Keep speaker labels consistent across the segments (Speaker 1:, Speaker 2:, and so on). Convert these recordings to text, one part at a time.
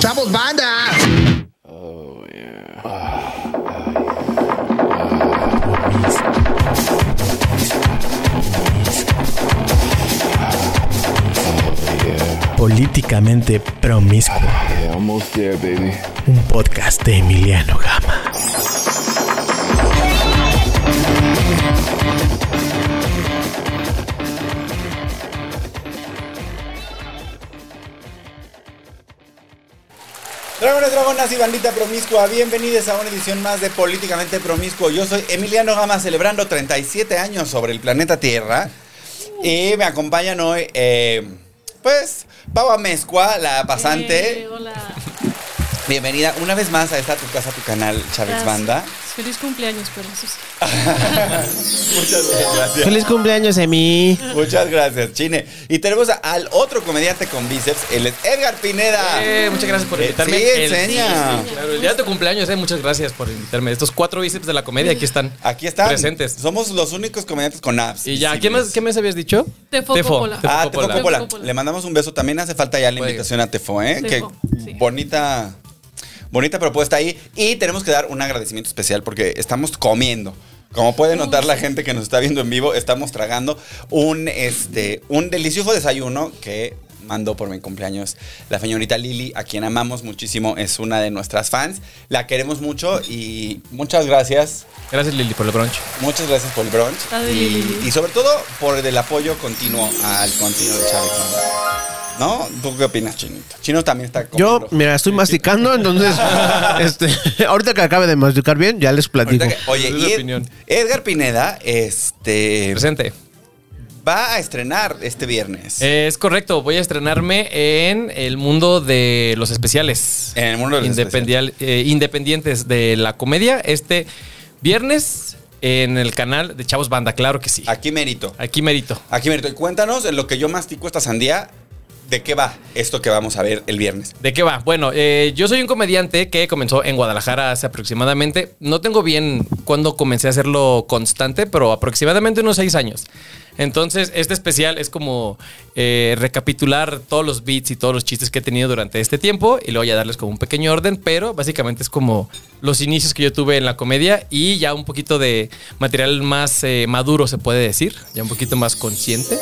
Speaker 1: ¡Chavos, banda!
Speaker 2: Políticamente promiscuo.
Speaker 3: Yeah, almost there, baby.
Speaker 2: Un podcast de Emiliano Gama.
Speaker 4: Dragones, dragonas y bandita promiscua, bienvenidos a una edición más de Políticamente Promiscuo. Yo soy Emiliano Gama, celebrando 37 años sobre el planeta Tierra. Y me acompañan hoy, eh, pues, Pau Amezcua, la pasante.
Speaker 5: Eh, hola.
Speaker 4: Bienvenida una vez más a esta tu casa, tu canal, Chávez
Speaker 5: Gracias.
Speaker 4: Banda.
Speaker 5: Feliz cumpleaños, pero eso sí.
Speaker 4: Muchas gracias.
Speaker 2: Feliz cumpleaños, Emi.
Speaker 4: Muchas gracias, Chine. Y tenemos al otro comediante con bíceps, él es Edgar Pineda.
Speaker 6: Eh, muchas gracias por
Speaker 4: Eh,
Speaker 6: invitarme.
Speaker 4: sí,
Speaker 6: El-
Speaker 4: enseña.
Speaker 6: Claro, el día de tu cumpleaños, eh, muchas gracias por invitarme. Estos cuatro bíceps de la comedia aquí están.
Speaker 4: Aquí están.
Speaker 6: Presentes.
Speaker 4: Somos los únicos comediantes con abs.
Speaker 6: Y ya, ¿qué
Speaker 4: visibles.
Speaker 6: más, ¿qué más habías dicho?
Speaker 5: Tefo Coppola.
Speaker 6: Tefo
Speaker 4: ah,
Speaker 6: Coppola.
Speaker 4: Tefo Coppola.
Speaker 5: Tefo Coppola.
Speaker 4: Le mandamos un beso. También hace falta ya la
Speaker 6: Oiga.
Speaker 4: invitación a Tefo, ¿eh?
Speaker 5: Tefo,
Speaker 4: Qué
Speaker 5: sí.
Speaker 4: bonita, bonita propuesta ahí. Y tenemos que dar un agradecimiento especial porque estamos comiendo. Como puede notar la gente que nos está viendo en vivo, estamos tragando un, este, un delicioso desayuno que mandó por mi cumpleaños la señorita Lili, a quien amamos muchísimo, es una de nuestras fans. La queremos mucho y muchas gracias.
Speaker 6: Gracias, Lili, por el brunch.
Speaker 4: Muchas gracias por el brunch.
Speaker 5: Ay,
Speaker 4: Y,
Speaker 5: Lili.
Speaker 4: y sobre todo por el apoyo continuo al contenido de Chávez. ¿No? ¿Tú qué opinas, Chinito? Chino también está
Speaker 2: Yo,
Speaker 4: comiendo.
Speaker 2: mira, estoy masticando, entonces. este, ahorita que acabe de masticar bien, ya les platico.
Speaker 4: Ahorita que- oye,
Speaker 6: Es la
Speaker 4: y Ed-
Speaker 6: opinión.
Speaker 4: Edgar Pineda este,
Speaker 6: Presente.
Speaker 4: va a estrenar este viernes
Speaker 6: Eh, es correcto, voy a estrenarme en el mundo de los especiales.
Speaker 4: en el mundo de los
Speaker 6: Independial- eh, independientes de la comedia. Este viernes en el canal de Chavos Banda, claro que sí.
Speaker 4: especiales. Aquí mérito.
Speaker 6: Aquí merito.
Speaker 4: Aquí mérito. Y cuéntanos en lo que yo mastico esta sandía, ¿de qué va esto que vamos a ver el viernes?
Speaker 6: ¿De qué va? Bueno, eh, yo soy un comediante que comenzó en Guadalajara hace aproximadamente, no tengo bien cuándo comencé a hacerlo constante, pero aproximadamente unos seis años. Entonces, este especial es como eh, recapitular todos los beats y todos los chistes que he tenido durante este tiempo y luego ya darles como un pequeño orden, pero básicamente es como los inicios que yo tuve en la comedia y ya un poquito de material más eh, maduro, se puede decir, ya un poquito más consciente.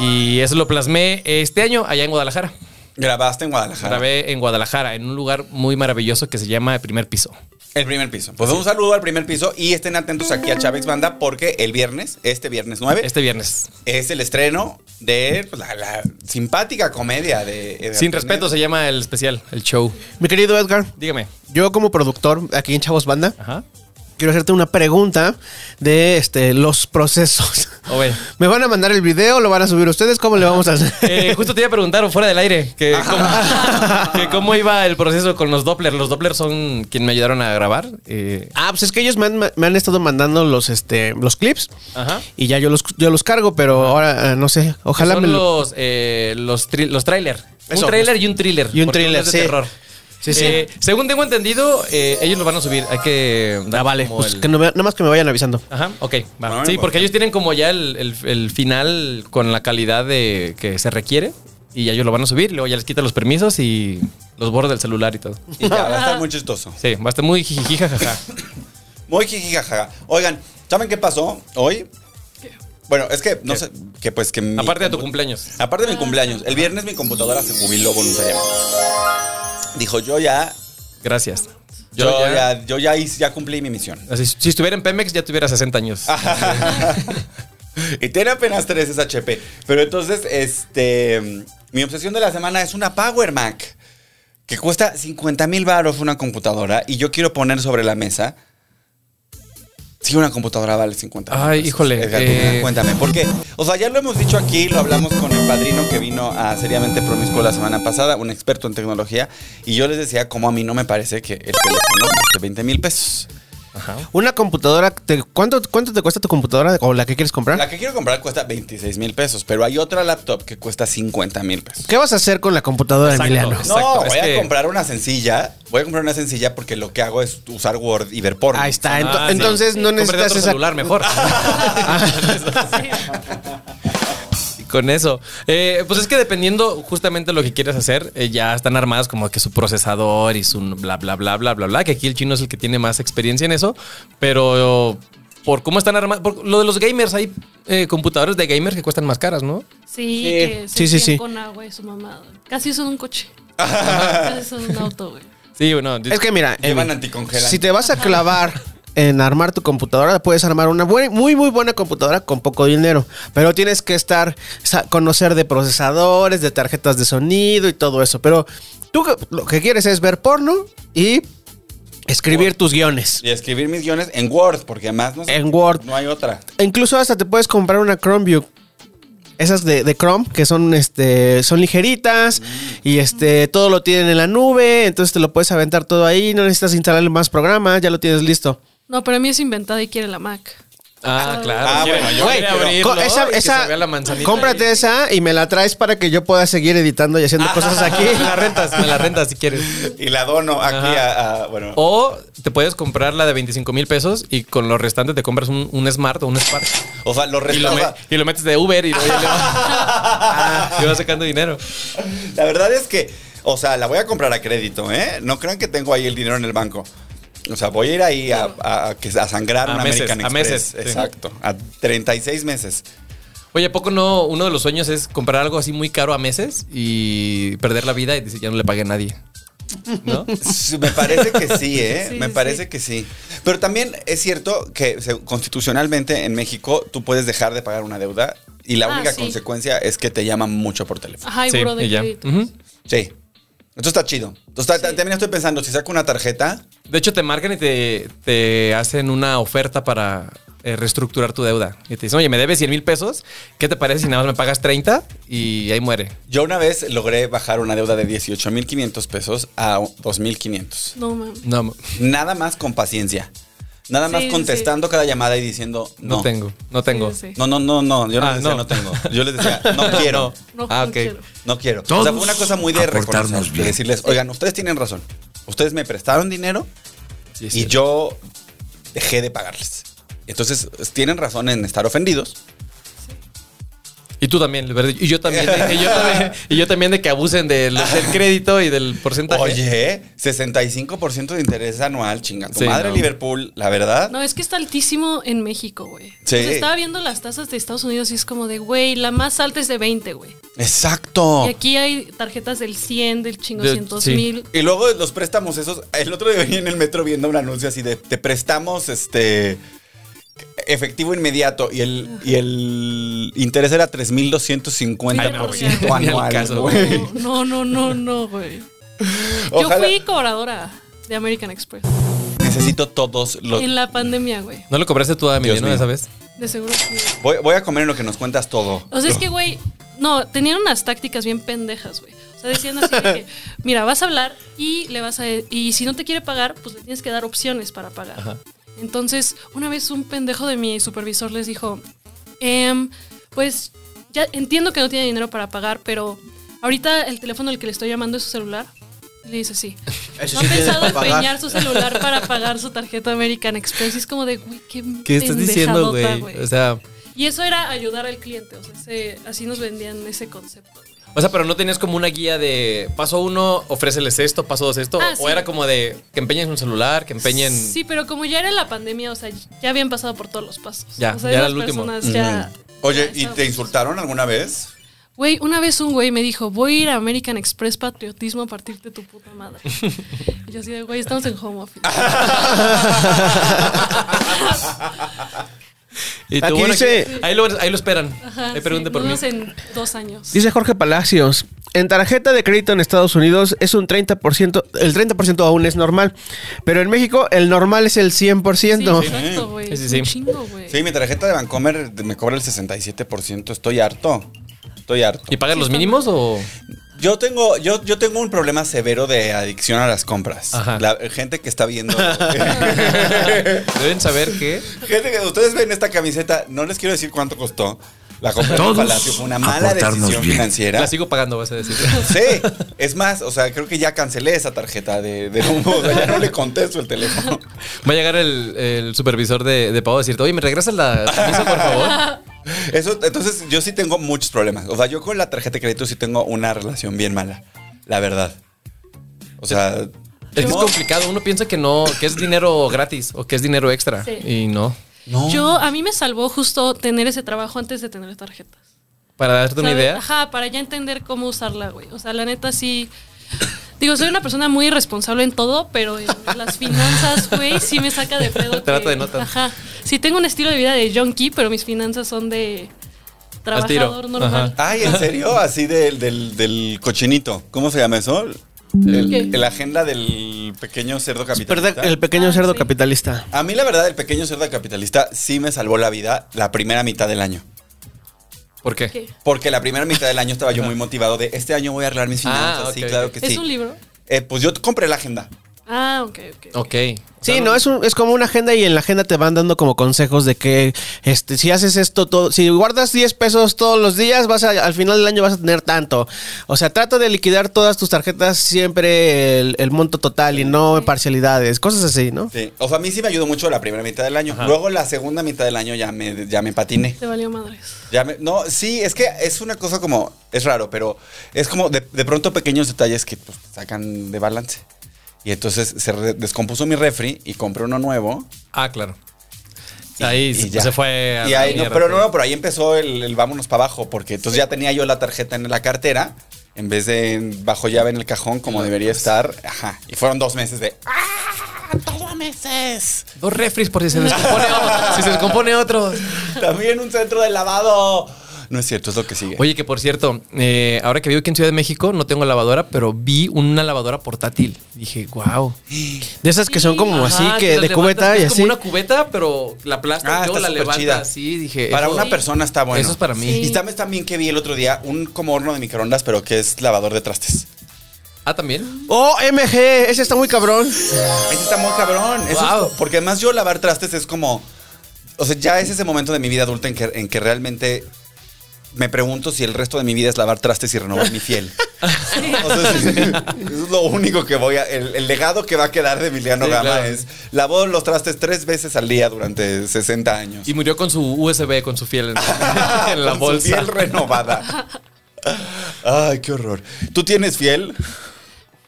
Speaker 6: Y eso lo plasmé este año allá en Guadalajara.
Speaker 4: Grabaste en Guadalajara.
Speaker 6: Grabé en Guadalajara, en un lugar muy maravilloso que se llama El Primer Piso.
Speaker 4: El primer piso. Pues un saludo al primer piso y estén atentos aquí a Chávez Banda porque el viernes, este viernes 9,
Speaker 6: Este viernes.
Speaker 4: es el estreno de pues, la, la simpática comedia de... Edgar
Speaker 6: Sin
Speaker 4: Pineda.
Speaker 6: respeto se llama el especial, el show.
Speaker 2: Mi querido Edgar,
Speaker 6: Dígame.
Speaker 2: yo como productor aquí en Chavos Banda,
Speaker 6: Ajá.
Speaker 2: quiero hacerte una pregunta de este, los procesos.
Speaker 6: O ve.
Speaker 2: ¿Me van a mandar el video? ¿Lo van a subir ustedes? ¿Cómo le vamos a hacer?
Speaker 6: Eh, justo te iba a preguntar fuera del aire que cómo, que cómo iba el proceso con los Doppler. Los Doppler son quien me ayudaron a grabar. eh,
Speaker 2: Ah, pues es que ellos me han, me han estado mandando los, este, los clips
Speaker 6: Ajá.
Speaker 2: y ya yo los, yo los cargo, pero ahora eh, no sé. Ojalá
Speaker 6: son
Speaker 2: me lo.
Speaker 6: los, eh, los, tri- los trailer.
Speaker 2: Eso. pues.
Speaker 6: un trailer y un thriller.
Speaker 2: Y un
Speaker 6: porque uno
Speaker 2: thriller,
Speaker 6: es de
Speaker 2: sí.
Speaker 6: terror.
Speaker 2: Sí, sí.
Speaker 6: Eh, según tengo entendido, eh, ellos lo van a subir. Hay que. dar
Speaker 2: Ah, vale,
Speaker 6: como
Speaker 2: pues
Speaker 6: el-
Speaker 2: que no me- nada más que me vayan avisando.
Speaker 6: Ajá, ok.
Speaker 4: Bueno,
Speaker 6: va.
Speaker 2: pues.
Speaker 6: sí,
Speaker 4: bueno.
Speaker 6: porque ellos tienen como ya el, el- el final con la calidad de que se requiere y ya ellos lo van a subir, luego ya les quita los permisos y los borra del celular y todo.
Speaker 4: Y ya, va a estar muy chistoso.
Speaker 6: Sí, va a estar muy jijiji, jajaja.
Speaker 4: Muy jijijaja. Oigan, ¿saben qué pasó hoy? Bueno, es que, no
Speaker 6: ¿Qué?
Speaker 4: sé, que pues que... mi
Speaker 6: Aparte de tu
Speaker 4: compu-
Speaker 6: cumpleaños.
Speaker 4: Aparte de mi cumpleaños. El viernes mi computadora se jubiló voluntariamente. Dijo, yo ya...
Speaker 6: Gracias.
Speaker 4: Yo, ya, yo ya, hice- ya cumplí mi misión.
Speaker 6: así, si estuviera en Pemex ya tuviera 60 años.
Speaker 2: Ah,
Speaker 4: y tiene apenas 3 es HP. Pero entonces, este. Mi obsesión de la semana es una Power Mac. Que cuesta 50 mil baros una computadora. Y yo quiero poner sobre la mesa. Si una computadora vale 50 mil
Speaker 6: Ay,
Speaker 4: pesos.
Speaker 6: híjole,
Speaker 4: Edgar,
Speaker 6: eh.
Speaker 4: Cuéntame, ¿por qué? O sea, ya lo hemos dicho aquí, lo hablamos con el padrino que vino a Seriamente Promiscuo la semana pasada, un experto en tecnología, y yo les decía cómo a mí no me parece que el teléfono cueste 20 mil pesos.
Speaker 2: Una computadora, te- ¿cuánto, ¿cuánto te cuesta tu computadora o la que quieres
Speaker 6: ¿Ah?
Speaker 2: comprar?
Speaker 4: La que quiero comprar cuesta 26 mil pesos, pero hay otra laptop que cuesta 50 mil pesos.
Speaker 2: ¿Qué vas a hacer con la computadora,
Speaker 6: Exacto.
Speaker 2: Emiliano?
Speaker 6: Exacto,
Speaker 4: no,
Speaker 6: es
Speaker 4: voy a
Speaker 6: que-
Speaker 4: comprar una sencilla. Voy a comprar una sencilla porque lo que hago es usar Word y ver porno.
Speaker 2: Ahí está. ento-
Speaker 6: Ah, sí.
Speaker 2: entonces no
Speaker 6: Cómprate
Speaker 2: necesitas
Speaker 6: otro
Speaker 2: esa.
Speaker 6: celular mejor.
Speaker 2: Ah.
Speaker 6: Y Con eso. Eh, pues es que dependiendo justamente lo que quieras hacer, eh, ya están armadas como que su procesador y su bla, bla, bla, bla, bla, bla. Que aquí el chino es el que tiene más experiencia en eso. Pero por cómo están armadas. por Lo de los gamers, hay eh, computadores de gamers que cuestan más caras, ¿no?
Speaker 5: Sí,
Speaker 2: Sí.
Speaker 5: que
Speaker 2: Sí, sí,
Speaker 5: se sí,
Speaker 2: sí.
Speaker 5: con agua y su mamá. Casi son un coche. Casi son un auto, güey.
Speaker 6: Sí, bueno.
Speaker 2: Es que mira,
Speaker 4: Llevan
Speaker 2: Emi,
Speaker 4: anticongelante.
Speaker 2: si te vas a clavar en armar tu computadora, puedes armar una buen- muy, muy buena computadora con poco dinero. Pero tienes que estar, sa- conocer de procesadores, de tarjetas de sonido y todo eso. Pero tú que- lo que quieres es ver porno y escribir tus guiones.
Speaker 4: Y escribir mis guiones en Word, porque además no sé-
Speaker 2: En Word.
Speaker 4: No hay otra.
Speaker 2: E Incluso hasta te puedes comprar una Chromebook. Esas de, de Chrome, que son este. son ligeritas. Y este. Todo lo tienen en la nube. Entonces te lo puedes aventar todo ahí. No necesitas instalarle más programas. Ya lo tienes listo.
Speaker 5: No, pero a mí es inventada y quiere la Mac.
Speaker 6: Ah, claro.
Speaker 4: Ah, bueno, yo
Speaker 6: Güey,
Speaker 4: quería
Speaker 6: abrirlo
Speaker 2: Co-
Speaker 6: y que se vea la manzanita
Speaker 2: cómprate
Speaker 6: ahí.
Speaker 2: esa y me la traes para que yo pueda seguir editando y haciendo cosas aquí.
Speaker 6: Me la rentas, me la rentas si quieres.
Speaker 4: Y la dono aquí a, a- Bueno.
Speaker 6: O te puedes comprar la de 25 mil pesos y con los restantes te compras un, un Smart o un Spark.
Speaker 4: O sea, lo
Speaker 6: Y lo, me-
Speaker 4: restaba.
Speaker 6: y lo metes de Uber y luego ya le vas, Ah, le vas sacando dinero.
Speaker 4: La verdad es que, o sea, la voy a comprar a crédito, ¿eh? No crean que tengo ahí el dinero en el banco. O sea, voy a ir ahí a, a- a que- a sangrar
Speaker 6: A
Speaker 4: una
Speaker 6: meses,
Speaker 4: American
Speaker 6: a
Speaker 4: Express.
Speaker 6: meses, sí.
Speaker 4: Exacto. A 36 meses.
Speaker 6: Oye, ¿a poco no? Uno de los sueños es comprar algo así muy caro a meses y perder la vida y decir ya no le pagué a nadie. ¿No?
Speaker 4: Sí, Me parece que sí, ¿eh?
Speaker 5: Sí,
Speaker 4: Me
Speaker 5: sí,
Speaker 4: parece
Speaker 5: sí.
Speaker 4: que sí. Pero también es cierto que se- constitucionalmente en México tú puedes dejar de pagar una deuda y la
Speaker 5: Ah,
Speaker 4: única
Speaker 5: sí.
Speaker 4: consecuencia es y te llaman mucho por teléfono.
Speaker 5: Ajá, y
Speaker 6: Sí,
Speaker 5: buró de
Speaker 6: y ya.
Speaker 5: crédito.
Speaker 6: Ujú.
Speaker 4: Sí. Entonces está chido. Entonces, ta- ta- También estoy pensando, si saco una tarjeta,
Speaker 6: De hecho, te marcan y te, te hacen una oferta para eh, reestructurar tu deuda. Y te dicen, oye, me debes 100 mil pesos. ¿Qué te parece si nada más me pagas 30 y ahí muere?
Speaker 4: yo una vez logré bajar una deuda de 18.500 pesos a 2.500.
Speaker 5: No, mames.
Speaker 6: No,
Speaker 4: Nada más con paciencia. Nada más
Speaker 5: Sí, sí.
Speaker 4: contestando cada llamada y diciendo no.
Speaker 6: no, tengo, no tengo.
Speaker 5: Sí, sí.
Speaker 4: No, no, no, no. Yo no
Speaker 6: Ah,
Speaker 4: les decía
Speaker 6: no.
Speaker 4: no. tengo. Yo les decía no quiero.
Speaker 5: No,
Speaker 6: Ah,
Speaker 5: no
Speaker 6: ok.
Speaker 5: quiero.
Speaker 4: No quiero. o
Speaker 7: Todos
Speaker 4: sea, fue una cosa muy de
Speaker 7: a portarnos
Speaker 4: reconocer, de
Speaker 7: bien.
Speaker 4: decirles, oigan, ustedes tienen razón. Ustedes me prestaron dinero
Speaker 6: Sí,
Speaker 4: y
Speaker 6: sí.
Speaker 4: yo dejé de pagarles. Entonces, tienen razón en estar ofendidos.
Speaker 6: Y tú también, ¿verdad? Y yo también. de- y, yo también y yo también de que abusen del, del crédito y del porcentaje.
Speaker 4: Oye, 65% de interés anual, chinga. Tu
Speaker 6: Sí,
Speaker 4: madre
Speaker 6: no.
Speaker 4: Liverpool, la verdad.
Speaker 5: No, es que está altísimo en México, güey.
Speaker 4: Sí.
Speaker 5: Sí. estaba viendo las tasas de Estados Unidos y es como de, güey, la más alta es de 20, güey.
Speaker 4: Exacto.
Speaker 5: Y aquí hay tarjetas del 100, del chingo
Speaker 6: Oh. De-
Speaker 5: 200
Speaker 6: sí.
Speaker 5: mil.
Speaker 4: Y luego los préstamos esos. El otro día venía en el metro viendo un anuncio así de te prestamos este efectivo inmediato y el, y el interés era 3250
Speaker 5: Ay, no,
Speaker 4: por
Speaker 5: güey.
Speaker 4: ciento
Speaker 5: Ni al
Speaker 4: anual,
Speaker 6: caso,
Speaker 4: güey.
Speaker 5: No, no, no, no, güey. Yo
Speaker 4: Ojalá-
Speaker 5: fui cobradora de American Express
Speaker 4: Necesito todos los
Speaker 5: en la pandemia, güey.
Speaker 6: ¿No lo cobraste tú a Emilio,
Speaker 4: Dios
Speaker 6: no?
Speaker 4: mío.
Speaker 6: Esa vez.
Speaker 5: De seguro sí.
Speaker 4: voy, voy a comer en lo que nos cuentas todo.
Speaker 5: O sea, es que, güey, no, tenían unas tácticas bien pendejas, güey. O sea, decían así de que, mira, vas a hablar y le vas a. Y si no te quiere pagar, pues le tienes que dar opciones para pagar. Entonces, una vez un pendejo de mi supervisor les dijo: em, Pues ya entiendo que no tiene dinero para pagar, pero ahorita el teléfono al que le estoy llamando es su celular. Y le dice sí.
Speaker 2: Ese
Speaker 5: no
Speaker 2: sí
Speaker 5: ha
Speaker 2: tiene
Speaker 5: pensado
Speaker 2: para pagar.
Speaker 5: empeñar su celular para pagar su tarjeta American Express. Y es como de, güey, qué
Speaker 6: ¿Qué estás diciendo,
Speaker 5: pendejadota,
Speaker 6: güey? O sea,
Speaker 5: y eso era ayudar al cliente, o sea, ese- así nos vendían ese concepto.
Speaker 6: o sea, pero no tenías como una guía de paso uno, ofréceles esto, paso dos esto.
Speaker 5: Ah,
Speaker 6: o
Speaker 5: sí.
Speaker 6: era como de que empeñen un celular, que empeñen.
Speaker 5: Sí, pero como ya era la pandemia, o sea, ya habían pasado por todos los pasos.
Speaker 6: Ya,
Speaker 5: o sea,
Speaker 6: ya era
Speaker 5: esas
Speaker 6: el último.
Speaker 5: personas ya-
Speaker 4: Oye,
Speaker 5: ya
Speaker 4: ¿y
Speaker 5: estaban-
Speaker 4: te insultaron alguna vez?
Speaker 5: Güey, una vez un güey me dijo, voy a ir a American Express Patriotismo a partir de tu puta madre. y yo así de, güey, estamos en home office.
Speaker 6: Y
Speaker 2: Aquí dice-
Speaker 6: ahí, lo, ahí lo esperan.
Speaker 5: Ajá,
Speaker 6: ahí Eh, pregunte
Speaker 5: sí,
Speaker 6: por mí.
Speaker 5: nos vemos en dos años.
Speaker 2: Dice Jorge Palacios, en tarjeta de crédito en Estados Unidos es un 30%, el 30% aún es normal, pero en México el normal es el 100%.
Speaker 5: Sí, exacto, güey.
Speaker 6: Sí, sí,
Speaker 5: Es
Speaker 6: sí.
Speaker 5: Un chingo, güey.
Speaker 4: Sí, mi tarjeta de Bancomer me cobra el 67%. Estoy harto. Estoy harto.
Speaker 6: ¿Y pagas los
Speaker 5: Sí, está-
Speaker 6: mínimos o.?
Speaker 4: Yo tengo, yo, yo tengo un problema severo de adicción a las compras.
Speaker 6: Ajá.
Speaker 4: La gente que está viendo.
Speaker 6: Deben saber que.
Speaker 4: gente que ustedes ven esta camiseta, no les quiero decir cuánto costó. La compra de
Speaker 7: Todos
Speaker 4: Palacio fue una mala
Speaker 7: aportarnos
Speaker 4: decisión
Speaker 7: bien.
Speaker 4: financiera.
Speaker 6: La sigo pagando, vas a decir.
Speaker 4: Sí, es más, o sea, creo que ya cancelé esa tarjeta de, de humo, o sea, ya no le contesto el teléfono.
Speaker 6: Va a llegar el, el supervisor de, de Pau a decirte, oye, ¿me regresas la camisa, por favor?
Speaker 4: Eso, entonces yo sí tengo muchos problemas. O sea, yo con la tarjeta de crédito sí tengo una relación bien mala, la verdad. O sea,
Speaker 6: Es que es
Speaker 4: no,
Speaker 6: complicado. Uno piensa que no, que es dinero gratis o que es dinero extra.
Speaker 5: Sí.
Speaker 6: Y no.
Speaker 4: no.
Speaker 5: Yo, a mí me salvó justo tener ese trabajo antes de tener tarjetas.
Speaker 6: Para darte una
Speaker 5: ¿Sabes?
Speaker 6: idea.
Speaker 5: Ajá, para ya entender cómo usarla, güey. O sea, la neta sí. Digo, soy una persona muy irresponsable en todo, pero en las finanzas, güey, sí me saca de pedo.
Speaker 6: Trata
Speaker 5: que-
Speaker 6: de no tanto.
Speaker 5: Ajá. Sí tengo un estilo de vida de junkie, pero mis finanzas son de
Speaker 6: Al tiro.
Speaker 5: trabajador normal.
Speaker 4: Ay, ¿en serio? Así del, del, del cochinito. ¿Cómo se llama eso? El,
Speaker 5: ¿Qué?
Speaker 4: el agenda del pequeño cerdo capitalista.
Speaker 2: Perdón, el pequeño
Speaker 5: Ah,
Speaker 2: cerdo
Speaker 5: sí.
Speaker 2: capitalista.
Speaker 4: A mí, la verdad, el pequeño cerdo capitalista sí me salvó la vida la primera mitad del año.
Speaker 6: ¿Por qué?
Speaker 5: ¿Qué?
Speaker 4: Porque la primera mitad del año estaba yo muy motivado de este año voy a arreglar mis finanzas.
Speaker 6: Ah, ok,
Speaker 4: Sí, claro
Speaker 6: ok.
Speaker 4: que
Speaker 5: ¿Es
Speaker 4: sí.
Speaker 5: un libro?
Speaker 4: Eh, pues yo compré la agenda.
Speaker 5: Ah, ok, ok.
Speaker 6: Ok.
Speaker 2: Sí, no, es, un- es como una agenda y en la agenda te van dando como consejos de que este, si haces esto todo, si guardas 10 pesos todos los días, vas a, al final del año vas a tener tanto. O sea, trata de liquidar todas tus tarjetas siempre el, el monto total y no parcialidades, cosas así, ¿no?
Speaker 4: Sí. O sea, a mí sí me ayudó mucho la primera mitad del año. Luego la segunda mitad del año ya me, ya me patiné.
Speaker 5: Te valió madres.
Speaker 4: Ya me- no, sí, es que es una cosa como, es raro, pero es como de, de pronto pequeños detalles que pues, te sacan de balance. Y entonces se re- descompuso mi refri y compré uno nuevo.
Speaker 6: Ah, claro.
Speaker 4: Y-
Speaker 6: ahí
Speaker 4: y
Speaker 6: se-
Speaker 4: ya.
Speaker 6: se fue a
Speaker 4: Y
Speaker 6: la
Speaker 4: ahí, no,
Speaker 6: mierda,
Speaker 4: pero
Speaker 6: sí.
Speaker 4: no, no, pero ahí empezó el, el vámonos para abajo, porque entonces ya tenía yo la tarjeta en la cartera, en vez de en- bajo llave en el cajón, como debería estar. Ajá. Y fueron dos meses de. ¡Ah! ¡Dos meses!
Speaker 6: Dos refris por si se descompone otro. si se descompone otro.
Speaker 4: También un centro de lavado. No es cierto, es lo que sigue.
Speaker 6: Oye, que por cierto, eh, ahora que vivo aquí en Ciudad de México, no tengo lavadora, pero vi una lavadora portátil. Dije, wow.
Speaker 2: De esas que son como así,
Speaker 6: Ajá,
Speaker 2: que
Speaker 6: las
Speaker 2: de
Speaker 6: levantas,
Speaker 2: cubeta
Speaker 6: es
Speaker 2: y
Speaker 6: como
Speaker 2: así.
Speaker 6: una cubeta, pero la
Speaker 4: Ah,
Speaker 6: plástica y luego
Speaker 4: está
Speaker 6: la
Speaker 4: súper
Speaker 6: levanta
Speaker 4: chida.
Speaker 6: así. Dije,
Speaker 4: Para
Speaker 6: eso-
Speaker 4: una persona está bueno.
Speaker 6: Eso es para mí.
Speaker 5: Sí.
Speaker 4: Y también, también que vi el otro día un como horno de microondas, pero que es lavador de trastes.
Speaker 6: Ah, también.
Speaker 2: OMG, Oh, ese está muy cabrón.
Speaker 4: Ese está muy cabrón. Eso es-
Speaker 6: Wow.
Speaker 4: porque además yo lavar trastes es como. O sea, ya es ese momento de mi vida adulta en que, en que realmente me pregunto si el resto de mi vida es lavar trastes y renovar mi fiel. O sea, es, es lo único que voy a. El, el legado que va a quedar de Emiliano
Speaker 6: Sí,
Speaker 4: Gama
Speaker 6: claro.
Speaker 4: es. Lavó los trastes tres veces al día durante 60 años.
Speaker 6: Y murió con su USB, con su fiel en, en la
Speaker 4: Con su
Speaker 6: bolsa.
Speaker 4: fiel renovada. Ay, qué horror. ¿Tú tienes fiel?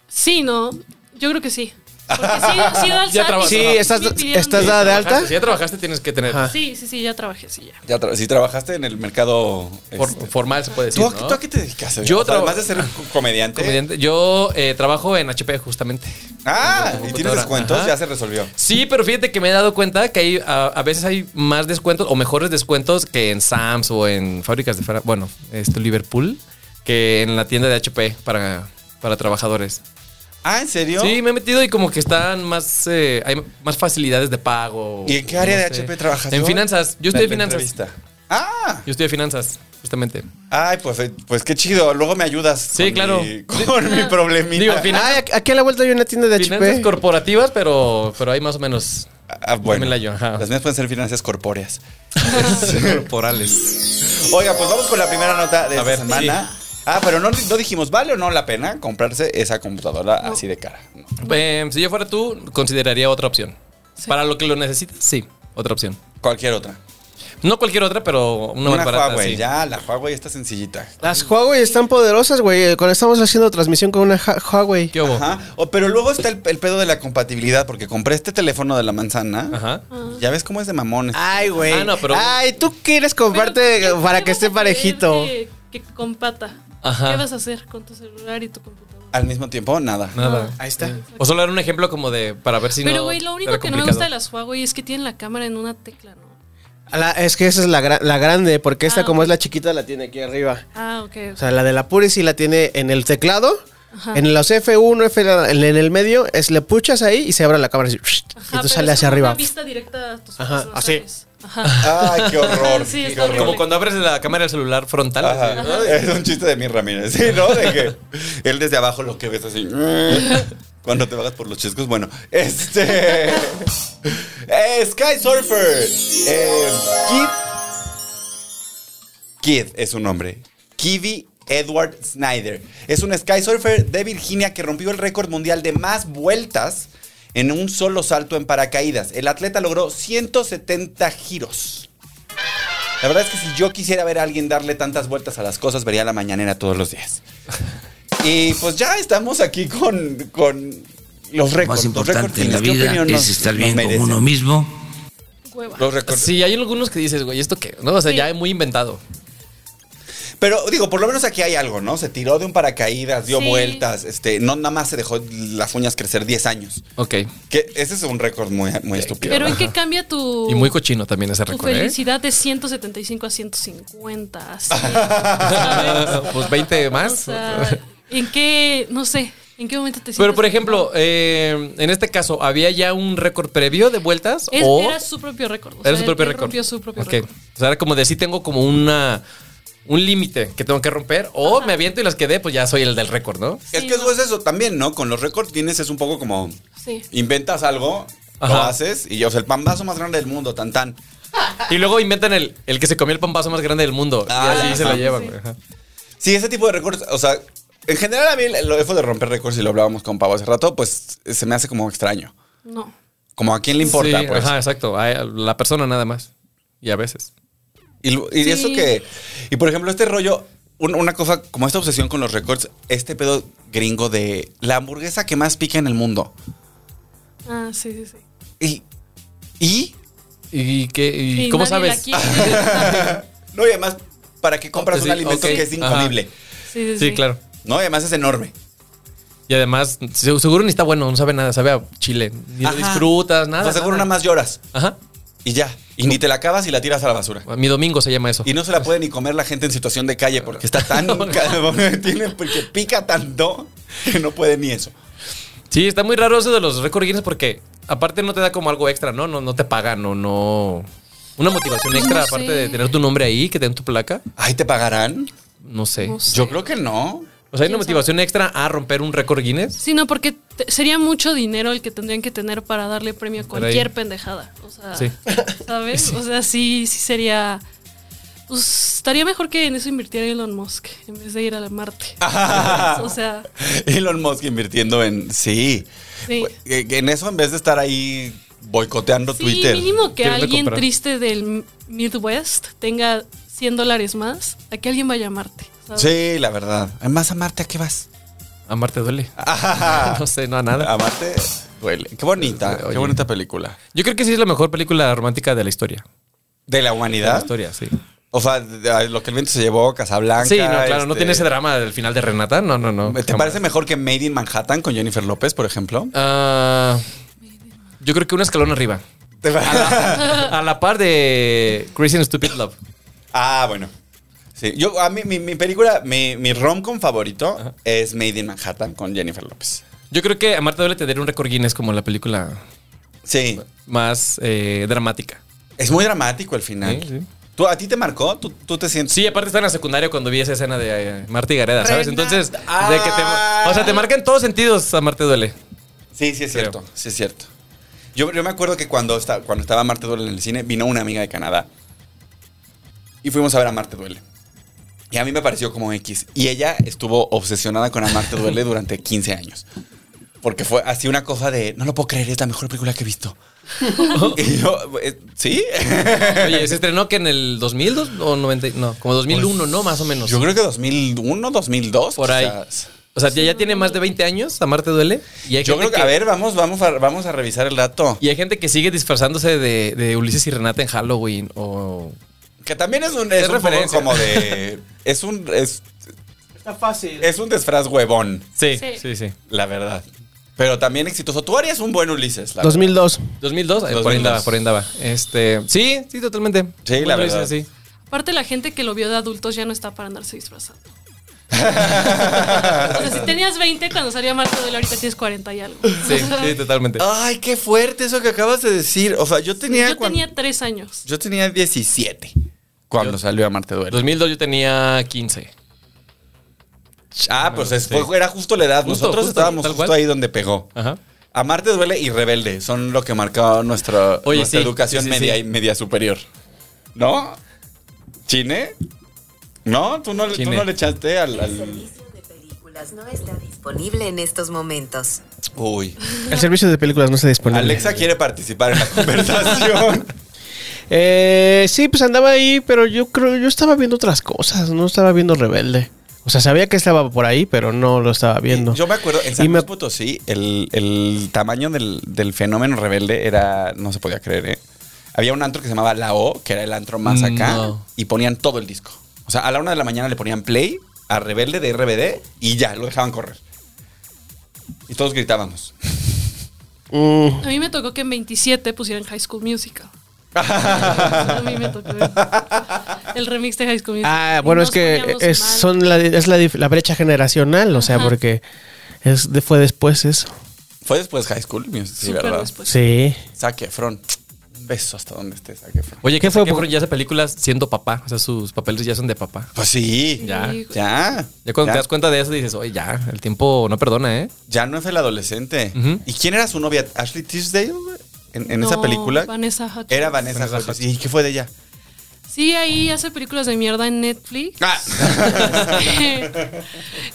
Speaker 5: Sí, no. Yo creo que sí. Porque sí, sí, he ido al SAT
Speaker 6: Ya
Speaker 5: y
Speaker 6: trabajas,
Speaker 5: sí
Speaker 2: Sí,
Speaker 6: Ajá.
Speaker 5: me
Speaker 2: estás,
Speaker 5: pidieron
Speaker 2: estás
Speaker 5: mi-
Speaker 2: dada de alta.
Speaker 6: Trabajaste, Si ya trabajaste, tienes que tener.
Speaker 2: Ajá.
Speaker 5: Sí, sí, sí, ya trabajé, sí, ya.
Speaker 4: Ya tra- si trabajaste en el mercado.
Speaker 6: for-
Speaker 4: este,
Speaker 6: formal, se puede decir.
Speaker 4: ¿Tú, a-
Speaker 6: ¿no?
Speaker 4: tú a qué te dedicas?
Speaker 6: Yo
Speaker 4: O sea,
Speaker 6: traba-
Speaker 4: además de ser co- comediante.
Speaker 6: Comediante. Yo eh, trabajo en HP, justamente.
Speaker 4: Ah, y
Speaker 6: Como
Speaker 4: tienes
Speaker 6: computadora.
Speaker 4: descuentos,
Speaker 6: Ajá.
Speaker 4: ya se resolvió.
Speaker 6: Sí, pero fíjate que me he dado cuenta que hay, a, a veces hay más descuentos o mejores descuentos que en Sams o en fábricas de fuera, bueno, este Liverpool, que en la tienda de HP para, para trabajadores.
Speaker 4: Ah, ¿en serio?
Speaker 6: Sí, me he metido y como que están más, eh, hay más facilidades de pago.
Speaker 4: ¿Y en qué área
Speaker 6: No
Speaker 4: de
Speaker 6: sé.
Speaker 4: HP trabajas?
Speaker 6: En finanzas. Yo
Speaker 4: estoy
Speaker 6: estoy en finanzas.
Speaker 4: Ah,
Speaker 6: Yo estoy de finanzas, justamente.
Speaker 4: ay, pues, eh, pues qué chido. Luego me ayudas.
Speaker 6: Sí,
Speaker 4: con
Speaker 6: claro.
Speaker 4: mi- con mi problemita.
Speaker 6: Digo, fin-
Speaker 2: Ay, aquí- aquí a la vuelta hay una tienda de
Speaker 6: Finanzas
Speaker 2: HP.
Speaker 6: corporativas, pero, pero hay más o menos.
Speaker 4: Ah, bueno.
Speaker 6: Dámela yo, ajá.
Speaker 4: Las mías pueden ser finanzas corpóreas.
Speaker 6: corporales.
Speaker 4: Oiga, pues vamos con la primera nota de
Speaker 6: A
Speaker 4: esta
Speaker 6: ver,
Speaker 4: semana. Ah, pero no, no dijimos, ¿vale o no la pena comprarse esa computadora así de cara? No.
Speaker 6: Em, si yo fuera tú, consideraría otra opción. Para lo que lo necesitas, sí, otra opción.
Speaker 4: Cualquier otra.
Speaker 6: No cualquier otra, pero una,
Speaker 4: Una
Speaker 6: más barata.
Speaker 4: Huawei,
Speaker 6: sí.
Speaker 4: ya, la Huawei está sencillita.
Speaker 2: Las Huawei están poderosas, güey. Cuando estamos haciendo transmisión con una Ja- Huawei.
Speaker 6: ¿Qué hubo? Ajá.
Speaker 4: Ajá. O- pero luego está el, el pedo de la compatibilidad, porque compré este teléfono de la manzana. y Ya ves cómo es de mamones.
Speaker 2: Ay, güey.
Speaker 6: Ah, no, pero-
Speaker 2: Ay, tú quieres comprarte
Speaker 5: Pero, ¿qué-
Speaker 2: para
Speaker 5: qué
Speaker 2: que
Speaker 5: vas
Speaker 2: esté
Speaker 5: a querer
Speaker 2: parejito.
Speaker 5: Que, que compata.
Speaker 6: Ajá.
Speaker 5: ¿Qué vas a hacer con tu celular y tu computadora?
Speaker 4: Al mismo tiempo, nada.
Speaker 6: Nada.
Speaker 2: Ahí está.
Speaker 6: O solo era un ejemplo como de para ver si no.
Speaker 5: Ah. Pero, güey, lo único
Speaker 6: era
Speaker 5: que no me
Speaker 6: complicado.
Speaker 5: gusta de las Huawei es que tienen la cámara en una tecla, ¿no?
Speaker 2: La- es que esa es la, gra- la grande, porque esta
Speaker 5: Ah.
Speaker 2: como es la chiquita la tiene aquí arriba.
Speaker 5: Ah, ok.
Speaker 2: O sea, la de la Puri sí la tiene en el teclado.
Speaker 5: Ajá.
Speaker 2: En los F1, F, en el medio, es le puchas ahí y se abre la cámara así. y
Speaker 5: Ajá,
Speaker 2: tú
Speaker 5: pero
Speaker 2: sale
Speaker 5: es
Speaker 2: hacia
Speaker 5: como
Speaker 2: arriba.
Speaker 5: Una vista directa a tus
Speaker 2: Ajá,
Speaker 5: ojos, ¿no
Speaker 2: así.
Speaker 5: sabes?
Speaker 4: Ay, qué horror.
Speaker 5: Sí,
Speaker 4: qué
Speaker 5: está
Speaker 4: horror.
Speaker 5: horrible.
Speaker 6: Como cuando abres la cámara del celular frontal.
Speaker 4: Ajá.
Speaker 6: así,
Speaker 4: Es un chiste de mi Ramírez, ¿sí? ¿No? De que él desde abajo lo que ves así. Cuando te bajas por los chescos, bueno. Este. eh, Sky Surfer. eh, Kid. Kid es su nombre. Kiwi Edward Snyder. Es un Sky Surfer de Virginia que rompió el récord mundial de más vueltas en un solo salto en paracaídas. El atleta logró 170 giros. La verdad es que si yo quisiera ver a alguien darle tantas vueltas a las cosas, vería la mañanera todos los días. Y pues ya estamos aquí con, con los
Speaker 7: Lo más
Speaker 4: récords. Los récords
Speaker 7: importante en la
Speaker 4: Guinness. ¿Qué
Speaker 7: vida
Speaker 4: opinión nos-
Speaker 7: es estar
Speaker 4: nos
Speaker 7: bien
Speaker 4: merece?
Speaker 7: con uno mismo.
Speaker 5: Hueva.
Speaker 4: Los récords.
Speaker 6: Sí, hay algunos que dices, güey, ¿esto qué? No, o sea,
Speaker 5: Sí.
Speaker 6: ya es muy inventado.
Speaker 4: Pero digo, por lo menos aquí hay algo, ¿no? Se tiró de un paracaídas, dio
Speaker 5: Sí.
Speaker 4: vueltas, este, no nada más se dejó las uñas crecer 10 años.
Speaker 6: Ok.
Speaker 4: Que ese es un récord muy, muy estúpido.
Speaker 5: Pero
Speaker 4: ¿no?
Speaker 5: en qué cambia tu,
Speaker 6: Y muy cochino también ese
Speaker 5: tu
Speaker 6: récord, ¿eh?
Speaker 5: felicidad de 175 a 150. Así.
Speaker 6: Pues 20 más.
Speaker 5: O sea, ¿En qué, no sé, en qué momento te sientes?
Speaker 6: Pero, por ejemplo, eh, en este caso, ¿había ya un récord previo de vueltas?
Speaker 5: Es-
Speaker 6: o
Speaker 5: era su propio récord. o
Speaker 6: era
Speaker 5: sea,
Speaker 6: su
Speaker 5: él-
Speaker 6: propio
Speaker 5: él
Speaker 6: récord.
Speaker 5: rompió su propio
Speaker 6: Ok.
Speaker 5: récord.
Speaker 6: O sea, era como de sí tengo como una un límite que tengo que romper. O me aviento y las quedé, pues ya soy el del récord, ¿no?
Speaker 4: es
Speaker 5: Sí,
Speaker 4: que
Speaker 5: no.
Speaker 4: eso es eso también, ¿no? Con los récords Guinness es un poco como
Speaker 5: Sí.
Speaker 4: inventas algo, lo
Speaker 6: Ajá.
Speaker 4: haces y o sea, el pambazo más grande del mundo, tan tan.
Speaker 6: Y luego inventan el, el que se comió el pampazo más grande del mundo.
Speaker 4: Ah,
Speaker 6: y así
Speaker 4: ajá.
Speaker 6: se lo llevan, güey. Ajá.
Speaker 4: Sí, ese tipo de récords, o sea, en general a mí lo eso de romper récords y lo hablábamos con Pavo hace rato, pues se me hace como extraño.
Speaker 5: No.
Speaker 4: Como a quién le importa,
Speaker 6: Sí,
Speaker 4: pues.
Speaker 6: Ajá, exacto. A la persona nada más. Y a veces.
Speaker 4: Y, lo- y
Speaker 5: Sí.
Speaker 4: eso que. Y por ejemplo, este rollo, un- una cosa, como esta obsesión con los récords, este pedo gringo de la hamburguesa que más pica en el mundo.
Speaker 5: Ah, sí, sí, sí.
Speaker 4: Y. ¿Y?
Speaker 6: ¿Y, qué, y
Speaker 5: Y
Speaker 6: cómo
Speaker 5: nadie la
Speaker 6: sabes?
Speaker 5: quiere. Ah,
Speaker 4: No, y además, ¿para qué compras
Speaker 6: Ok,
Speaker 4: un
Speaker 6: sí,
Speaker 4: alimento
Speaker 6: ok.
Speaker 4: que es
Speaker 6: Ajá.
Speaker 4: incomible?
Speaker 5: sí, sí,
Speaker 6: Sí,
Speaker 5: sí.
Speaker 6: claro.
Speaker 4: No, y además es enorme.
Speaker 6: Y además, se- seguro ni está bueno, no sabe nada, sabe a chile. Ni lo
Speaker 4: Ajá.
Speaker 6: disfrutas, nada.
Speaker 4: o sea, seguro
Speaker 6: nada.
Speaker 4: nada más lloras.
Speaker 6: Ajá.
Speaker 4: Y ya. Y ni te la acabas y la tiras a la basura.
Speaker 6: Mi domingo se llama eso.
Speaker 4: Y no se la puede ni comer la gente en situación de calle porque está tan. ca- tiene, porque pica tanto que no puede ni eso.
Speaker 6: Sí, está muy raro eso de los récord Guinness porque aparte no te da como algo extra, ¿no? No, no te pagan o no. Una motivación
Speaker 5: No
Speaker 6: extra,
Speaker 5: sé.
Speaker 6: aparte de tener tu nombre ahí, que den tu placa.
Speaker 4: Ay, ¿te pagarán?
Speaker 6: No sé.
Speaker 5: No sé.
Speaker 4: Yo creo que no.
Speaker 6: O sea, hay
Speaker 5: ¿Quién
Speaker 6: una motivación extra a romper un récord Guinness.
Speaker 5: Sí, no, porque te- sería mucho dinero el que tendrían que tener para darle premio a
Speaker 6: Para
Speaker 5: cualquier
Speaker 6: ahí.
Speaker 5: pendejada. O sea,
Speaker 6: Sí.
Speaker 5: ¿sabes? O sea, sí, sí sería. Pues estaría mejor que en eso invirtiera Elon Musk en vez de ir a la Marte. o sea,
Speaker 4: Elon Musk invirtiendo en. Sí.
Speaker 5: sí.
Speaker 4: Eh, En eso, en vez de estar ahí boicoteando
Speaker 5: Sí,
Speaker 4: Twitter.
Speaker 5: mínimo que
Speaker 6: Queriendo
Speaker 5: alguien
Speaker 6: comprar.
Speaker 5: triste del Midwest tenga 100 dólares más a que alguien vaya a Marte. ¿sabes?
Speaker 4: Sí, la verdad. Además, a Marte, ¿a qué vas?
Speaker 6: A Marte duele.
Speaker 4: Ah.
Speaker 6: No sé, no a nada.
Speaker 4: A Marte duele. Qué bonita.
Speaker 6: Oye.
Speaker 4: Qué bonita película.
Speaker 6: Yo creo que sí es la mejor película romántica de la historia.
Speaker 4: De la
Speaker 6: De la
Speaker 4: humanidad.
Speaker 6: historia, sí.
Speaker 4: o sea, de- lo que el viento se llevó, Casablanca.
Speaker 6: Sí, no, claro, no
Speaker 4: este-
Speaker 6: tiene ese drama del final de Renata. No, no, no.
Speaker 4: ¿Te
Speaker 6: jamás.
Speaker 4: parece mejor que Made in Manhattan con Jennifer López, por ejemplo?
Speaker 6: Ah, yo creo que un escalón arriba.
Speaker 4: ¿Te parece?
Speaker 6: A la par de Crazy and Stupid Love.
Speaker 4: Ah, bueno. Sí, yo, a mí, mi, mi película, mi, mi rom-com favorito es Made in Manhattan con Jennifer López.
Speaker 6: Yo creo que a Marta duele tener un récord Guinness como la película
Speaker 4: Sí,
Speaker 6: más eh, dramática.
Speaker 4: es muy dramático el final.
Speaker 6: Sí, sí.
Speaker 4: ¿Tú, ¿A ti te marcó? ¿Tú, tú te sientes?
Speaker 6: Sí, aparte estaba en la secundaria cuando vi esa escena de eh, Marta y Gareda, ¿sabes?
Speaker 4: Renata.
Speaker 6: Entonces, de que te, o sea, te marca en todos sentidos a Marte duele.
Speaker 4: Sí, sí es
Speaker 6: Creo.
Speaker 4: cierto, sí es cierto. Yo, yo me acuerdo que cuando, esta- cuando estaba Marte Duele en el cine, vino una amiga de Canadá. Y fuimos a ver a Marte Duele. Y a mí me pareció como X. Y ella estuvo obsesionada con a Marte Duele durante 15 años. Porque fue así una cosa de, no lo puedo creer, es la mejor película que he visto. y yo, eh, ¿sí?
Speaker 6: Oye, se estrenó que en el 2000 dos- o 90, no, como 2001, ¿no? Más o menos.
Speaker 4: Yo creo que 2001, 2002.
Speaker 6: por ahí.
Speaker 4: quizás.
Speaker 6: O sea, ya, ya tiene más de 20 años a Marte duele y hay
Speaker 4: Yo
Speaker 6: gente
Speaker 4: creo que, a ver, vamos, vamos, a, vamos a revisar el dato.
Speaker 6: y hay gente que sigue disfrazándose de, de Ulises y Renata en Halloween o
Speaker 4: Que también es un, es
Speaker 6: Es
Speaker 4: un poco
Speaker 6: referencia.
Speaker 4: como de. Es un. Es,
Speaker 2: Está fácil.
Speaker 4: es un desfraz huevón,
Speaker 6: Sí, sí,
Speaker 5: Sí.
Speaker 6: sí.
Speaker 4: la verdad. Pero también exitoso. Tú harías un buen Ulises, la
Speaker 2: 2002.
Speaker 6: 2002, eh, por ahí
Speaker 4: 2002.
Speaker 6: andaba, por ahí andaba. Este, sí, sí, totalmente.
Speaker 4: Sí, la
Speaker 6: Bueno,
Speaker 4: verdad.
Speaker 6: sí.
Speaker 5: Aparte, la gente que lo vio de adultos ya no está para andarse disfrazando. O sea, si tenías 20, cuando salía Marco de ahorita tienes 40 y algo.
Speaker 6: Sí, sí, totalmente.
Speaker 4: Ay, qué fuerte eso que acabas de decir. O sea, yo tenía.
Speaker 5: Yo
Speaker 4: cuan-
Speaker 5: tenía 3 años.
Speaker 4: yo tenía 17 cuando salió a Marte
Speaker 6: En
Speaker 4: Duelo.
Speaker 6: 2002 yo tenía 15.
Speaker 4: Ah, pues es-
Speaker 6: sí.
Speaker 4: fue- era justo la edad.
Speaker 6: Justo,
Speaker 4: Nosotros
Speaker 6: justo,
Speaker 4: estábamos
Speaker 6: tal
Speaker 4: justo
Speaker 6: cual.
Speaker 4: ahí donde pegó.
Speaker 6: Ajá.
Speaker 4: Amarte duele y rebelde son lo que marcaba nuestra,
Speaker 6: Oye,
Speaker 4: nuestra
Speaker 6: sí,
Speaker 4: educación
Speaker 6: sí, sí,
Speaker 4: media
Speaker 6: sí.
Speaker 4: y media superior. ¿No? ¿Chine? ¿No? ¿Tú no, le- tú
Speaker 6: Chine.
Speaker 4: no le echaste al,
Speaker 7: El
Speaker 4: al-
Speaker 7: servicio de películas no está disponible en estos momentos.
Speaker 4: Uy.
Speaker 2: El servicio de películas no se dispone.
Speaker 4: Alexa quiere participar en la conversación.
Speaker 2: Eh, sí, pues andaba ahí, pero yo creo, yo estaba viendo otras cosas, no estaba viendo Rebelde. O sea, sabía que estaba por ahí, pero no lo estaba viendo.
Speaker 4: Yo me acuerdo, en San
Speaker 2: Y me-
Speaker 4: Luis Potosí, el, el tamaño del, del fenómeno rebelde era. No se podía creer, ¿eh? Había un antro que se llamaba La O, que era el antro más acá,
Speaker 6: Mm, No.
Speaker 4: y ponían todo el disco. O sea, a la una de la mañana le ponían play a Rebelde de RBD y ya, lo dejaban correr. Y todos gritábamos.
Speaker 2: Mm,
Speaker 5: A mí me tocó que en 27 pusieran High School Musical. A mí me tocó el remix de High School Musical.
Speaker 2: Ah,
Speaker 5: Y
Speaker 2: bueno,
Speaker 5: nos
Speaker 2: es que
Speaker 5: poníamos
Speaker 2: es,
Speaker 5: mal.
Speaker 2: son la, es la, dif- la brecha generacional, o sea,
Speaker 5: Ajá.
Speaker 2: porque es, de- fue después eso.
Speaker 4: Fue después High School Music, sí,
Speaker 5: Súper
Speaker 4: ¿verdad?
Speaker 5: después.
Speaker 2: Sí.
Speaker 4: Saque Efron. Un beso hasta donde estés, Zac Efron.
Speaker 6: Oye, ¿qué
Speaker 2: fue?
Speaker 6: fue? ya hace películas siendo papá. O sea, sus papeles ya son de papá.
Speaker 4: Pues sí, ya.
Speaker 6: Ya.
Speaker 5: Sí.
Speaker 4: Ya.
Speaker 6: Ya cuando te das cuenta de eso dices, oye, ya, el tiempo no perdona, ¿eh?
Speaker 4: Ya no es el adolescente.
Speaker 6: Ujú.
Speaker 4: ¿Y quién era su novia? ¿Ashley Tisdale? En, en esa
Speaker 5: No,
Speaker 4: película.
Speaker 5: Vanessa Hudgens.
Speaker 4: Era Vanessa,
Speaker 6: Vanessa
Speaker 4: Hudgens. ¿Y qué fue de ella?
Speaker 5: Sí, ahí hace películas de mierda en Netflix.
Speaker 2: Ah.
Speaker 4: Ah,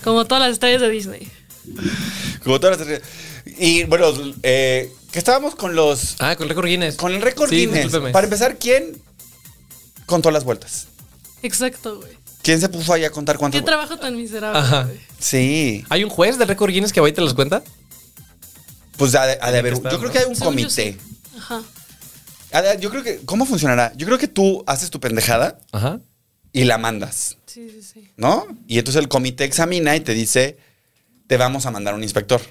Speaker 5: Como todas las estrellas de Disney.
Speaker 4: Como todas las- Y bueno, eh, que estábamos con los.
Speaker 6: Ah, con el récord Guinness.
Speaker 4: Con el récord
Speaker 6: Sí,
Speaker 4: Guinness.
Speaker 6: discúlpeme.
Speaker 4: Para empezar, ¿quién contó las vueltas?
Speaker 5: Exacto, güey.
Speaker 4: ¿Quién se puso ahí a contar
Speaker 5: Qué
Speaker 4: cuántas vueltas?
Speaker 5: trabajo tan miserable,
Speaker 6: Ajá.
Speaker 5: güey.
Speaker 4: Sí.
Speaker 6: ¿Hay un juez del récord Guinness que va y te las cuenta?
Speaker 4: Pues ha de, ha de haber.
Speaker 6: que
Speaker 4: un-
Speaker 6: estar,
Speaker 4: Yo creo
Speaker 6: ¿no?
Speaker 4: que hay un
Speaker 5: Según yo,
Speaker 4: comité.
Speaker 5: sí. Ajá.
Speaker 4: Ha de- Yo creo que. ¿Cómo funcionará? Yo creo que tú haces tu pendejada
Speaker 6: Ajá.
Speaker 4: y la mandas.
Speaker 5: Sí, sí, sí.
Speaker 4: ¿no? Y entonces el comité examina y te dice, te vamos a mandar un inspector.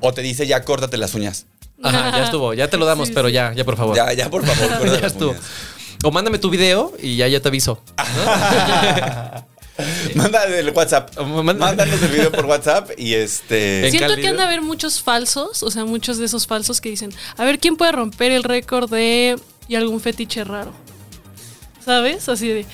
Speaker 4: O te dice, ya córtate las uñas.
Speaker 6: Ajá, ya estuvo, ya te lo damos,
Speaker 5: Sí,
Speaker 6: pero
Speaker 5: sí.
Speaker 6: ya, ya por
Speaker 2: Oh.
Speaker 6: favor.
Speaker 4: Ya, ya, por favor,
Speaker 6: Ya
Speaker 4: córtate las
Speaker 6: estuvo.
Speaker 4: uñas.
Speaker 6: O mándame tu video y ya, ya te aviso.
Speaker 4: Manda el WhatsApp.
Speaker 6: Manda-
Speaker 4: Mándanos el video por WhatsApp y este...
Speaker 6: En
Speaker 5: Siento
Speaker 6: Cali,
Speaker 5: que han de
Speaker 6: ¿no?
Speaker 5: haber muchos falsos, o sea, muchos de esos falsos que dicen, a ver, ¿quién puede romper el récord de... y algún fetiche raro? ¿Sabes? Así de,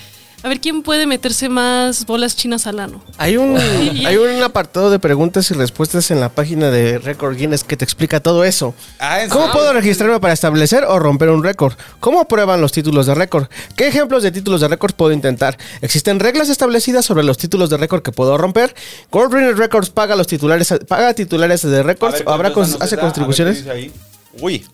Speaker 5: a ver, ¿quién puede meterse más bolas chinas al ano?
Speaker 2: Hay un,
Speaker 5: Y-
Speaker 2: hay un apartado de preguntas y respuestas en la página de Record Guinness que te explica todo eso.
Speaker 4: Ah, ¿en
Speaker 2: ¿Cómo
Speaker 4: serio?
Speaker 2: puedo registrarme para establecer o romper un récord? ¿Cómo prueban los títulos de récord? ¿Qué ejemplos de títulos de récord puedo intentar? ¿Existen reglas establecidas sobre los títulos de récord que puedo romper? ¿Gold Runner Records paga los titulares paga titulares de
Speaker 4: A
Speaker 2: récords
Speaker 4: ver,
Speaker 2: o habrá
Speaker 4: ¿cuántos
Speaker 2: cons-
Speaker 4: danos
Speaker 2: hace
Speaker 4: te da? A ver, ¿qué
Speaker 2: contribuciones?
Speaker 4: dice ahí? Uy.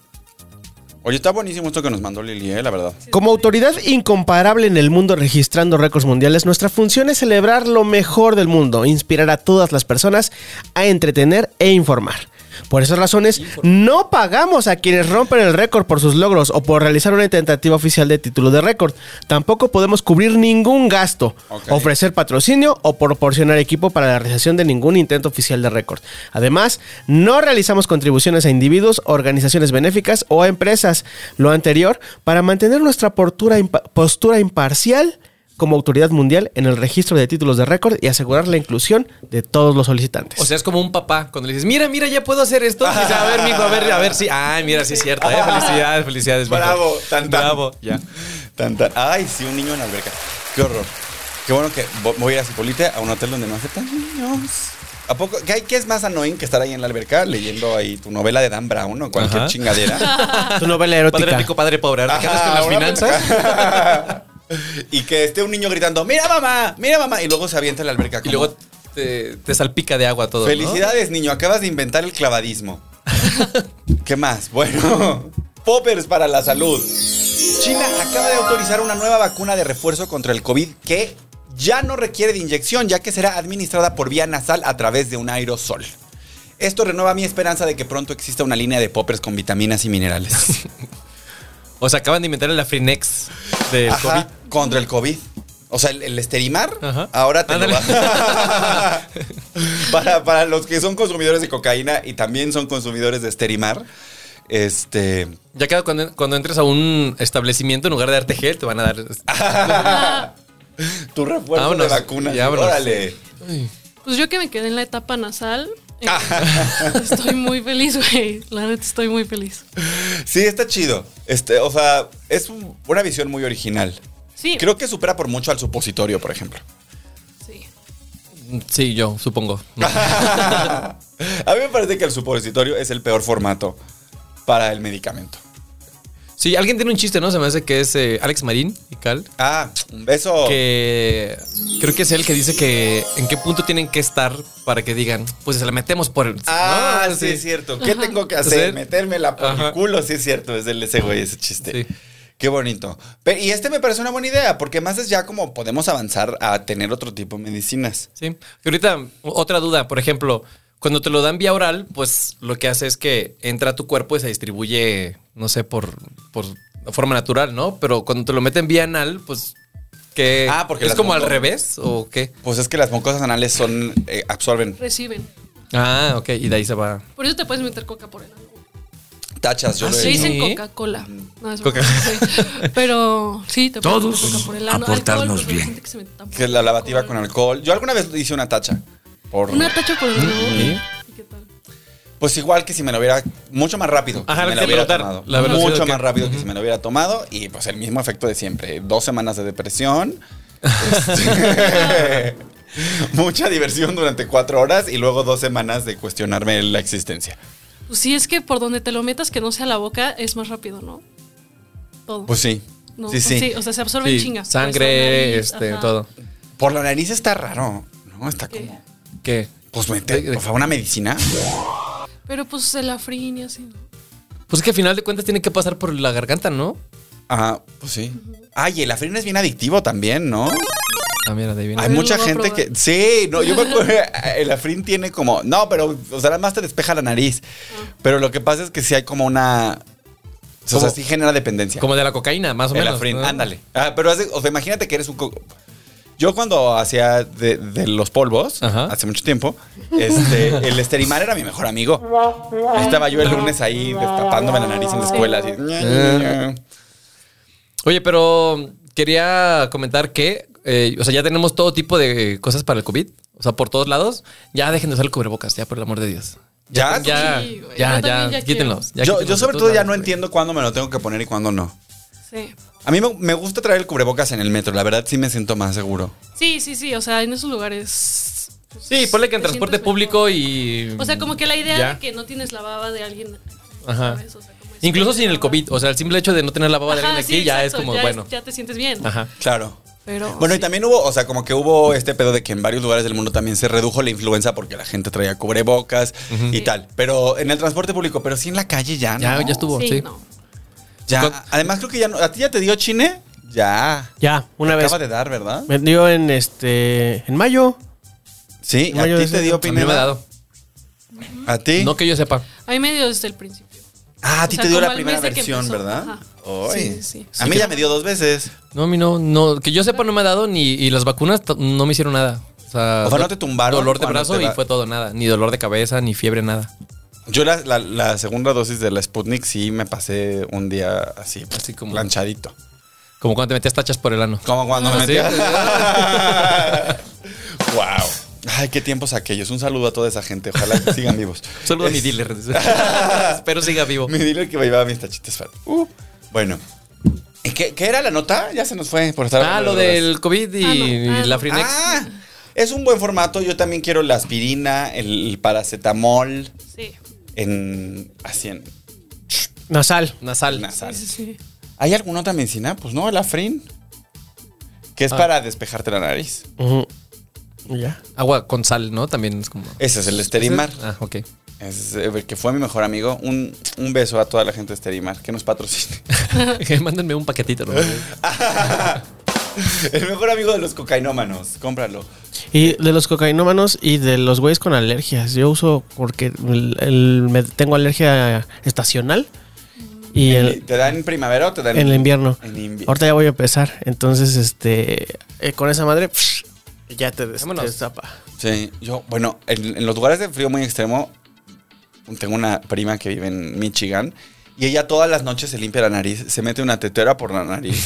Speaker 4: Oye, está buenísimo esto que nos mandó Lili, eh, la verdad.
Speaker 2: Como autoridad incomparable en el mundo registrando récords mundiales, nuestra función es celebrar lo mejor del mundo, inspirar a todas las personas a entretener e informar. Por esas razones, no pagamos a quienes rompen el récord por sus logros o por realizar una tentativa oficial de título de récord. Tampoco podemos cubrir ningún gasto,
Speaker 4: Ok.
Speaker 2: ofrecer patrocinio o proporcionar equipo para la realización de ningún intento oficial de récord. Además, no realizamos contribuciones a individuos, organizaciones benéficas o a empresas. Lo anterior para mantener nuestra portura impa- postura imparcial como autoridad mundial en el registro de títulos de récord y asegurar la inclusión de todos los solicitantes.
Speaker 6: O sea, es como un papá cuando le dices, mira, mira, ya puedo hacer esto. Y dice, a ver, mijo, a ver, a ver, sí. Ay, mira, sí es cierto, ¿eh? Felicidades, felicidades. mijo.
Speaker 4: Bravo, tan, tan.
Speaker 6: Bravo, ya.
Speaker 4: Tan, tan- Ay, sí, un niño en la alberca. Qué horror. Qué bueno que vo- voy a ir a Cipolite a un hotel donde no aceptan niños. ¿A poco? ¿Qué, hay- qué es más annoying que estar ahí en la alberca leyendo ahí tu novela de Dan Brown o cualquier
Speaker 6: Ajá.
Speaker 4: chingadera?
Speaker 2: tu novela
Speaker 6: Padre
Speaker 2: erótica.
Speaker 6: rico, padre pobre. ¿Ahora te quedas
Speaker 4: Ajá,
Speaker 6: con las
Speaker 4: ahora me
Speaker 6: finanzas?
Speaker 4: ca- y que esté un niño gritando, mira mamá, mira mamá, y luego se avienta en la alberca.
Speaker 6: Y
Speaker 4: como,
Speaker 6: luego te, te salpica de agua todo. ¿no?
Speaker 4: Felicidades, niño, acabas de inventar el clavadismo. ¿Qué más? Bueno, poppers para la salud. China acaba de autorizar una nueva vacuna de refuerzo contra el COVID que ya no requiere de inyección, ya que será administrada por vía nasal a través de un aerosol. Esto renueva mi esperanza de que pronto exista una línea de poppers con vitaminas y minerales.
Speaker 6: O sea, acaban de inventar el Afrinex del
Speaker 4: Ajá, Contra el COVID. O sea, el, el esterimar,
Speaker 6: Ajá.
Speaker 4: ahora te lo
Speaker 6: Ándale.
Speaker 4: va- para, para los que son consumidores de cocaína y también son consumidores de esterimar, este.
Speaker 6: COVID. Ya cada cuando, cuando entres a un establecimiento, en lugar de darte gel, te van a dar.
Speaker 5: Ah,
Speaker 4: Tu refuerzo de
Speaker 6: Vámonos,
Speaker 4: vacunas.
Speaker 6: ya vámonos.
Speaker 4: Órale.
Speaker 5: Pues yo que me quedé en la etapa nasal. eh, estoy muy feliz, güey. La neta, estoy muy feliz.
Speaker 4: Sí, está chido. Este, o sea, es un- una visión muy original.
Speaker 5: Sí.
Speaker 4: Creo que supera por mucho al supositorio, por ejemplo.
Speaker 5: Sí.
Speaker 6: Sí, yo supongo.
Speaker 4: A mí me parece que el supositorio es el peor formato para el medicamento.
Speaker 6: Sí, alguien tiene un chiste, ¿no? Se me hace que es eh, Alex Marín y Cal.
Speaker 4: Ah, un beso.
Speaker 6: Que creo que es él que dice que en qué punto tienen que estar para que digan, pues se la metemos por el.
Speaker 4: Ah,
Speaker 6: ¿no?
Speaker 4: sí, es cierto. ¿Qué tengo que hacer?
Speaker 6: Hacer-
Speaker 4: Metérmela por
Speaker 6: Ajá.
Speaker 4: el culo, sí es cierto. Es el ese güey, ese chiste.
Speaker 6: Sí.
Speaker 4: Qué bonito. Pe- y este me parece una buena idea, porque más es ya como podemos avanzar a tener otro tipo de medicinas.
Speaker 6: Sí. Y ahorita, otra duda, por ejemplo, cuando te lo dan vía oral, pues lo que hace es que entra a tu cuerpo y se distribuye, no sé, por, por forma natural, ¿no? Pero cuando te lo meten vía anal, pues que
Speaker 4: Ah, porque
Speaker 6: es
Speaker 4: las
Speaker 6: como al
Speaker 4: mondo-
Speaker 6: revés o qué.
Speaker 4: Pues es que las mucosas anales son. eh, absorben.
Speaker 5: Reciben.
Speaker 6: Ah, ok, y de ahí se va.
Speaker 5: Por eso te puedes meter coca por el ano. güey.
Speaker 4: Tachas, yo
Speaker 6: Ah,
Speaker 4: lo he
Speaker 5: Le
Speaker 6: sí.
Speaker 4: hecho.
Speaker 5: dicen Coca-Cola. No, es
Speaker 6: Coca-
Speaker 5: broma, sí. Pero sí, te puedes meter coca por el ano. Alcohol,
Speaker 8: aportarnos
Speaker 5: porque hay
Speaker 8: bien.
Speaker 5: gente Que se mete tampoco
Speaker 4: Que la lavativa con
Speaker 5: alcohol.
Speaker 4: alcohol. Yo alguna vez hice una tacha. Por,
Speaker 5: Una tacha por el ano. güey. ¿Y qué tal?
Speaker 4: Pues igual que si me lo hubiera. Mucho más rápido. que
Speaker 6: Ajá,
Speaker 4: si me
Speaker 6: lo que te preguntar,
Speaker 4: tomado.
Speaker 6: la velocidad
Speaker 4: mucho
Speaker 6: que-
Speaker 4: más rápido que si me lo hubiera tomado. Y pues el mismo efecto de siempre. Dos semanas de depresión. Este, mucha diversión durante cuatro horas y luego dos semanas de cuestionarme la existencia.
Speaker 5: Pues sí, es que por donde te lo metas que no sea la boca es más rápido, ¿no? Todo.
Speaker 4: Pues sí.
Speaker 5: No,
Speaker 4: sí, sí.
Speaker 5: O sea, se absorbe
Speaker 6: Sí,
Speaker 5: en chinga.
Speaker 6: sangre,
Speaker 5: Pues, la nariz,
Speaker 6: este,
Speaker 5: ajá.
Speaker 6: todo.
Speaker 4: Por la nariz está raro. No, está como.
Speaker 6: ¿Qué?
Speaker 4: Pues mete,
Speaker 6: De- de-
Speaker 4: por favor, una medicina.
Speaker 5: Pero pues el afrín y así. ¿no?
Speaker 6: Pues es que al final de cuentas tiene que pasar por la garganta, ¿no?
Speaker 4: Ah, pues sí. Ay, el afrin es bien adictivo también, ¿no?
Speaker 6: Ah, mira, de ahí viene.
Speaker 4: Hay
Speaker 5: ver,
Speaker 4: mucha
Speaker 5: lo voy a
Speaker 4: gente
Speaker 5: probar.
Speaker 4: que. Sí, no, yo me acuerdo. que El afrin tiene como. No, pero. O sea, nada más te despeja la nariz. Pero lo que pasa es que sí hay como una. O sea,
Speaker 6: Como-
Speaker 4: sí genera dependencia.
Speaker 6: Como de la cocaína, más o
Speaker 4: el
Speaker 6: menos.
Speaker 4: afrin,
Speaker 6: ¿no?
Speaker 4: ándale. Ah, pero hace- o sea, imagínate que eres un. co- Yo cuando hacía de, de los polvos,
Speaker 6: Ajá.
Speaker 4: hace mucho tiempo, este, el esterimal era mi mejor amigo. Ahí Estaba yo el lunes ahí destapándome la nariz en la escuela. así.
Speaker 6: Ah. Oye, pero quería comentar que, eh, o sea, ya tenemos todo tipo de cosas para el COVID. O sea, por todos lados. Ya dejen de usar el cubrebocas, ya por el amor de Dios.
Speaker 4: ¿Ya?
Speaker 6: Ya,
Speaker 5: Ah, Sí, güey,
Speaker 6: ya,
Speaker 5: yo
Speaker 6: ya,
Speaker 5: también ya
Speaker 6: quítenlos. ya
Speaker 4: yo,
Speaker 6: quítenlos
Speaker 4: yo
Speaker 6: de
Speaker 4: sobre
Speaker 6: todos
Speaker 4: todo ya
Speaker 6: lados,
Speaker 4: no
Speaker 6: güey.
Speaker 4: entiendo cuándo me lo tengo que poner y cuándo no.
Speaker 5: Sí.
Speaker 4: A mí me, me gusta traer el cubrebocas en el metro, la verdad sí me siento más seguro.
Speaker 5: Sí, sí, sí. O sea, en esos lugares. pues,
Speaker 6: Sí, ponle que en
Speaker 5: te
Speaker 6: transporte
Speaker 5: sientes
Speaker 6: público
Speaker 5: mejor.
Speaker 6: y.
Speaker 5: O sea, como que la idea
Speaker 6: Ya.
Speaker 5: de que no tienes la baba de alguien. aquí,
Speaker 6: Ajá.
Speaker 5: ¿sabes? O sea, como es-
Speaker 6: Incluso sin el COVID. O sea, el simple hecho de no tener la baba de
Speaker 5: Ajá,
Speaker 6: alguien aquí
Speaker 5: sí,
Speaker 6: ya
Speaker 5: exacto,
Speaker 6: es como,
Speaker 5: ya
Speaker 6: bueno.
Speaker 5: ya te sientes bien.
Speaker 6: Ajá.
Speaker 4: Claro.
Speaker 5: Pero.
Speaker 4: Bueno, y
Speaker 5: sí.
Speaker 4: también hubo, o sea, como que hubo este pedo de que en varios lugares del mundo también se redujo la influenza porque la gente traía cubrebocas y tal. Pero en el transporte público, pero sí en la calle ya, ¿no?
Speaker 6: Ya, ya estuvo, sí.
Speaker 5: Sí, no.
Speaker 4: Ya. Además, creo que ya no. ¿A ti ya te dio chine? Ya.
Speaker 2: Ya, una vez.
Speaker 4: Acaba de dar, ¿verdad?
Speaker 2: Me dio en este. en mayo.
Speaker 4: Sí,
Speaker 2: No, yo
Speaker 4: a ti
Speaker 2: decía-
Speaker 4: te dio
Speaker 6: A mí me ha
Speaker 4: Pineda.
Speaker 6: dado.
Speaker 4: A ti.
Speaker 6: No que yo sepa.
Speaker 5: A mí me dio desde el principio.
Speaker 4: ah, a ti
Speaker 5: O sea,
Speaker 4: te dio
Speaker 5: como
Speaker 4: la
Speaker 5: al
Speaker 4: primera
Speaker 5: mes de que
Speaker 4: versión,
Speaker 5: empezó,
Speaker 4: ¿verdad?
Speaker 5: ajá.
Speaker 4: Ay.
Speaker 5: Sí, sí.
Speaker 4: A mí ya me dio dos veces.
Speaker 6: No, a mí no, no. Que yo sepa, no me ha dado ni. Y las vacunas t- no me hicieron nada. O sea,
Speaker 4: O sea, ¿no te tumbaron
Speaker 6: Dolor de
Speaker 4: cuando
Speaker 6: brazo
Speaker 4: te
Speaker 6: y
Speaker 4: va-
Speaker 6: fue todo, nada. Ni dolor de cabeza, ni fiebre, nada.
Speaker 4: Yo la, la- la segunda dosis de la Sputnik sí me pasé un día así,
Speaker 6: Así como-
Speaker 4: planchadito.
Speaker 6: Como cuando te metías tachas por el ano.
Speaker 4: Como cuando me
Speaker 6: Ah, ¿sí?
Speaker 4: metí. wow. Ay, qué tiempos aquellos. Un saludo a toda esa gente. Ojalá que sigan vivos.
Speaker 6: Saludo a mi
Speaker 4: Es-
Speaker 6: dealer. Espero siga vivo.
Speaker 4: Mi dealer que me llevaba mis tachitas. fat. Uh, bueno. ¿Y ¿Qué, qué era la nota? Ya se nos fue por estar
Speaker 6: Ah,
Speaker 4: hablando
Speaker 6: lo
Speaker 4: de drogas.
Speaker 6: del COVID y,
Speaker 5: Ah, no.
Speaker 6: y la
Speaker 5: Ah,
Speaker 6: Frinex.
Speaker 4: Ah, es un buen formato. Yo también quiero la aspirina, el paracetamol,
Speaker 5: Sí.
Speaker 4: en. Así en.
Speaker 2: Nasal.
Speaker 6: Nasal.
Speaker 4: nasal.
Speaker 5: Sí, sí.
Speaker 4: ¿Hay alguna otra medicina? Pues no, el afrin. Que
Speaker 2: Ah.
Speaker 4: es para despejarte la nariz.
Speaker 2: Ujú. Y Ya.
Speaker 6: Agua con sal, ¿no? También es como.
Speaker 4: Ese es el
Speaker 2: Pues
Speaker 4: Esterimar.
Speaker 6: Ah, ok.
Speaker 4: Es, eh, que fue mi mejor amigo. Un, un beso a toda la gente de Esterimar que nos patrocine.
Speaker 6: Mándenme un paquetito. ¿no?
Speaker 4: el mejor amigo de los cocainómanos. Cómpralo.
Speaker 2: Y de los cocainómanos y de los güeyes con alergias. Yo uso porque el- el- me- tengo alergia estacional y
Speaker 4: En-
Speaker 2: Mm. el-
Speaker 4: ¿Te dan en primavera o te dan
Speaker 2: en el invierno.
Speaker 4: En invierno.
Speaker 2: Ahorita ya voy a empezar. Entonces, este, eh, con esa madre, psh, ya te des-
Speaker 6: Vámonos.
Speaker 2: te destapa.
Speaker 4: Sí, yo, bueno, en, en los lugares de frío muy extremo, tengo una prima que vive en Michigan Y ella todas las noches se limpia la nariz, se mete una tetera por la nariz.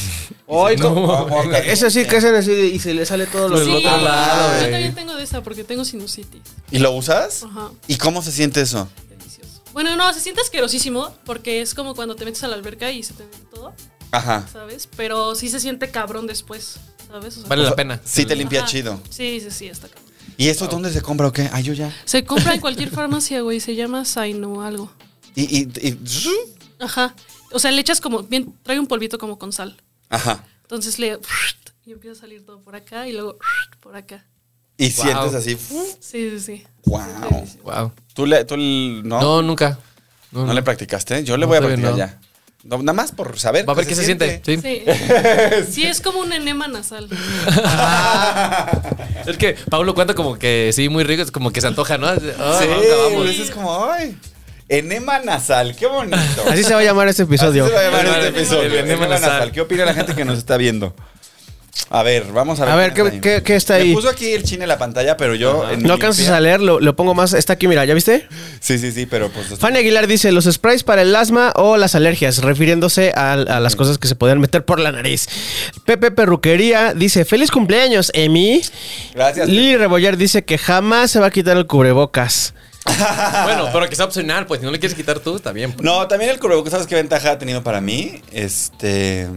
Speaker 2: Ay,
Speaker 6: No,
Speaker 2: co-
Speaker 4: mames.
Speaker 2: Eso sí que hacen así de- y se le sale todo lo
Speaker 6: Pues Del
Speaker 5: Sí,
Speaker 6: otro lado,
Speaker 5: yo
Speaker 6: güey.
Speaker 5: también tengo de esa porque tengo sinusitis.
Speaker 4: ¿Y lo usas?
Speaker 5: Ajá.
Speaker 4: ¿Y cómo se siente eso?
Speaker 5: Delicioso. Bueno, no, se siente asquerosísimo porque es como cuando te metes a la alberca y se te mete todo,
Speaker 4: Ajá.
Speaker 5: ¿sabes? Pero sí se siente cabrón después, ¿sabes? O sea,
Speaker 6: Vale
Speaker 4: O
Speaker 6: la
Speaker 4: sea,
Speaker 6: pena.
Speaker 4: Sí te limpia
Speaker 5: ajá.
Speaker 4: chido.
Speaker 5: Sí, sí, sí, está cabrón.
Speaker 4: ¿Y eso dónde se compra o qué? Ah, yo ya.
Speaker 5: Se compra en cualquier farmacia, güey, se llama Zaino algo.
Speaker 4: Y, y, y-
Speaker 5: Ajá. O sea, le echas como, bien, trae un polvito como con sal.
Speaker 4: Ajá.
Speaker 5: Entonces le... Y empieza a salir todo por acá y luego por acá.
Speaker 4: Y
Speaker 6: Wow.
Speaker 4: sientes así.
Speaker 5: Sí, sí, sí.
Speaker 4: Wow.
Speaker 6: Wow.
Speaker 4: ¿Tú, le, tú l- no, no,
Speaker 6: No, nunca. No, no.
Speaker 4: le practicaste? Yo le
Speaker 6: No,
Speaker 4: voy a
Speaker 6: todavía
Speaker 4: practicar ya.
Speaker 6: no.
Speaker 4: No, nada más por saber.
Speaker 6: Va a ver qué se siente. Sí.
Speaker 5: Sí. Sí, es como un enema nasal.
Speaker 6: Es que Pablo cuenta como que sí, muy rico, es como que se antoja, ¿no? Ah,
Speaker 4: sí,
Speaker 6: nunca vamos.
Speaker 4: a veces es como, ay, enema nasal, qué bonito.
Speaker 2: Así se va a llamar este episodio.
Speaker 4: Así se va a llamar
Speaker 6: Enema-
Speaker 4: este episodio.
Speaker 6: enema
Speaker 4: Enema
Speaker 6: nasal.
Speaker 4: nasal. ¿Qué opina la gente que nos está viendo? A ver, vamos a ver.
Speaker 2: A ver,
Speaker 4: quién
Speaker 2: ¿qué- qué- qué está ahí?
Speaker 4: Me puso aquí el chin en la pantalla, pero yo. en mi
Speaker 2: No alcanzas
Speaker 4: limpia-
Speaker 2: a leer, lo, lo pongo más. Está aquí, mira, ¿ya viste?
Speaker 4: Sí, sí, sí, pero pues.
Speaker 2: Fanny Aguilar dice: los sprays para el asma o las alergias, refiriéndose a, a las cosas que se podían meter por la nariz. Pepe Perruquería dice: Feliz cumpleaños, Emi.
Speaker 4: Gracias.
Speaker 2: Lili Rebollar dice que jamás se va a quitar el cubrebocas.
Speaker 6: Bueno, pero que sea opcional, pues si no le quieres quitar tú, está bien. pues.
Speaker 4: No, también el cubrebocas, ¿sabes qué ventaja ha tenido para mí? Este.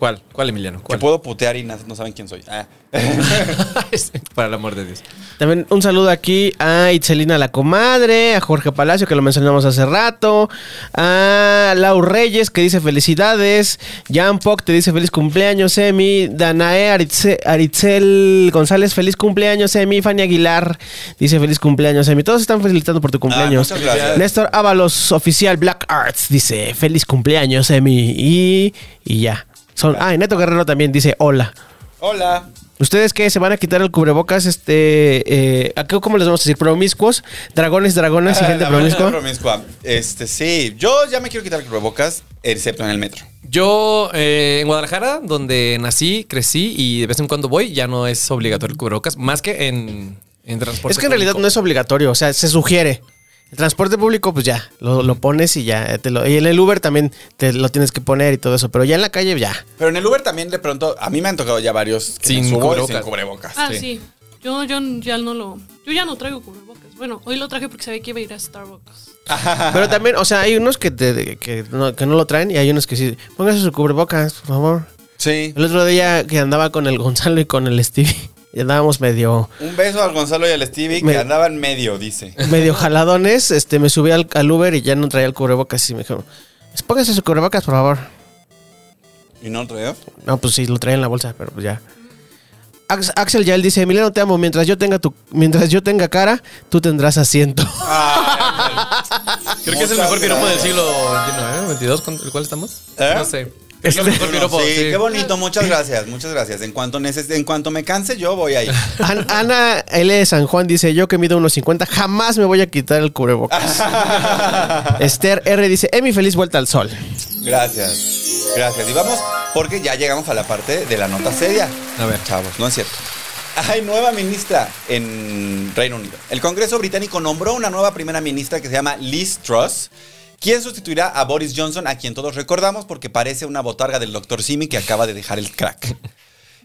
Speaker 6: ¿Cuál? ¿Cuál, Emiliano?
Speaker 4: Que
Speaker 6: ¿Cuál?
Speaker 4: puedo putear y na- no saben quién soy. Ah.
Speaker 6: Este, Para el amor de Dios.
Speaker 2: También un saludo aquí a Itzelina la comadre, a Jorge Palacio que lo mencionamos hace rato, a Lau Reyes que dice felicidades, Jan Poc te dice feliz cumpleaños, Emi, Danae Aritze- Aritzel González, feliz cumpleaños, Emi, Fanny Aguilar dice feliz cumpleaños, Emi. Todos están felicitando por tu cumpleaños.
Speaker 4: Ah, muchas gracias.
Speaker 2: Néstor Ábalos, oficial Black Arts, dice feliz cumpleaños, Emi. Y, y ya. Son, ah, y Neto Guerrero también dice hola.
Speaker 4: Hola.
Speaker 2: ¿Ustedes qué? ¿Se van a quitar el cubrebocas? Este, eh, ¿a qué- ¿Cómo les vamos a decir? ¿Promiscuos? ¿Dragones, dragonas y gente
Speaker 4: Ah, La verdad,
Speaker 2: promiscua?
Speaker 4: promiscua. Este, sí. Yo ya me quiero quitar el cubrebocas, excepto en el metro.
Speaker 6: Yo eh, en Guadalajara, donde nací, crecí y de vez en cuando voy, ya no es obligatorio el cubrebocas, más que en, en transporte.
Speaker 2: Es que en realidad no es obligatorio, o sea, se sugiere. El transporte público, pues ya, lo, lo pones y ya. eh, te lo- y en el Uber también te lo tienes que poner y todo eso, pero ya en la calle ya.
Speaker 4: Pero en el Uber también de pronto, a mí me han tocado ya varios que
Speaker 6: Sin
Speaker 4: me subo y
Speaker 6: cubrebocas.
Speaker 4: sin cubrebocas.
Speaker 5: Ah, sí. Yo, yo ya no lo... Yo ya no traigo cubrebocas. Bueno, hoy lo traje porque sabía que iba a ir a Starbucks.
Speaker 2: Pero también, o sea, hay unos que, te- que, no, que no lo traen y hay unos que sí. Póngase su cubrebocas, por favor.
Speaker 4: Sí.
Speaker 2: El otro día que andaba con el Gonzalo y con el Stevie, y andábamos medio...
Speaker 4: Un beso al Gonzalo y al Stevie
Speaker 2: Me-
Speaker 4: que andaban medio, dice.
Speaker 2: medio jaladones, este, me subí al, al Uber y ya no traía el cubrebocas y me dijeron, póngase su cubrebocas, por favor.
Speaker 4: ¿Y no otro
Speaker 2: No, pues sí, lo traía en la bolsa, pero pues ya. Ax- Axel Yael dice, Emiliano, te amo, mientras yo tenga tu, mientras yo tenga cara, tú tendrás asiento.
Speaker 6: Creo que es el mejor piropo del siglo XXI, ¿eh? ¿22? ¿Con el cual estamos?
Speaker 4: ¿Eh?
Speaker 6: No sé. Es el mejor piropo,
Speaker 4: sí,
Speaker 6: sí.
Speaker 4: qué bonito, muchas gracias, muchas gracias. En cuanto, neces en cuanto me canse, yo voy ahí.
Speaker 2: An- Ana L. de San Juan dice, yo que mido unos 50, jamás me voy a quitar el cubrebocas.
Speaker 4: Ah.
Speaker 2: Esther R. dice, Emi, feliz vuelta al sol.
Speaker 4: Gracias, gracias. Y vamos, porque ya llegamos a la parte de la nota seria.
Speaker 6: A ver.
Speaker 4: Chavos, no es cierto. Hay nueva ministra en Reino Unido. El Congreso británico nombró una nueva primera ministra que se llama Liz Truss, quien sustituirá a Boris Johnson, a quien todos recordamos porque parece una botarga del Dr. Simi que acaba de dejar el crack.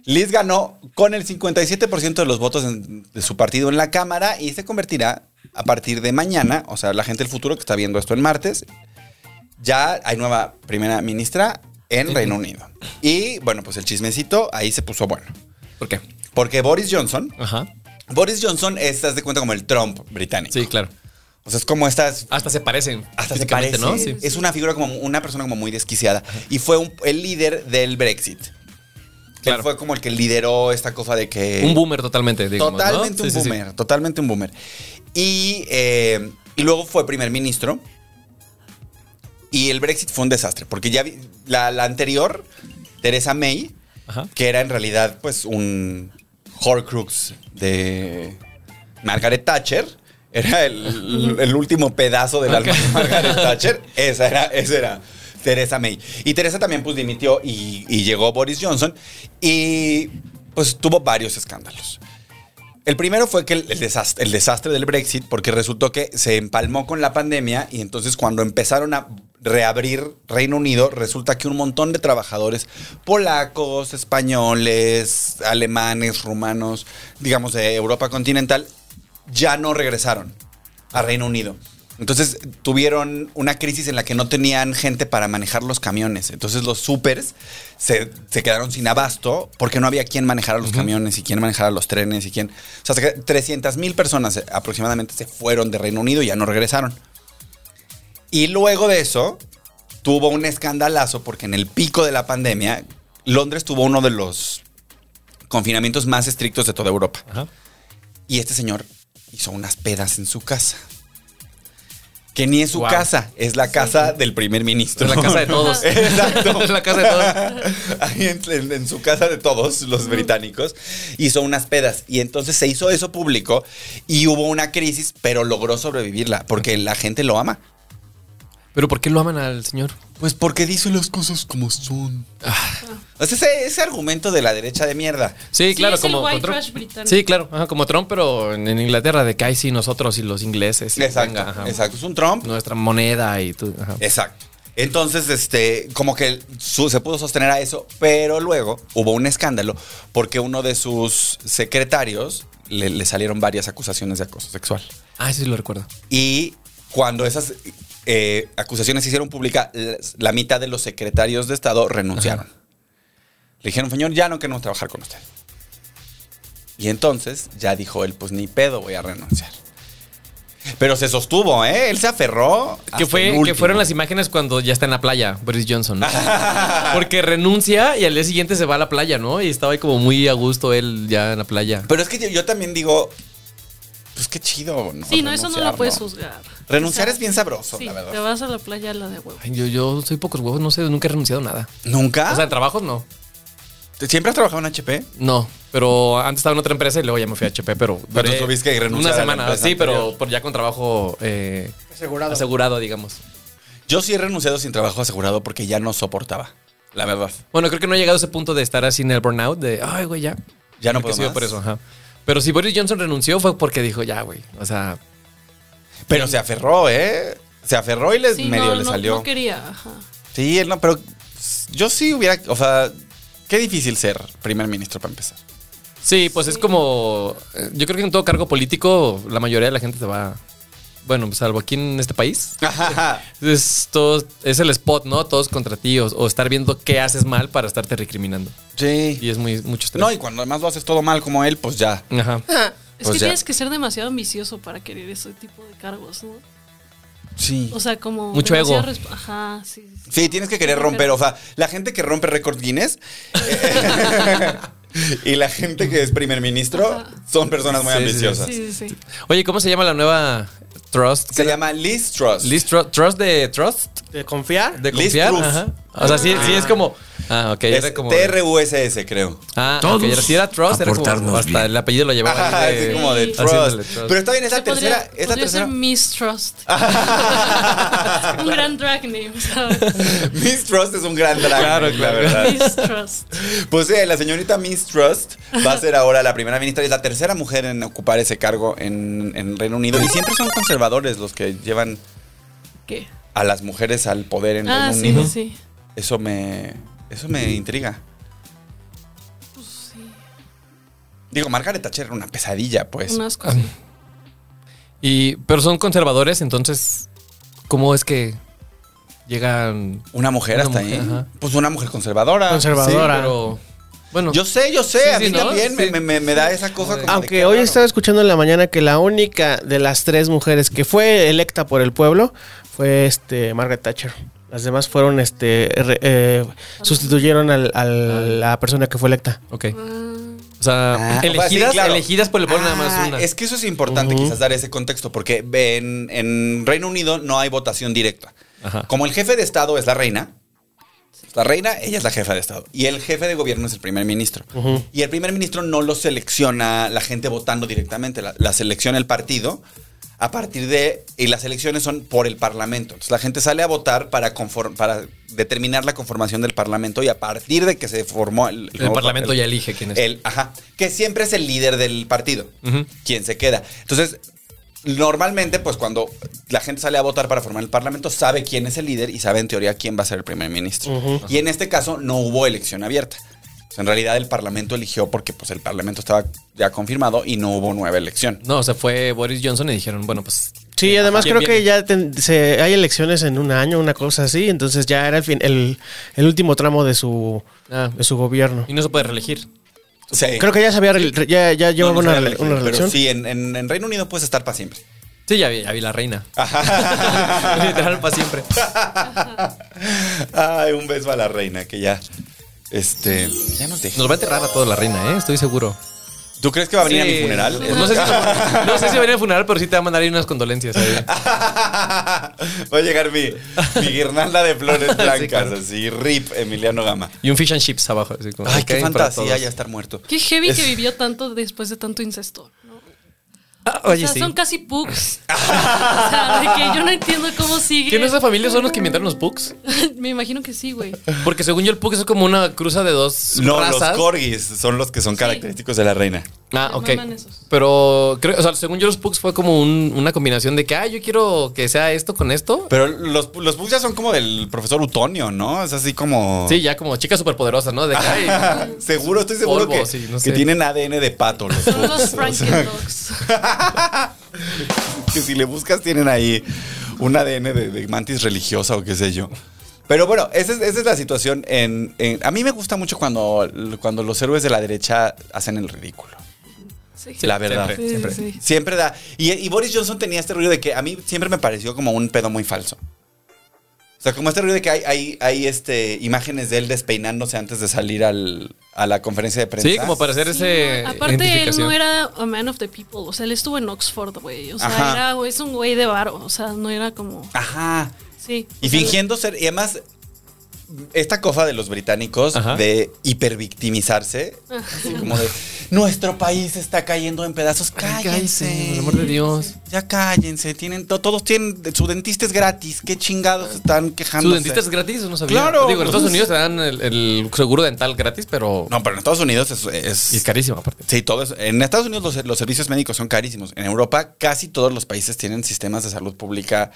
Speaker 4: Liz ganó con el 57% de los votos en- de su partido en la Cámara y se convertirá a partir de mañana, o sea, la gente del futuro que está viendo esto en martes, ya hay nueva primera ministra en Reino Unido. Y bueno, pues el chismecito ahí se puso bueno.
Speaker 6: ¿Por qué?
Speaker 4: Porque Boris Johnson,
Speaker 6: Ajá.
Speaker 4: Boris Johnson es, haz de cuenta, como el Trump británico.
Speaker 6: Sí, claro.
Speaker 4: O sea, es como estas...
Speaker 6: Hasta se parecen.
Speaker 4: Hasta se
Speaker 6: físicamente,
Speaker 4: parece,
Speaker 6: ¿no? Sí.
Speaker 4: Es una figura como una persona como muy desquiciada. Y fue un- el líder del Brexit. Él
Speaker 6: Claro.
Speaker 4: fue como el que lideró esta cosa de que...
Speaker 6: Un boomer totalmente, digamos, ¿no?
Speaker 4: Totalmente un
Speaker 6: Sí, sí, sí.
Speaker 4: boomer, totalmente un boomer. Y, eh, y luego fue primer ministro. Y el Brexit fue un desastre, porque ya vi- la, la anterior, Teresa May,
Speaker 6: Ajá.
Speaker 4: que era en realidad pues un horcrux de Margaret Thatcher, era el, el último pedazo del alma de Margaret Thatcher, esa era, esa era Teresa May. Y Teresa también pues dimitió y, y llegó Boris Johnson y pues tuvo varios escándalos. El primero fue que el, el desastre, el desastre del Brexit, porque resultó que se empalmó con la pandemia y entonces cuando empezaron a reabrir Reino Unido, resulta que un montón de trabajadores polacos, españoles, alemanes, rumanos, digamos de Europa continental, ya no regresaron a Reino Unido. Entonces tuvieron una crisis en la que no tenían gente para manejar los camiones. Entonces los supers se, se quedaron sin abasto porque no había quien manejara los camiones y quien manejara los trenes y quien... O sea, 300 mil personas eh, aproximadamente se fueron de Reino Unido y ya no regresaron. Y luego de eso, tuvo un escandalazo porque en el pico de la pandemia, Londres tuvo uno de los confinamientos más estrictos de toda Europa.
Speaker 6: Ajá.
Speaker 4: Y este señor hizo unas pedas en su casa. Que ni es su
Speaker 6: Guau.
Speaker 4: casa, es la casa del primer ministro.
Speaker 6: Es la casa de todos.
Speaker 4: Exacto.
Speaker 6: Es la casa de todos.
Speaker 4: Ahí en, en- en su casa de todos los británicos. Hizo unas pedas. Y entonces se hizo eso público y hubo una crisis, pero logró sobrevivirla porque la gente lo ama.
Speaker 6: Pero ¿por qué lo aman al señor?
Speaker 4: Pues porque dice las cosas como son. O sea, Ah. ese, ese argumento de la derecha de mierda.
Speaker 6: Sí,
Speaker 5: Sí,
Speaker 6: claro,
Speaker 5: es el
Speaker 6: como,
Speaker 5: white
Speaker 6: como Trump.
Speaker 5: trash británico.
Speaker 6: Sí, claro, ajá, como Trump, pero en, en Inglaterra de que hay sí nosotros y los ingleses. y
Speaker 4: Exacto,
Speaker 6: venga, ajá,
Speaker 4: exacto. Eh. Es un Trump.
Speaker 6: Nuestra moneda y tú. ajá.
Speaker 4: Exacto. Entonces, este, como que su- se pudo sostener a eso, pero luego hubo un escándalo porque uno de sus secretarios le, le salieron varias acusaciones de acoso sexual.
Speaker 6: Ah, sí lo recuerdo.
Speaker 4: Y cuando esas eh, acusaciones se hicieron públicas, las- la mitad de los secretarios de Estado renunciaron. Le dijeron, señor, ya no queremos trabajar con usted. Y entonces ya dijo él, pues ni pedo voy a renunciar. Pero se sostuvo, ¿eh? Él se aferró.
Speaker 6: Que,
Speaker 4: hasta el
Speaker 6: fue, que
Speaker 4: último.
Speaker 6: fueron las imágenes cuando ya está en la playa, Boris Johnson. ¿no? Porque renuncia y al día siguiente se va a la playa, ¿no? Y estaba ahí como muy a gusto él ya en la playa.
Speaker 4: Pero es que yo, yo también digo, pues qué chido. ¿no?
Speaker 5: Sí, no, eso no
Speaker 4: Renunciar,
Speaker 5: lo puedes juzgar.
Speaker 4: Renunciar
Speaker 5: O sea,
Speaker 4: es bien sabroso,
Speaker 5: Sí,
Speaker 4: la verdad.
Speaker 5: te vas a la playa a la de huevo.
Speaker 6: Ay, Yo, yo soy pocos huevos, no sé, nunca he renunciado a nada.
Speaker 4: ¿Nunca?
Speaker 6: O sea, en trabajos no.
Speaker 4: ¿Siempre has trabajado en HP?
Speaker 6: No, pero antes estaba en otra empresa y luego ya me fui a HP, pero.
Speaker 4: Pero
Speaker 6: duré
Speaker 4: tú tuviste que renunciar a
Speaker 6: Una
Speaker 4: la
Speaker 6: semana,
Speaker 4: empresa
Speaker 6: sí, pero
Speaker 4: anterior.
Speaker 6: por ya con trabajo eh,
Speaker 2: Asegurado.
Speaker 6: asegurado, digamos.
Speaker 4: Yo sí he renunciado sin trabajo asegurado porque ya no soportaba. La verdad.
Speaker 6: Bueno, creo que no he llegado a ese punto de estar así en el burnout, de, ay, güey, ya.
Speaker 4: Ya no
Speaker 6: Creo que
Speaker 4: puedo
Speaker 6: ha sido
Speaker 4: más.
Speaker 6: por eso, ajá. Pero si Boris Johnson renunció fue porque dijo, ya, güey, o sea,
Speaker 4: Pero se aferró, ¿eh? Se aferró y les
Speaker 5: Sí,
Speaker 4: medio
Speaker 5: no,
Speaker 4: le
Speaker 5: no-
Speaker 4: salió.
Speaker 5: no quería. ajá.
Speaker 4: sí, él no, pero pues, yo sí hubiera. O sea, qué difícil ser primer ministro para empezar.
Speaker 6: Sí, pues es como. eh, Yo creo que en todo cargo político, la mayoría de la gente te va. Bueno, salvo aquí en este país. Es, todo- es el spot, ¿no? Todos contra ti o, o estar viendo qué haces mal para estarte recriminando.
Speaker 4: sí.
Speaker 6: Y es muy, mucho estrés.
Speaker 4: No, y cuando además lo haces todo mal como él, pues ya.
Speaker 6: Ajá.
Speaker 5: Es
Speaker 4: O
Speaker 5: que
Speaker 4: sea-
Speaker 5: tienes que ser demasiado ambicioso para querer ese tipo de cargos, ¿no?
Speaker 4: Sí.
Speaker 5: O sea, como.
Speaker 6: Mucho
Speaker 5: demasiado
Speaker 6: ego.
Speaker 5: resp- Ajá, sí. sí.
Speaker 4: Sí, tienes que querer romper. O sea, la gente que rompe récord Guinness y la gente que es primer ministro son personas muy
Speaker 6: Sí, sí, sí.
Speaker 4: ambiciosas.
Speaker 5: Sí, sí, sí.
Speaker 6: Oye, ¿cómo se llama la nueva Trust?
Speaker 4: Se llama Liz Truss.
Speaker 6: Liz Tru- Trust de Trust?
Speaker 2: ¿De confiar?
Speaker 6: ¿De
Speaker 4: Liz
Speaker 6: confiar?
Speaker 4: Truss.
Speaker 6: Ajá. O sea, sí, sí es como. Ah, ok.
Speaker 4: Es
Speaker 6: era como.
Speaker 4: TRUSS, creo.
Speaker 6: Ah,
Speaker 8: Todos
Speaker 6: ok, era- sí era Trust, era como.
Speaker 8: aportarnos
Speaker 6: Hasta
Speaker 8: bien.
Speaker 6: el apellido lo llevaba.
Speaker 4: Ajá,
Speaker 6: ahí de-
Speaker 4: así como de
Speaker 5: Sí.
Speaker 6: haciéndole
Speaker 4: Truss.
Speaker 6: Trust.
Speaker 4: Pero está bien, es la
Speaker 5: Se podría-
Speaker 4: tercera. Es la
Speaker 5: podría
Speaker 4: tercera.
Speaker 5: ser Mistrust. Un gran drag name, ¿sabes?
Speaker 4: Miss Trust es un gran drag.
Speaker 6: Claro,
Speaker 4: la
Speaker 6: claro.
Speaker 4: verdad.
Speaker 5: Mistrust.
Speaker 4: Pues eh, la señorita Miss Trust va a ser ahora la primera ministra y es la tercera mujer en ocupar ese cargo en, en Reino Unido. Y siempre son conservadores los que llevan
Speaker 5: ¿Qué?
Speaker 4: a las mujeres al poder en
Speaker 5: Ah,
Speaker 4: Reino
Speaker 5: sí,
Speaker 4: Unido.
Speaker 5: sí.
Speaker 4: Eso me. Eso me intriga.
Speaker 5: Pues sí.
Speaker 4: Digo, Margaret Thatcher era una pesadilla, pues.
Speaker 5: Unas cosas.
Speaker 6: Y, pero son conservadores, entonces, ¿cómo es que llegan
Speaker 4: Una mujer
Speaker 6: Una
Speaker 4: hasta
Speaker 6: mujer,
Speaker 4: ahí.
Speaker 6: ajá.
Speaker 4: Pues una mujer conservadora.
Speaker 2: Conservadora.
Speaker 6: pero, bueno,
Speaker 4: Yo sé, yo sé.
Speaker 6: Sí,
Speaker 4: a
Speaker 6: sí,
Speaker 4: mí
Speaker 6: ¿no?
Speaker 4: también me-
Speaker 6: Sí.
Speaker 4: me, me- me da esa cosa como. de
Speaker 2: Aunque
Speaker 4: que,
Speaker 2: hoy
Speaker 4: claro.
Speaker 2: estaba escuchando en la mañana que la única de las tres mujeres que fue electa por el pueblo fue este Margaret Thatcher. Las demás fueron este re- eh, sustituyeron al- a la persona que fue electa.
Speaker 6: ok. O sea,
Speaker 4: Ah,
Speaker 6: elegidas,
Speaker 4: sí, claro.
Speaker 6: elegidas por el pueblo nada
Speaker 4: Ah,
Speaker 6: más una.
Speaker 4: Es que eso es importante, quizás dar ese contexto, porque en, en Reino Unido no hay votación directa.
Speaker 6: Ajá.
Speaker 4: Como el jefe de Estado es la reina, la reina, ella es la jefa de Estado. Y el jefe de gobierno es el primer ministro. Y el primer ministro no lo selecciona la gente votando directamente, la, la selecciona el partido a partir de... Y las elecciones son por el Parlamento. Entonces la gente sale a votar para, conform- para determinar la conformación del Parlamento y a partir de que se formó el...
Speaker 6: el parlamento ya elige quién es.
Speaker 4: El, ajá, que siempre es el líder del partido,
Speaker 6: Ujú.
Speaker 4: quien se queda. Entonces, Normalmente, pues cuando la gente sale a votar para formar el parlamento, sabe quién es el líder y sabe en teoría quién va a ser el primer ministro. Y en este caso no hubo elección abierta. O sea, en realidad el parlamento eligió porque pues el parlamento estaba ya confirmado y no hubo nueva elección.
Speaker 6: No, o sea, fue Boris Johnson y dijeron, bueno, pues.
Speaker 2: Sí, además
Speaker 6: ¿quién
Speaker 2: creo que
Speaker 6: viene?
Speaker 2: ya ten- se, hay elecciones en un año, una cosa así, entonces ya era el, fin- el, el último tramo de su,
Speaker 6: Ah.
Speaker 2: de su gobierno.
Speaker 6: Y no se puede reelegir.
Speaker 4: Sí.
Speaker 2: Creo que ya se había, re- ya, ya
Speaker 4: No,
Speaker 2: llevaba
Speaker 4: no
Speaker 2: una,
Speaker 4: sabía
Speaker 2: rela-
Speaker 4: la elección,
Speaker 2: una
Speaker 4: Pero
Speaker 2: relación.
Speaker 4: sí, en, en- en Reino Unido puedes estar para siempre.
Speaker 6: Sí, ya vi, ya vi la reina.
Speaker 4: Ajá.
Speaker 6: Literal, para siempre.
Speaker 4: Ay, un beso a la reina que ya. Este. Ya nos dejó.
Speaker 6: Nos va a enterrar a toda la reina, ¿eh? Estoy seguro.
Speaker 4: ¿Tú crees que va a venir a mi
Speaker 6: Sí.
Speaker 4: funeral?
Speaker 6: No sé, si, no sé si va a venir al funeral, pero sí te va a mandar ahí unas condolencias. ahí.
Speaker 4: Va a llegar mi, mi guirnalda de flores blancas,
Speaker 6: claro.
Speaker 4: así, rip, Emiliano Gama.
Speaker 6: Y un fish and chips abajo. así como,
Speaker 4: Ay,
Speaker 6: ok,
Speaker 4: qué
Speaker 6: para
Speaker 4: fantasía
Speaker 6: todos.
Speaker 4: ya estar muerto.
Speaker 5: Qué heavy
Speaker 4: Es-
Speaker 5: que vivió tanto después de tanto incesto. ¿no?
Speaker 6: Ah,
Speaker 5: O
Speaker 6: oye,
Speaker 5: sea,
Speaker 6: sí.
Speaker 5: son casi pugs. o sea, de que yo no entiendo cómo sigue.
Speaker 6: ¿Que nuestra familia son los que inventaron los pugs?
Speaker 5: Me imagino que sí, güey.
Speaker 6: Porque según yo, el pug es como una cruza de dos
Speaker 4: No,
Speaker 6: razas.
Speaker 4: los corgis son los que son característicos de la reina.
Speaker 6: Ah,
Speaker 5: Me
Speaker 6: ok.
Speaker 5: maman esos.
Speaker 6: Pero creo, o sea, según yo, los pugs fue como un- una combinación de que, ah, yo quiero que sea esto con esto.
Speaker 4: Pero los, los pugs ya son como del profesor Utonio, ¿no? Es así como.
Speaker 6: Sí, ya como chica superpoderosa, ¿no? De que, ay,
Speaker 4: seguro, estoy seguro
Speaker 6: Polvo,
Speaker 4: que,
Speaker 6: sí, no
Speaker 4: que
Speaker 6: sé.
Speaker 4: tienen ADN de pato los
Speaker 5: Son
Speaker 4: pugs.
Speaker 5: los
Speaker 4: O sea,
Speaker 5: Franken Dogs.
Speaker 4: que si le buscas tienen ahí un ADN de, de mantis religiosa o qué sé yo. Pero bueno, esa es, esa es la situación. En, en- a mí me gusta mucho cuando, cuando los héroes de la derecha hacen el ridículo.
Speaker 5: Sí.
Speaker 4: la verdad.
Speaker 5: Sí, sí,
Speaker 4: Siempre,
Speaker 5: sí.
Speaker 4: Siempre da. Y, y Boris Johnson tenía este ruido de que a mí siempre me pareció como un pedo muy falso. O sea, como este ruido de que hay, hay, hay, este, imágenes de él despeinándose antes de salir al- a la conferencia de prensa.
Speaker 6: Sí, como para hacer
Speaker 5: Sí,
Speaker 6: ese.
Speaker 5: no, Aparte, él
Speaker 6: identificación.
Speaker 5: no era a man of the people. O sea, él estuvo en Oxford, güey. O sea,
Speaker 4: Ajá.
Speaker 5: era- es un güey de varo. O sea, no era como.
Speaker 4: Ajá.
Speaker 5: Sí.
Speaker 4: Y
Speaker 5: O sea,
Speaker 4: fingiendo ser. Y además, esta cosa de los británicos
Speaker 6: Ajá.
Speaker 4: de hipervictimizarse. Así como de. Nuestro país está cayendo en pedazos.
Speaker 6: Ay,
Speaker 4: Cállense.
Speaker 6: cállese, por el amor de Dios.
Speaker 4: Ya cállense. Tienen, to- todos tienen. Su dentista es gratis. ¿Qué chingados están quejando?
Speaker 6: ¿Su dentista es gratis o no sabía?
Speaker 4: Claro.
Speaker 6: Digo, en Estados Unidos te dan el, el seguro dental gratis, pero.
Speaker 4: No, pero en Estados Unidos es. es-
Speaker 6: Y es carísimo, aparte.
Speaker 4: Sí, todo eso. En Estados Unidos los, los servicios médicos son carísimos. En Europa casi todos los países tienen sistemas de salud pública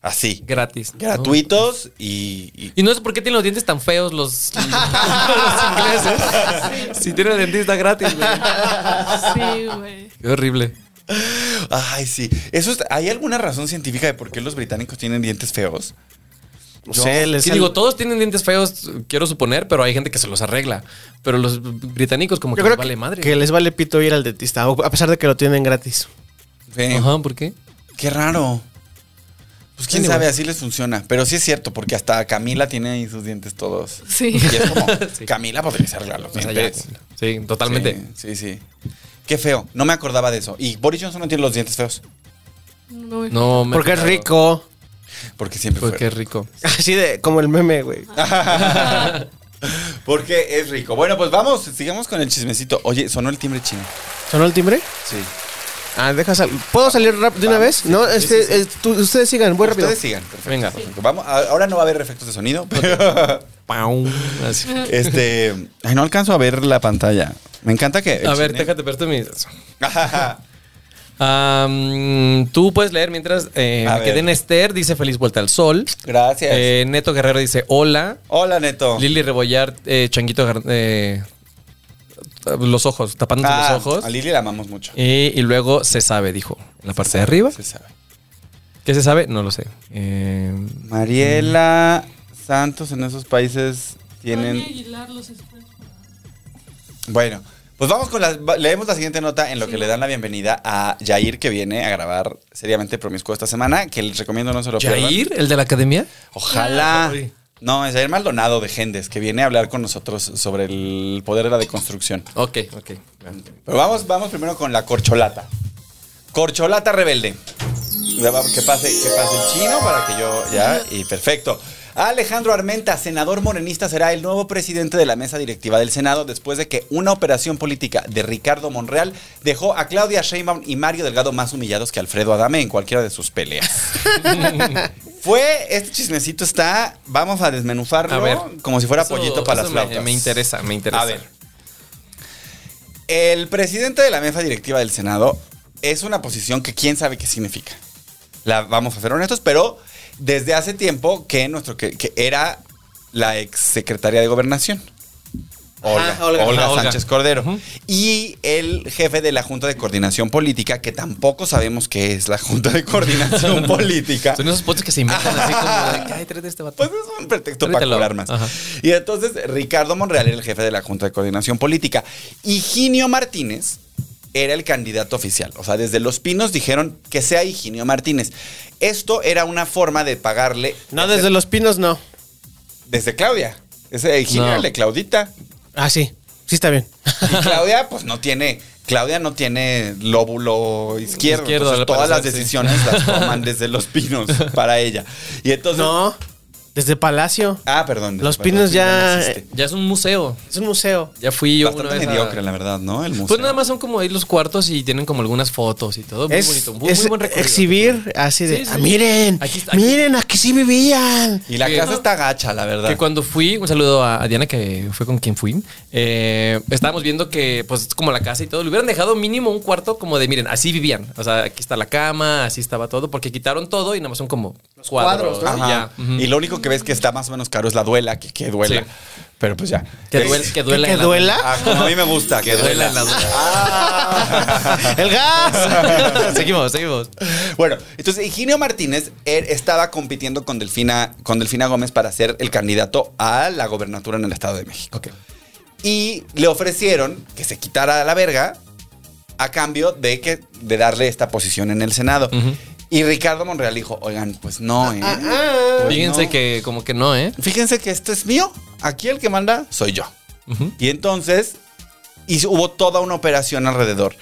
Speaker 4: así.
Speaker 6: Gratis. ¿no?
Speaker 4: gratuitos y- y
Speaker 6: Y no sé por qué tienen los dientes tan feos los, los ingleses. Si tienen dentista gratis, güey.
Speaker 5: Sí, güey.
Speaker 6: Qué horrible.
Speaker 4: Ay, sí. Eso es- ¿Hay alguna razón científica de por qué los británicos tienen dientes feos?
Speaker 2: No sé, les
Speaker 6: Sí,
Speaker 2: sal-
Speaker 6: digo, todos tienen dientes feos, quiero suponer, pero hay gente que se los arregla. Pero los británicos como
Speaker 2: yo
Speaker 6: que
Speaker 2: creo
Speaker 6: les
Speaker 2: que,
Speaker 6: vale madre.
Speaker 2: que les vale pito ir al dentista, o- a pesar de que lo tienen gratis.
Speaker 4: Sí.
Speaker 6: Ajá, ¿por qué?
Speaker 4: Qué raro. Pues quién
Speaker 6: Anyway.
Speaker 4: sabe, así les funciona. Pero sí es cierto, porque hasta Camila tiene ahí sus dientes todos.
Speaker 5: Sí.
Speaker 4: Y es como,
Speaker 6: Sí.
Speaker 4: Camila podría arreglar los
Speaker 6: O sea,
Speaker 4: dientes.
Speaker 6: ya- sí, totalmente.
Speaker 4: Sí, sí, sí. Qué feo. No me acordaba de eso. Y Boris Johnson no tiene los dientes feos.
Speaker 5: No, güey.
Speaker 6: No, me-
Speaker 2: Porque es rico.
Speaker 4: Porque siempre fue.
Speaker 6: Porque es rico.
Speaker 2: Así de como el meme, güey.
Speaker 4: Porque es rico. Bueno, pues vamos, sigamos con el chismecito. Oye, sonó el timbre chino.
Speaker 2: ¿Sonó el timbre?
Speaker 4: Sí.
Speaker 2: Ah, deja sal- ¿Puedo salir rap- de una
Speaker 4: Vamos,
Speaker 2: vez?
Speaker 4: sí,
Speaker 2: No,
Speaker 4: sí,
Speaker 2: este,
Speaker 4: sí, sí.
Speaker 2: eh, tú- ustedes sigan, voy rápido.
Speaker 4: Ustedes sigan. Perfecto.
Speaker 6: Venga.
Speaker 4: perfecto. Vamos, a- ahora no va a haber efectos de sonido. pero-
Speaker 6: Pau. Así.
Speaker 4: Este. Ay, no alcanzo a ver la pantalla. Me encanta que. el
Speaker 6: A ver,
Speaker 4: cine-
Speaker 6: déjate, presto mis... Am, tú puedes leer mientras eh,
Speaker 4: A
Speaker 6: me quedé
Speaker 4: ver.
Speaker 6: en Esther, dice Feliz Vuelta al Sol.
Speaker 4: Gracias. Oh.
Speaker 6: Eh, Neto Guerrero dice hola.
Speaker 4: Hola, Neto.
Speaker 6: Lili Rebollar, eh, Changuito Gar- eh, los ojos, tapándose
Speaker 4: Ah,
Speaker 6: los ojos.
Speaker 4: A Lili la amamos mucho.
Speaker 6: Y, y luego se sabe, dijo, en la parte de arriba.
Speaker 4: Se sabe.
Speaker 6: ¿Qué se sabe? No lo sé. Eh,
Speaker 4: Mariela Santos en esos países
Speaker 5: Tony
Speaker 4: tienen.
Speaker 5: Aguilar, los expertos.
Speaker 4: Bueno, pues vamos con la. va- Leemos la siguiente nota en lo que le dan la bienvenida a Jair, que viene a grabar seriamente promiscuo esta semana, que les recomiendo no se lo pierdan.
Speaker 6: ¿Jair, Ah, el de la academia?
Speaker 4: Ojalá.
Speaker 6: Ay.
Speaker 4: No, es Jair Maldonado de Gendes, que viene a hablar con nosotros sobre el poder de la deconstrucción.
Speaker 6: Ok, ok.
Speaker 4: Pero vamos, vamos primero con la corcholata. Corcholata rebelde. Ya va- Que pase, que pase el chino para que yo ya. Y perfecto. Alejandro Armenta, senador morenista, será el nuevo presidente de la mesa directiva del Senado después de que una operación política de Ricardo Monreal dejó a Claudia Sheinbaum y Mario Delgado más humillados que Alfredo Adame en cualquiera de sus peleas. Fue, este chismecito está, vamos a desmenuzarlo
Speaker 6: A ver.
Speaker 4: como si fuera
Speaker 6: Eso-
Speaker 4: pollito para las
Speaker 6: eso
Speaker 4: flautas.
Speaker 6: me, me interesa, me interesa.
Speaker 4: A ver. El presidente de la mesa directiva del Senado es una posición que quién sabe qué significa. La, vamos a ser honestos, pero desde hace tiempo que nuestro que, que era la ex secretaria de gobernación. Olga,
Speaker 6: Ajá, Olga.
Speaker 4: Olga
Speaker 6: Ajá, Olga.
Speaker 4: Sánchez Cordero.
Speaker 6: Ujú.
Speaker 4: Y el jefe de la Junta de Coordinación Política, que tampoco sabemos qué es la Junta de Coordinación Política.
Speaker 6: Son esos potes que se inventan así como de que, ay, tráete este vato.
Speaker 4: Pues es un pretexto
Speaker 6: Tráetelo.
Speaker 4: para cobrar más.
Speaker 6: Ajá.
Speaker 4: Y entonces Ricardo Monreal era el jefe de la Junta de Coordinación Política. Higinio Martínez era el candidato oficial. O sea, desde Los Pinos dijeron que sea Higinio Martínez. Esto era una forma de pagarle.
Speaker 2: No, desde los pinos no.
Speaker 4: Desde Claudia. Ese Higinio
Speaker 6: No.
Speaker 4: era el de Claudita.
Speaker 2: Ah, sí. Sí está bien.
Speaker 4: Y Claudia, pues no tiene. Claudia no tiene lóbulo izquierdo.
Speaker 6: Izquierdo,
Speaker 4: Entonces,
Speaker 6: al
Speaker 4: todas las
Speaker 6: parecer, sí.
Speaker 4: decisiones las toman desde los pinos para ella. Y entonces.
Speaker 2: No, desde Palacio.
Speaker 4: Ah, perdón.
Speaker 2: Los
Speaker 4: perdón,
Speaker 2: Pinos
Speaker 4: sí,
Speaker 2: ya-
Speaker 4: existe.
Speaker 6: Ya es un museo.
Speaker 2: Es un museo.
Speaker 6: Ya fui yo
Speaker 4: Bastante
Speaker 6: una vez a-
Speaker 4: mediocre, la verdad, ¿no? El museo.
Speaker 6: Pues nada más son como ahí los cuartos y tienen como algunas fotos y todo. Muy
Speaker 2: es
Speaker 6: bonito. Muy,
Speaker 2: es
Speaker 6: muy buen recorrido.
Speaker 2: exhibir así de,
Speaker 6: Sí, sí.
Speaker 2: "Ah, miren,
Speaker 6: Aquí está- aquí-
Speaker 2: miren, aquí sí vivían.
Speaker 4: Y la
Speaker 6: Sí.
Speaker 4: casa está gacha, la verdad.
Speaker 6: Que cuando fui, un saludo a a Diana, que fue con quien fui. eh, estábamos viendo que, pues, como la casa y todo, le hubieran dejado mínimo un cuarto como de, miren, así vivían. O sea, aquí está la cama, así estaba todo, porque quitaron todo y nada más son como cuadros.
Speaker 4: Ajá.
Speaker 6: y ya. Ujú.
Speaker 4: Y lo único que ves que está más o menos caro es la duela, que, que duela.
Speaker 6: Sí.
Speaker 4: Pero pues ya.
Speaker 6: Que
Speaker 4: Es-
Speaker 6: duela. Que
Speaker 2: ¿Que,
Speaker 6: duela. en la-
Speaker 2: duela?
Speaker 4: Ah, como a mí me gusta, que duela.
Speaker 6: en la duela.
Speaker 4: Ah.
Speaker 2: ¡El gas!
Speaker 6: seguimos, seguimos.
Speaker 4: Bueno, entonces Higinio Martínez él estaba compitiendo con Delfina, con Delfina Gómez para ser el candidato a la gobernatura en el Estado de México.
Speaker 6: Ok.
Speaker 4: Y le ofrecieron que se quitara a la verga a cambio de, que, de darle esta posición en el Senado.
Speaker 6: Ujú.
Speaker 4: Y Ricardo Monreal dijo, oigan, pues no, ¿eh? Pues
Speaker 6: Fíjense
Speaker 4: no.
Speaker 6: que, como que no, ¿eh?
Speaker 4: Fíjense que esto es mío. Aquí el que manda soy yo.
Speaker 6: Ujú.
Speaker 4: Y entonces hizo- hubo toda una operación alrededor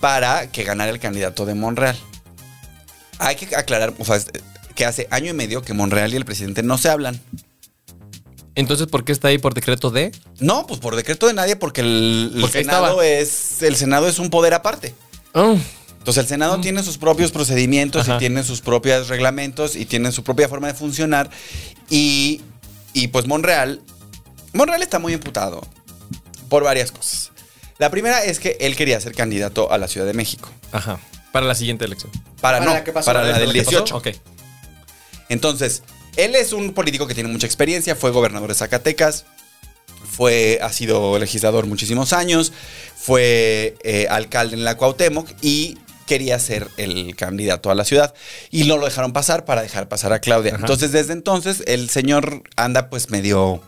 Speaker 4: para que ganara el candidato de Monreal. Hay que aclarar, o sea, es- que hace año y medio que Monreal y el presidente no se hablan.
Speaker 6: Entonces, ¿por qué está ahí por decreto de?
Speaker 4: No, pues por decreto de nadie, porque el, el
Speaker 6: Porque ahí
Speaker 4: Senado
Speaker 6: estaba.
Speaker 4: es el Senado es un poder aparte.
Speaker 6: Oh,
Speaker 4: Entonces el Senado tiene sus propios procedimientos
Speaker 6: Mm. Ajá.
Speaker 4: y tiene sus propios reglamentos y tiene su propia forma de funcionar. Y, y, pues Monreal, Monreal está muy imputado por varias cosas. La primera es que él quería ser candidato a la Ciudad de México.
Speaker 6: Ajá. Para la siguiente elección.
Speaker 4: Para,
Speaker 2: Para
Speaker 4: no,
Speaker 2: la que pasó,
Speaker 4: para
Speaker 2: ¿la
Speaker 4: la del
Speaker 6: ¿Qué pasó?
Speaker 4: 18.
Speaker 6: Ok.
Speaker 4: Entonces, él es un político que tiene mucha experiencia, fue gobernador de Zacatecas, fue, ha sido legislador muchísimos años, fue eh, alcalde en la Cuauhtémoc y quería ser el candidato a la ciudad y no lo dejaron pasar para dejar pasar a Claudia. Entonces, desde entonces, el señor anda pues medio...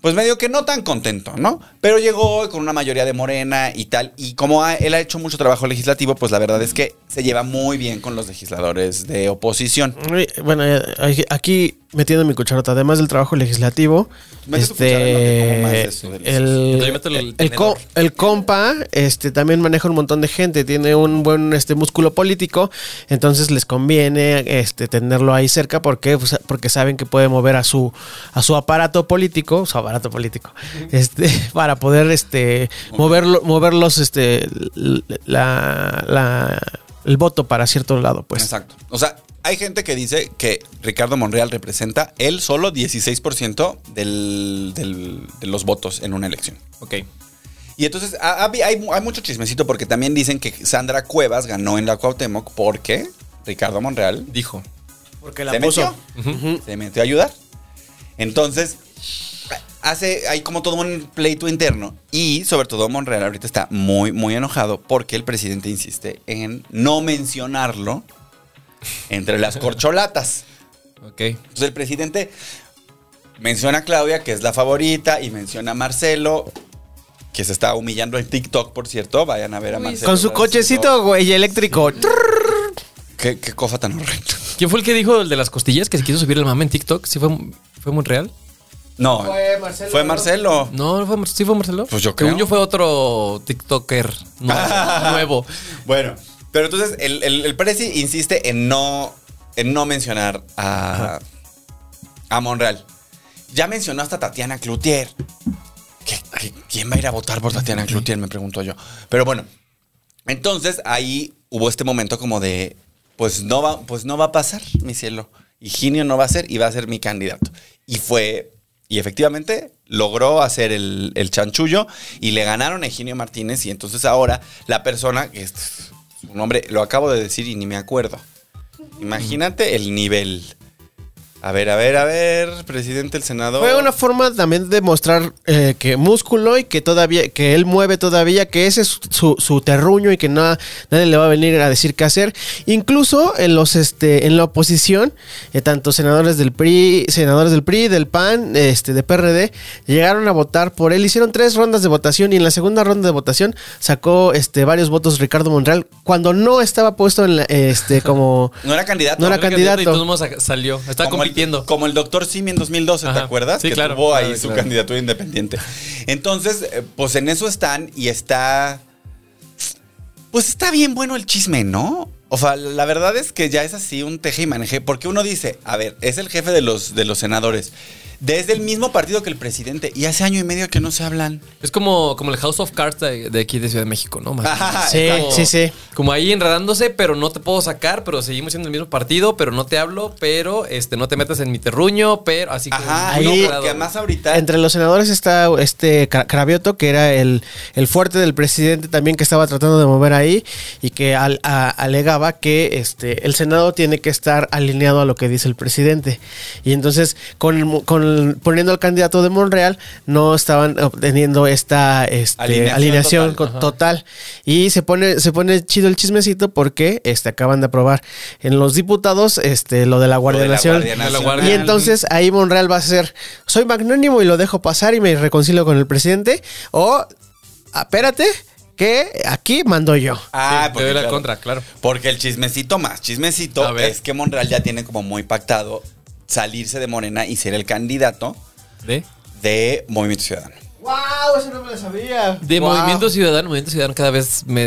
Speaker 4: Pues medio que no tan contento, ¿no? Pero llegó con una mayoría de morena y tal. Y como ha- él ha hecho mucho trabajo legislativo, pues la verdad es que se lleva muy bien con los legisladores de oposición.
Speaker 2: Uy, Bueno, eh, aquí metiendo mi cucharota, además del trabajo legislativo,
Speaker 4: Mete tu cuchara en lo que como más de
Speaker 2: este,
Speaker 4: eso, del-
Speaker 2: el,
Speaker 6: Yo meto el
Speaker 2: el
Speaker 6: tenedor.
Speaker 2: co- el compa este, también maneja un montón de gente, tiene un buen este, músculo político, entonces les conviene este, tenerlo ahí cerca porque, pues, porque saben que puede mover a su, a su aparato político, su aparato político, este, para poder este, moverlo, moverlos este, l- la- la- el voto para cierto lado. Pues.
Speaker 4: Exacto. O sea, hay gente que dice que Ricardo Monreal representa él solo 16% del- del- de los votos en una elección.
Speaker 6: Ok.
Speaker 4: Y entonces ha- ha- hay, hay mucho chismecito porque también dicen que Sandra Cuevas ganó en la Cuauhtémoc porque Ricardo Monreal
Speaker 6: Dijo.
Speaker 2: Porque
Speaker 4: se metió. Se metió a ayudar. Entonces, hace, hay como todo un pleito interno. Y sobre todo Monreal ahorita está muy, muy enojado porque el presidente insiste en no mencionarlo entre las corcholatas.
Speaker 6: Ok.
Speaker 4: Entonces el presidente menciona a Claudia, que es la favorita, y menciona a Marcelo, que se está humillando en TikTok, por cierto. Vayan a ver a
Speaker 5: Uy,
Speaker 4: Marcelo.
Speaker 2: Con su cochecito, güey, eléctrico.
Speaker 4: Qué, qué cosa tan horrible.
Speaker 6: ¿Quién fue el que dijo el de las costillas que se quiso subir el mame en TikTok? ¿Sí fue, fue Monreal?
Speaker 4: No,
Speaker 2: Fue Marcelo.
Speaker 4: Fue Marcelo.
Speaker 6: No, no fue, Mar- ¿sí fue Marcelo?
Speaker 4: Pues yo
Speaker 6: Según
Speaker 4: creo.
Speaker 6: yo fue otro TikToker nuevo. nuevo.
Speaker 4: Bueno, pero entonces el, el, el Prezi insiste en no, en no mencionar a, a Monreal. Ya mencionó hasta Tatiana Cloutier. ¿Qué- qué- quién va a ir a votar por Tatiana Cloutier? Me pregunto yo. Pero bueno, entonces ahí hubo este momento como de, pues no va, pues no va a pasar, mi cielo. Higinio no va a ser y va a ser mi candidato. Y fue, y efectivamente logró hacer el, el chanchullo y le ganaron a Higinio Martínez y entonces ahora la persona que es su nombre lo acabo de decir y ni me acuerdo. Imagínate el nivel. A ver, a ver, a ver, presidente del Senado.
Speaker 2: Fue una forma también de mostrar eh, que músculo y que todavía, que él mueve todavía, que ese es su, su terruño y que nada, nadie le va a venir a decir qué hacer. Incluso en los este, en la oposición, eh, tanto senadores del PRI, senadores del PRI, del PAN, este, de PRD, llegaron a votar por él. Hicieron tres rondas de votación y en la segunda ronda de votación sacó este varios votos Ricardo Monreal cuando no estaba puesto en la, este como
Speaker 4: No era candidato.
Speaker 2: No era
Speaker 6: Era
Speaker 2: candidato.
Speaker 6: Y todo el mundo sa- salió. Estaba
Speaker 4: Como el-
Speaker 6: compitiendo.
Speaker 4: como el doctor Simi en 2012, ¿te
Speaker 6: Ajá.
Speaker 4: acuerdas?
Speaker 6: Sí,
Speaker 4: que
Speaker 6: claro.
Speaker 4: tuvo ahí
Speaker 6: Claro,
Speaker 4: su
Speaker 6: claro.
Speaker 4: candidatura independiente. Entonces, eh, pues en eso están y está. Pues está bien bueno el chisme, ¿no? O sea, la verdad es que ya es así un teje y maneje. Porque uno dice, a ver, es el jefe de los, de los senadores. Desde el mismo partido que el presidente. Y hace año y medio que no se hablan.
Speaker 6: Es como, como el House of Cards de, de aquí de Ciudad de México, ¿no? Más o menos.
Speaker 4: Ajá,
Speaker 2: Sí,
Speaker 4: exacto.
Speaker 2: sí, sí.
Speaker 6: Como ahí enredándose, pero no te puedo sacar, pero seguimos siendo el mismo partido, pero no te hablo, pero este no te metas en mi terruño, pero así como
Speaker 4: Ajá,
Speaker 6: muy
Speaker 4: no,
Speaker 2: Ahí-
Speaker 6: enredado.
Speaker 4: porque además ahorita.
Speaker 2: Entre los senadores está este Cra- Cravioto, que era el, el fuerte del presidente también que estaba tratando de mover ahí y que al- a- alegaba que este, el Senado tiene que estar alineado a lo que dice el presidente. Y entonces, con, el mo- con el- poniendo al candidato de Monreal, no estaban obteniendo esta este,
Speaker 4: Alineación
Speaker 2: alineación,
Speaker 4: total,
Speaker 2: con-
Speaker 4: ajá.
Speaker 2: total. Y se pone, se pone chido el chismecito porque este, acaban de aprobar en los diputados este, lo de la
Speaker 4: lo
Speaker 2: Guardia
Speaker 4: de la
Speaker 2: Nacional.
Speaker 4: Guardia
Speaker 6: Y
Speaker 4: Nacional.
Speaker 2: Y entonces ahí Monreal va a ser, soy magnánimo y lo dejo pasar y me reconcilio con el presidente. O, "Ah, espérate, que aquí mando yo.
Speaker 4: Ah,
Speaker 6: Sí, te
Speaker 4: porque
Speaker 6: doy la
Speaker 4: claro.
Speaker 6: contra, claro.
Speaker 4: Porque el chismecito más
Speaker 6: A
Speaker 4: chismecito
Speaker 6: ver.
Speaker 4: es que Monreal ya tiene como muy pactado salirse de Morena y ser el candidato
Speaker 6: ¿De?
Speaker 4: de Movimiento Ciudadano.
Speaker 2: ¡Wow! Eso no me lo sabía.
Speaker 6: De Movimiento Ciudadano, Movimiento Ciudadano cada vez me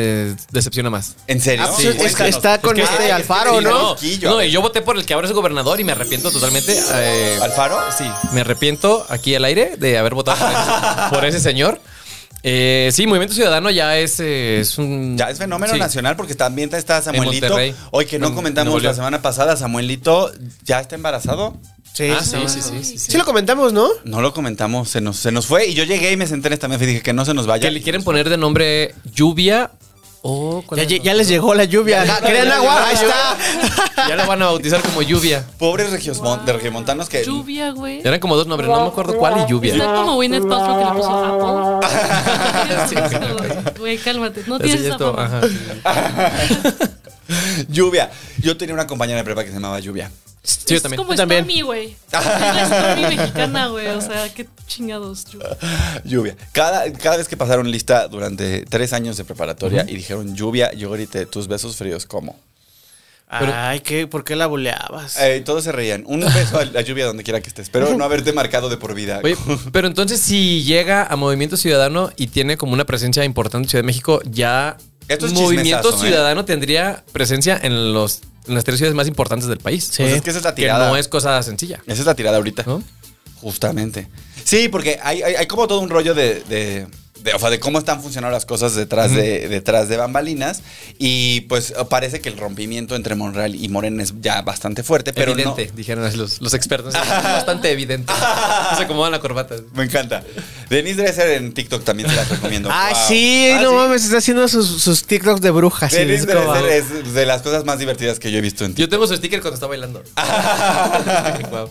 Speaker 6: decepciona más.
Speaker 4: ¿En serio?
Speaker 2: Ah, pues es- es- está con
Speaker 4: Es que-
Speaker 2: este
Speaker 4: ay, es que
Speaker 2: Alfaro,
Speaker 4: tenía
Speaker 2: ¿no?
Speaker 4: rosquillo, a
Speaker 6: no,
Speaker 4: ver.
Speaker 6: y yo voté por el que ahora es gobernador y me arrepiento totalmente. eh,
Speaker 4: ¿Alfaro?
Speaker 6: Sí, me arrepiento aquí al aire de haber votado por ese- por ese señor. Eh, sí, Movimiento Ciudadano ya es, eh, es un...
Speaker 4: Ya es fenómeno
Speaker 6: sí.
Speaker 4: nacional porque también está Samuelito.
Speaker 6: Monterrey.
Speaker 4: Hoy que no
Speaker 6: En-
Speaker 4: comentamos
Speaker 6: Nuevo
Speaker 4: la
Speaker 6: León.
Speaker 4: semana pasada, Samuelito ya está embarazado.
Speaker 2: Sí,
Speaker 6: Ah,
Speaker 2: sí.
Speaker 6: sí, sí, sí, sí, sí.
Speaker 2: Sí lo comentamos, ¿no?
Speaker 4: No lo comentamos, se nos, se nos fue y yo llegué y me senté en esta mesa y dije que no se nos vaya.
Speaker 6: Que le quieren poner de nombre Lluvia o... ¿cuál
Speaker 2: Ya,
Speaker 6: es
Speaker 2: lle-
Speaker 6: el
Speaker 2: ya
Speaker 6: nombre?
Speaker 2: les llegó la lluvia. Ah, ¿Querían
Speaker 6: ya
Speaker 2: agua?
Speaker 6: llegó la
Speaker 2: Ahí está.
Speaker 6: Ya lo van a bautizar como Lluvia.
Speaker 4: Pobres regiosmon- de regiomontanos que...
Speaker 5: Lluvia, güey.
Speaker 6: Eran como dos nombres, no me acuerdo cuál y Lluvia.
Speaker 5: Está como Winnet Paltrow que le puso
Speaker 6: Sí,
Speaker 5: Apple.
Speaker 6: claro, claro.
Speaker 5: Güey, cálmate. No
Speaker 6: Así
Speaker 5: tienes
Speaker 6: ya
Speaker 5: esa
Speaker 6: estuvo,
Speaker 5: fama.
Speaker 6: ajá.
Speaker 4: Lluvia. Yo tenía una compañera de prepa que se llamaba Lluvia.
Speaker 6: yo
Speaker 5: es
Speaker 6: también.
Speaker 5: como
Speaker 6: Yo también.
Speaker 5: Stormy, güey. Es la Stormy mexicana, güey. O sea, qué chingados. Lluvia.
Speaker 4: Lluvia. Cada, cada vez que pasaron lista durante tres años de preparatoria y dijeron lluvia, yo grité, tus besos fríos, ¿cómo?
Speaker 2: Ay, ¿qué? ¿por qué la buleabas?
Speaker 4: Eh, todos se reían. Un beso a la lluvia donde quiera que estés. Espero no haberte marcado de por vida.
Speaker 6: Oye, pero entonces si llega a Movimiento Ciudadano y tiene como una presencia importante en Ciudad de México, ya
Speaker 4: Esto es
Speaker 6: Movimiento
Speaker 4: chismesazo, ¿eh?
Speaker 6: Ciudadano tendría presencia en los en las tres ciudades más importantes del país.
Speaker 2: Sí.
Speaker 4: Pues es que esa es la
Speaker 6: Que
Speaker 4: tirada.
Speaker 6: no es cosa sencilla.
Speaker 4: Esa es la tirada ahorita.
Speaker 6: ¿no?
Speaker 4: Justamente. Sí, porque hay, hay- hay como todo un rollo de, de- de- o sea, de cómo están funcionando las cosas detrás, de, detrás de bambalinas. Y pues parece que el rompimiento entre Monreal y Morena es ya bastante fuerte, pero no,
Speaker 6: evidente, dijeron así los, los expertos. Es bastante evidente. No se acomodan la corbata.
Speaker 4: Me encanta. Denise Dresser en TikTok también te la recomiendo.
Speaker 2: Ah,
Speaker 4: Wow.
Speaker 2: sí,
Speaker 4: Ah,
Speaker 2: no
Speaker 4: sí.
Speaker 2: mames, está haciendo sus, sus TikToks de brujas. sí,
Speaker 4: Denise
Speaker 2: es como-
Speaker 4: Dresser es de las cosas más divertidas que yo he visto en TikTok.
Speaker 6: Yo tengo su sticker cuando está bailando. Guau.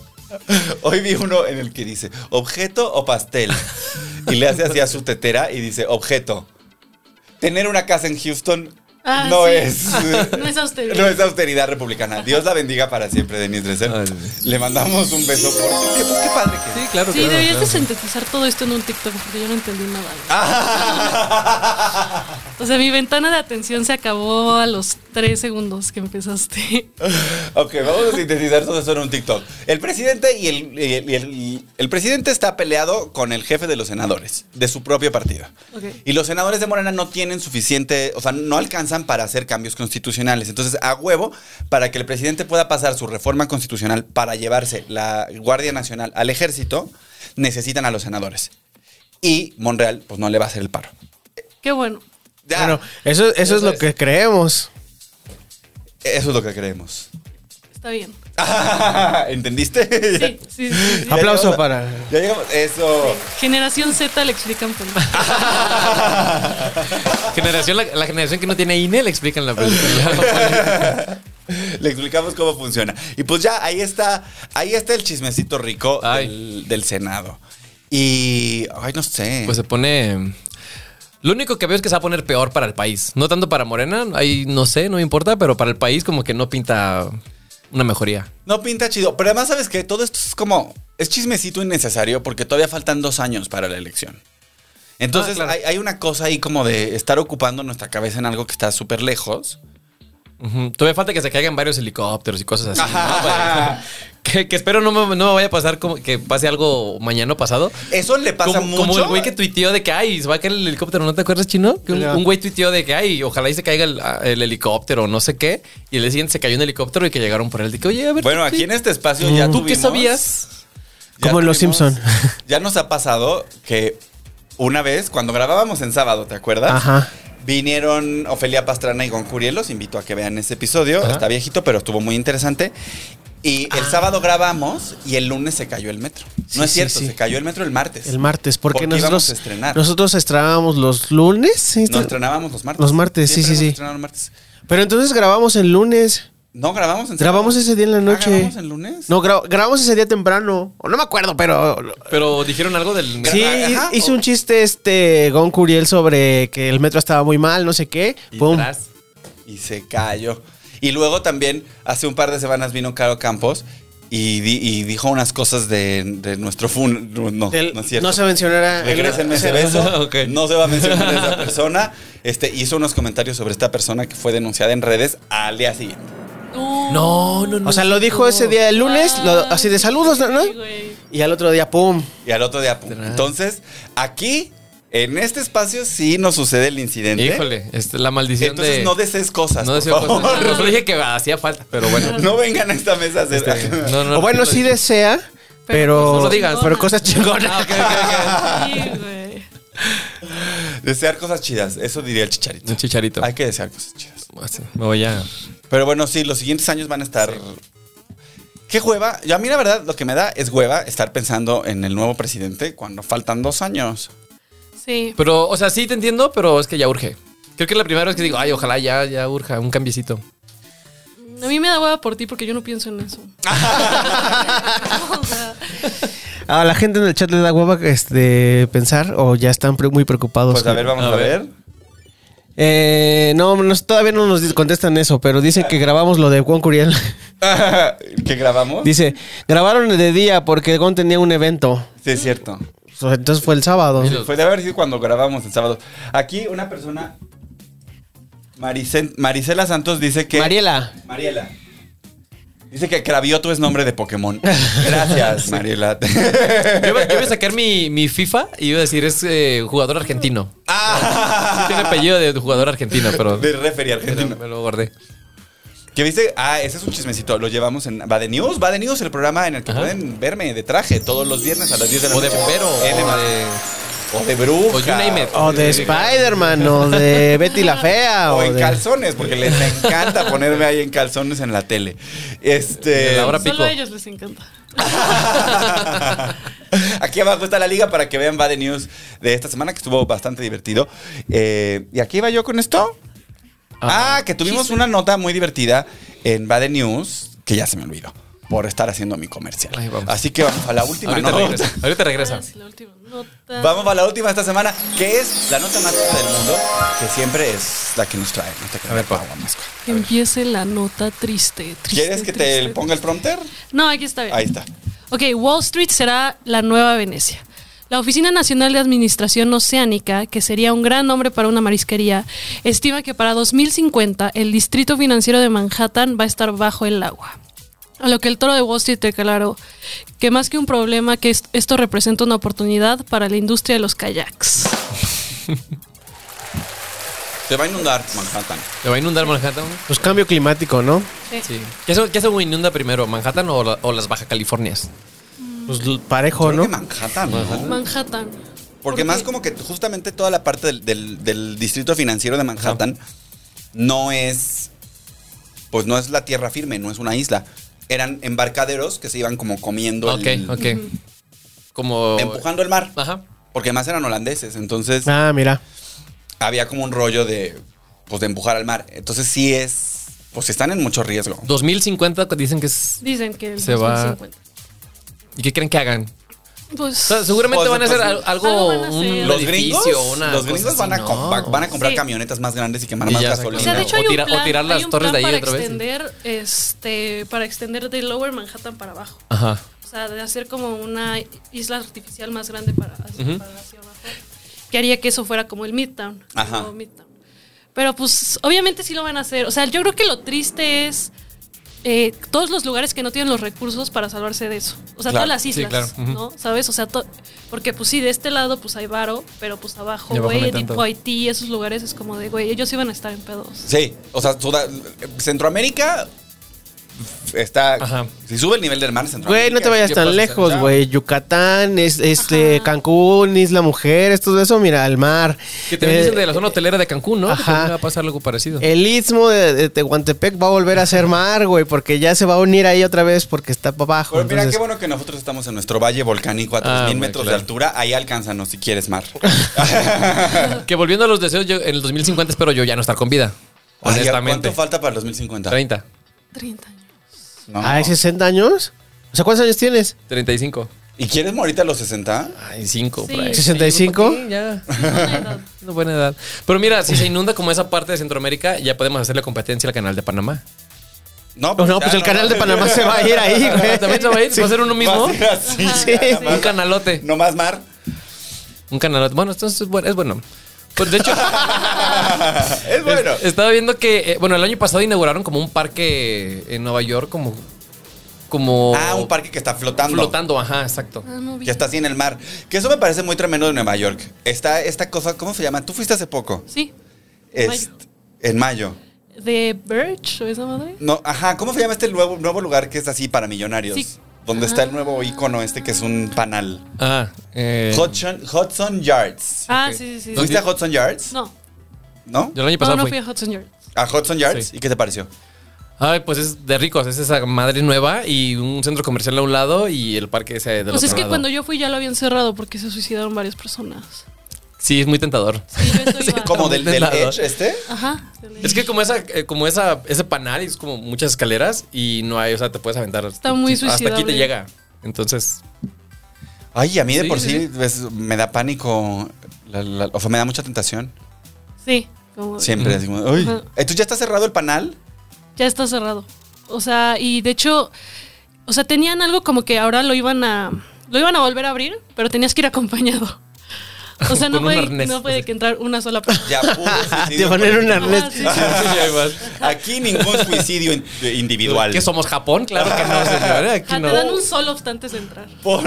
Speaker 4: Hoy vi uno en el que dice, ¿objeto o pastel? Y le hace así a su tetera y dice, objeto. Tener una casa en Houston
Speaker 5: Ah,
Speaker 4: no,
Speaker 5: sí.
Speaker 4: es,
Speaker 5: No es austeridad.
Speaker 4: no es austeridad republicana. Dios la bendiga para siempre, Denise Dresser.
Speaker 6: Ay.
Speaker 4: Le mandamos un beso por... Qué, pues, qué padre que
Speaker 6: Sí, claro.
Speaker 5: Sí,
Speaker 6: claro,
Speaker 5: deberías de este
Speaker 6: claro.
Speaker 5: sintetizar todo esto en un TikTok porque yo no entendí nada. güey.
Speaker 4: Ah.
Speaker 5: O sea, mi ventana de atención se acabó a los tres segundos que empezaste.
Speaker 4: Ok, vamos a sintetizar todo eso en un TikTok. El presidente y el, y el- y el- el presidente está peleado con el jefe de los senadores, de su propio partido.
Speaker 5: Ok.
Speaker 4: Y los senadores de Morena no tienen suficiente, o sea, no alcanzan para hacer cambios constitucionales. Entonces, a huevo, para que el presidente pueda pasar su reforma constitucional para llevarse la Guardia Nacional al ejército, necesitan a los senadores. Y Monreal, pues no le va a hacer el paro.
Speaker 5: Qué bueno.
Speaker 4: Ya,
Speaker 2: Bueno, eso, eso es lo
Speaker 6: es.
Speaker 2: que creemos.
Speaker 4: eso es lo que creemos.
Speaker 5: Está bien.
Speaker 4: ¿Entendiste?
Speaker 5: Sí, sí, sí, sí.
Speaker 4: Ya
Speaker 2: Aplauso
Speaker 4: llegamos a-
Speaker 2: para-
Speaker 4: Ya llegamos. Eso.
Speaker 5: Generación Z le explican política.
Speaker 6: Generación, la, la generación que no tiene INE le explican la película.
Speaker 4: Le explicamos cómo funciona. Y pues ya, ahí está, ahí está el chismecito rico
Speaker 6: Ay.
Speaker 4: del, del Senado. Y. Ay, no sé.
Speaker 6: pues se pone. Lo único que veo es que se va a poner peor para el país. No tanto para Morena, ahí no sé, no me importa, pero para el país como que no pinta una mejoría.
Speaker 4: no pinta chido. Pero además, ¿sabes que Todo esto es como. Es chismecito innecesario porque todavía faltan dos años para la elección. Entonces,
Speaker 6: Ah, claro.
Speaker 4: hay, hay una cosa ahí como de estar ocupando nuestra cabeza en algo que está súper lejos.
Speaker 6: Ujú. Todavía falta que se caigan varios helicópteros y cosas así. ¿no?
Speaker 4: Ajá.
Speaker 6: que, que espero no me, no me vaya a pasar como que pase algo mañana o pasado.
Speaker 4: Eso le pasa
Speaker 6: como,
Speaker 4: mucho.
Speaker 6: como el güey que tuiteó de que ay, se va a caer el helicóptero, ¿no te acuerdas, chino? Que un,
Speaker 2: No.
Speaker 6: un güey tuiteó de que ay, ojalá y se caiga el, ah, el helicóptero, no sé qué. Y el día siguiente se cayó un helicóptero y que llegaron por él. De que, oye, a ver.
Speaker 4: Bueno,
Speaker 6: ¿tú-
Speaker 4: aquí en este espacio ya
Speaker 6: ¿Tú qué
Speaker 4: tuvimos-
Speaker 6: sabías?
Speaker 4: Ya
Speaker 2: Como en Los
Speaker 4: tuvimos-
Speaker 2: Simpson.
Speaker 4: Ya nos ha pasado que una vez, cuando grabábamos en sábado, ¿te acuerdas?
Speaker 2: Ajá.
Speaker 4: Vinieron Ofelia Pastrana y Goncuriel, los invito a que vean ese episodio,
Speaker 6: Ajá.
Speaker 4: está viejito, pero estuvo muy interesante. Y el sábado grabamos y el lunes se cayó el metro.
Speaker 2: Sí,
Speaker 4: no es
Speaker 2: sí,
Speaker 4: cierto,
Speaker 2: sí.
Speaker 4: se cayó el metro el martes.
Speaker 2: El martes, porque,
Speaker 4: íbamos
Speaker 2: nosotros
Speaker 4: a estrenar.
Speaker 2: nosotros estrenábamos los lunes. ¿sí?
Speaker 4: Nos estrenábamos los martes.
Speaker 2: Los martes, sí,
Speaker 4: Siempre
Speaker 2: sí,
Speaker 4: hemos
Speaker 2: sí.
Speaker 4: estrenado los martes.
Speaker 2: Pero entonces grabamos el lunes.
Speaker 4: No, grabamos en
Speaker 2: Grabamos ese día en la
Speaker 4: Ah,
Speaker 2: noche.
Speaker 4: ¿Grabamos el lunes?
Speaker 2: No, gra- grabamos ese día temprano. O No me acuerdo, pero.
Speaker 6: Pero dijeron algo del.
Speaker 2: Sí,
Speaker 4: Ajá.
Speaker 2: hizo un chiste este Gon Curiel sobre que el metro estaba muy mal, no sé qué.
Speaker 6: Y
Speaker 2: Pum.
Speaker 6: tras.
Speaker 4: y se cayó. Y luego también, hace un par de semanas vino Caro Campos y, di- y dijo unas cosas de, de nuestro fun. No,
Speaker 2: Del-
Speaker 4: no es cierto.
Speaker 2: no se mencionará.
Speaker 4: Regrésenme ese
Speaker 2: el-
Speaker 4: beso.
Speaker 6: Ok.
Speaker 4: No se va a mencionar esa persona. Este, hizo unos comentarios sobre esta persona que fue denunciada en redes al día siguiente.
Speaker 6: No, no, no.
Speaker 2: O sea, lo dijo ese día el lunes, lo- así de saludos, ¿no?
Speaker 5: Sí, güey.
Speaker 2: Y al otro día, pum.
Speaker 4: Y al otro día. pum. Entonces, aquí, en este espacio, sí nos sucede el incidente.
Speaker 6: Híjole, este, la maldición
Speaker 4: Entonces,
Speaker 6: de.
Speaker 4: no desees cosas.
Speaker 6: no
Speaker 4: por
Speaker 6: deseo cosas.
Speaker 4: favor.
Speaker 6: Pero solo dije que hacía falta, pero bueno.
Speaker 4: No vengan a esta mesa a hacer.
Speaker 6: Este, no, no,
Speaker 2: o bueno,
Speaker 6: no
Speaker 2: sí
Speaker 6: lo dije.
Speaker 2: desea, pero.
Speaker 5: Pero
Speaker 6: no lo digas.
Speaker 2: Pero cosas chingonas.
Speaker 6: Ah, ok, ok, ok.
Speaker 5: Sí, güey.
Speaker 4: Desear cosas chidas. Eso diría el chicharito.
Speaker 6: Un chicharito.
Speaker 4: Hay que desear cosas chidas.
Speaker 6: Así, Me voy a.
Speaker 4: Pero bueno, sí, los siguientes años van a estar. ¿Qué hueva? Yo a mí la verdad lo que me da es hueva estar pensando en el nuevo presidente cuando faltan dos años.
Speaker 5: Sí.
Speaker 6: Pero, o sea, sí te entiendo, pero es que ya urge. Creo que es la primera vez que digo, ay, ojalá ya, ya urja, un cambiecito.
Speaker 5: A mí me da hueva por ti porque yo no pienso en eso. O sea,
Speaker 2: A la gente en el chat le da hueva este, pensar o ya están pre- muy preocupados.
Speaker 4: Pues a ver, vamos a,
Speaker 6: A
Speaker 4: ver.
Speaker 6: ver.
Speaker 2: Eh, no, nos- todavía no nos contestan eso, pero dicen que grabamos lo de Juan Curiel.
Speaker 4: ¿Qué grabamos?
Speaker 2: Dice, grabaron de día porque Gon tenía un evento.
Speaker 4: Sí, es cierto.
Speaker 2: So, Entonces fue el sábado.
Speaker 6: Sí.
Speaker 4: Fue de haber sido cuando grabamos el sábado. Aquí una persona. Maricen- Marisela Santos dice que.
Speaker 2: Mariela.
Speaker 4: Mariela. Dice que Cravioto es nombre de Pokémon. Gracias, Mariela.
Speaker 6: Yo iba, yo iba a sacar mi, mi FIFA y iba a decir, es eh, jugador argentino.
Speaker 4: ah,
Speaker 6: Tiene apellido de jugador argentino, pero.
Speaker 4: De referee
Speaker 6: pero
Speaker 4: argentino.
Speaker 6: me lo guardé.
Speaker 4: Que viste, ah, ese es un chismecito. Lo llevamos en Va de News. Va de News, el programa en el que
Speaker 6: Ajá.
Speaker 4: pueden verme de traje todos los viernes a las 10 de la
Speaker 6: O de
Speaker 4: noche.
Speaker 6: bombero.
Speaker 4: En el
Speaker 6: O
Speaker 4: Ma-
Speaker 6: de.
Speaker 4: o de bruja.
Speaker 6: O you name it.
Speaker 2: O de Spider-Man, o de Betty la Fea.
Speaker 4: O en
Speaker 2: Ah, de-
Speaker 4: calzones, porque les encanta ponerme ahí en calzones en la tele. Este.
Speaker 6: De la hora pico.
Speaker 5: solo a ellos les encanta.
Speaker 4: aquí abajo está la liga para que vean Va de News de esta semana, que estuvo bastante divertido. Eh, y aquí iba yo con esto. Ah, que tuvimos una nota muy divertida en Bad News que ya se me olvidó por estar haciendo mi comercial.
Speaker 6: Ahí vamos.
Speaker 4: Así que vamos a la última
Speaker 6: Ahorita
Speaker 4: nota.
Speaker 6: regresa. Ahorita regresa.
Speaker 5: Ah, sí, la última nota.
Speaker 4: Vamos a la última esta semana, que es la nota más corta del mundo, que siempre es la que nos trae. No te creas,
Speaker 6: A ver, pa.
Speaker 4: Pau, vamos, pa.
Speaker 5: Que empiece la nota triste. triste
Speaker 4: ¿Quieres que te
Speaker 5: triste,
Speaker 4: ponga el prompter?
Speaker 5: No, aquí está bien.
Speaker 4: Ahí está.
Speaker 5: Ok, Wall Street será la nueva Venecia. La Oficina Nacional de Administración Oceánica, que sería un gran nombre para una marisquería, estima que para 2050 el distrito financiero de Manhattan va a estar bajo el agua. A lo que el toro de Wall Street declaró que más que un problema, que est- esto representa una oportunidad para la industria de los kayaks.
Speaker 4: Te va a inundar Manhattan.
Speaker 6: ¿Le va a inundar Manhattan?
Speaker 2: Pues cambio climático, ¿no?
Speaker 6: Sí. ¿Qué se, qué se inunda primero, Manhattan o, la- o las Baja Californias?
Speaker 2: Pues l- parejo,
Speaker 4: Creo
Speaker 2: ¿no?
Speaker 4: que Manhattan, ¿no?
Speaker 5: Manhattan.
Speaker 4: Porque más como que justamente toda la parte del, del- del distrito financiero de Manhattan no es. Pues no es la tierra firme, no es una isla. eran embarcaderos que se iban como comiendo,
Speaker 6: Ok, Ah.
Speaker 4: el-
Speaker 6: ok. Como.
Speaker 4: empujando el mar.
Speaker 6: Ajá.
Speaker 4: Porque además eran holandeses, entonces
Speaker 2: Ah, mira.
Speaker 4: había como un rollo de, pues, de empujar al mar. Entonces sí es, pues están en mucho riesgo.
Speaker 6: 2050 dicen que es.
Speaker 5: Dicen que el
Speaker 6: Se va-
Speaker 5: 2050.
Speaker 6: ¿Y qué creen que hagan?
Speaker 5: Pues
Speaker 6: O sea, seguramente
Speaker 4: Pues,
Speaker 6: van a hacer
Speaker 4: pues,
Speaker 6: al-
Speaker 5: algo
Speaker 6: algo.
Speaker 5: van a hacer.
Speaker 6: un
Speaker 4: Los
Speaker 6: edificio,
Speaker 4: gringos,
Speaker 6: una
Speaker 4: los
Speaker 6: cosa
Speaker 4: gringos van, a
Speaker 6: así, ¿no?
Speaker 4: compa- van a comprar
Speaker 5: Sí.
Speaker 4: camionetas más grandes y quemar
Speaker 6: Y
Speaker 4: más
Speaker 6: ya se
Speaker 4: gasolina.
Speaker 5: O sea, de hecho
Speaker 6: O
Speaker 5: hay
Speaker 6: tira- o
Speaker 5: un plan,
Speaker 6: tirar las
Speaker 5: hay un
Speaker 6: torres
Speaker 5: plan
Speaker 6: de ahí
Speaker 5: para
Speaker 6: otra vez.
Speaker 5: extender, este, para extender de Lower Manhattan para abajo.
Speaker 6: Ajá.
Speaker 5: O sea, de hacer como una isla artificial más grande para, hacia-
Speaker 6: Ujú.
Speaker 5: para hacia abajo. Que haría que eso fuera como el Midtown.
Speaker 4: Ajá.
Speaker 5: nuevo Midtown. Pero pues obviamente sí lo van a hacer. O sea, yo creo que lo triste es eh, todos los lugares que no tienen los recursos para salvarse de eso. O sea,
Speaker 4: Claro,
Speaker 5: todas las
Speaker 6: sí,
Speaker 5: islas,
Speaker 6: claro, ujú.
Speaker 5: ¿no? ¿Sabes? O sea, to- porque pues sí, de este lado pues hay varo, pero pues abajo,
Speaker 6: Y abajo no
Speaker 5: güey,
Speaker 6: hay tanto.
Speaker 5: tipo Haití, esos lugares es como de, güey, ellos iban a estar en pedos.
Speaker 4: Sí, o sea, Suda- Centroamérica está...
Speaker 6: Ajá.
Speaker 4: Si sube el nivel del mar, Centroamérica...
Speaker 2: Güey, no te vayas
Speaker 6: ¿Qué
Speaker 2: tan
Speaker 6: pasa?
Speaker 2: lejos,
Speaker 6: Ya.
Speaker 2: güey. Yucatán, es, este,
Speaker 5: Ajá.
Speaker 2: Cancún, Isla Mujeres, todo eso, mira, al mar.
Speaker 6: Que también
Speaker 2: Eh,
Speaker 6: dicen de la zona hotelera de Cancún, ¿no?
Speaker 2: ajá. Eh,
Speaker 6: Que también va a pasar algo parecido.
Speaker 2: El istmo de, de Tehuantepec va a volver a ser mar, güey, porque ya se va a unir ahí otra vez porque está para abajo.
Speaker 4: Pero mira,
Speaker 2: entonces-
Speaker 4: qué bueno que nosotros estamos en nuestro valle volcánico a
Speaker 6: Ah,
Speaker 4: 3.000
Speaker 6: güey,
Speaker 4: metros
Speaker 6: claro.
Speaker 4: de altura. Ahí alcánzanos si quieres mar.
Speaker 6: Que volviendo a los deseos, yo en el 2050 espero yo ya no estar con vida.
Speaker 4: Ay,
Speaker 6: Honestamente.
Speaker 4: ¿Cuánto falta para el 2050?
Speaker 6: 30,
Speaker 5: 30 años.
Speaker 4: No.
Speaker 2: Ay, 60 años. O sea, ¿cuántos años tienes?
Speaker 6: 35.
Speaker 4: ¿Y quieres morirte a los 60?
Speaker 6: Ay, 5
Speaker 5: Sí.
Speaker 6: por ahí.
Speaker 2: 65.
Speaker 6: Sí, ya.
Speaker 5: Buena edad.
Speaker 6: Una buena edad. Pero mira, si se inunda como esa parte de Centroamérica, ya podemos hacerle competencia al canal de Panamá.
Speaker 4: No,
Speaker 2: No, no,
Speaker 4: ya
Speaker 2: pues el
Speaker 4: no.
Speaker 2: canal de Panamá se va a ir ahí, güey.
Speaker 6: También se va a ir, va a ser uno mismo.
Speaker 4: Va pues. a ser así, ya,
Speaker 5: Ajá,
Speaker 4: nada
Speaker 5: sí.
Speaker 4: más.
Speaker 6: Un canalote.
Speaker 4: No más mar.
Speaker 6: Un canalote. Bueno, entonces es bueno. Es bueno. Pues de hecho,
Speaker 4: es bueno.
Speaker 6: es- estaba viendo que, eh, bueno, el año pasado inauguraron como un parque en Nueva York, como. como
Speaker 4: Ah, un parque que está flotando.
Speaker 6: flotando. Ajá, exacto.
Speaker 5: Ah, no vi.
Speaker 4: Que está así en el mar. Que eso me parece muy tremendo de Nueva York. Está esta cosa, ¿cómo se llama? Tú fuiste hace poco.
Speaker 5: Sí.
Speaker 4: Es- En mayo.
Speaker 5: ¿De Birch o esa madre?
Speaker 4: No, ajá, ¿cómo se llama este nuevo, nuevo lugar que es así para millonarios?
Speaker 5: Sí. Ah.
Speaker 4: Donde está el nuevo icono este que es un panal.
Speaker 6: Ah, eh,
Speaker 4: Hudson, Hudson Yards.
Speaker 5: Ah,
Speaker 6: Ok.
Speaker 5: sí, sí, sí.
Speaker 4: ¿Fuiste a Hudson Yards?
Speaker 5: No,
Speaker 4: ¿No?
Speaker 6: yo el año
Speaker 5: no,
Speaker 6: pasado
Speaker 5: no
Speaker 6: fui.
Speaker 5: fui a Hudson Yards.
Speaker 4: ¿A Hudson Yards?
Speaker 6: Sí.
Speaker 4: ¿Y qué te pareció?
Speaker 5: Ah.
Speaker 6: Ay, pues es de ricos, es esa madre nueva y un centro comercial a un lado y el parque ese del
Speaker 5: Pues
Speaker 6: otro
Speaker 5: es que
Speaker 6: lado.
Speaker 5: cuando yo fui ya lo habían cerrado porque se suicidaron varias personas.
Speaker 6: Sí, es muy tentador.
Speaker 5: Sí, yo eso iba.
Speaker 4: ¿Cómo? ¿Del, del
Speaker 6: tentador.
Speaker 4: Edge este?
Speaker 5: Ajá.
Speaker 6: Es que como esa, eh, como esa, ese panal es como muchas escaleras y no hay, o sea, te puedes aventar.
Speaker 5: Está muy
Speaker 6: Sí, Hasta aquí te
Speaker 5: suicidable.
Speaker 6: llega. Entonces,
Speaker 4: Ay, a mí de
Speaker 6: Sí,
Speaker 4: por
Speaker 6: sí,
Speaker 4: sí, ves, me da pánico. la- la- o sea, me da mucha tentación.
Speaker 5: Sí, como...
Speaker 4: Siempre. así como, uy.
Speaker 5: Ajá.
Speaker 4: Entonces ya está cerrado el panal.
Speaker 5: Ya está cerrado. O sea, y de hecho, o sea, tenían algo como que ahora lo iban a... Lo iban a volver a abrir, pero tenías que ir acompañado. O sea, no
Speaker 6: Con un
Speaker 5: puede,
Speaker 6: arnés,
Speaker 5: no puede
Speaker 6: así.
Speaker 5: que entrar una sola persona.
Speaker 4: Ya puro
Speaker 2: Te
Speaker 4: suicidio
Speaker 2: ponen un
Speaker 4: colectivo.
Speaker 2: arnés.
Speaker 5: Ah, sí, sí.
Speaker 4: Aquí ningún suicidio in- individual.
Speaker 6: ¿qué somos Japón? Claro que no, señor. ¿eh? Aquí
Speaker 5: Ah,
Speaker 6: no.
Speaker 5: Te dan un solo obstante de entrar.
Speaker 4: Por-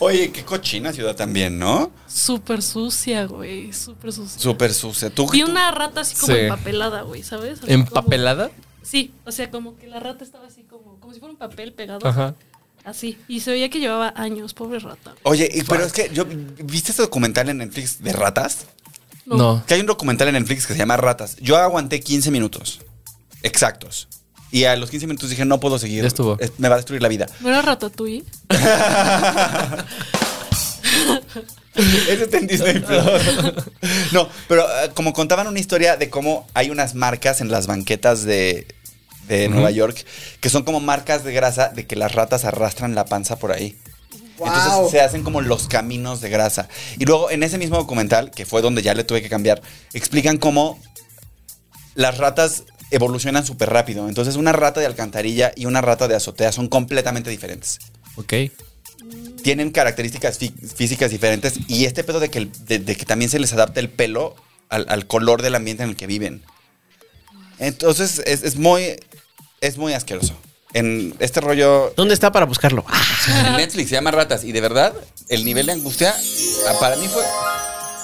Speaker 4: Oye, qué cochina ciudad también, ¿no?
Speaker 5: Súper sucia, güey. Súper sucia.
Speaker 4: Súper sucia. Tú,
Speaker 5: Vi
Speaker 4: tú-
Speaker 5: una rata así como
Speaker 6: Sí.
Speaker 5: empapelada, güey, ¿sabes? Así
Speaker 6: ¿Empapelada?
Speaker 5: como- sí, o sea, como que la rata estaba así como, como si fuera un papel pegado.
Speaker 6: Ajá.
Speaker 5: Así. Y se veía que llevaba años, pobre rata.
Speaker 4: Oye, y- pero es que yo viste ese documental en Netflix de ratas.
Speaker 6: No.
Speaker 4: Que hay un documental en Netflix que se llama Ratas. Yo aguanté 15 minutos exactos. Y a los 15 minutos dije, no puedo seguir.
Speaker 6: Ya estuvo.
Speaker 4: Es- Me va a destruir la vida.
Speaker 5: ¿No era ratatouille?
Speaker 4: Ese está en Disney Plus. No, pero eh, como contaban una historia de cómo hay unas marcas en las banquetas de, de Nueva York que son como marcas de grasa de que las ratas arrastran la panza por ahí. Entonces se hacen como los caminos de grasa. Y luego en ese mismo documental, que fue donde ya le tuve que cambiar, explican cómo las ratas evolucionan súper rápido. Entonces una rata de alcantarilla y una rata de azotea son completamente diferentes
Speaker 6: Ok.
Speaker 4: tienen características fí- físicas diferentes y este pedo de que, el- de, de que también se les adapta el pelo al, al color del ambiente en el que viven. Entonces es, es muy es muy asqueroso. En este rollo
Speaker 2: ¿Dónde está para buscarlo? Ah,
Speaker 4: en Netflix se llama Ratas y de verdad el nivel de angustia ah, para mí fue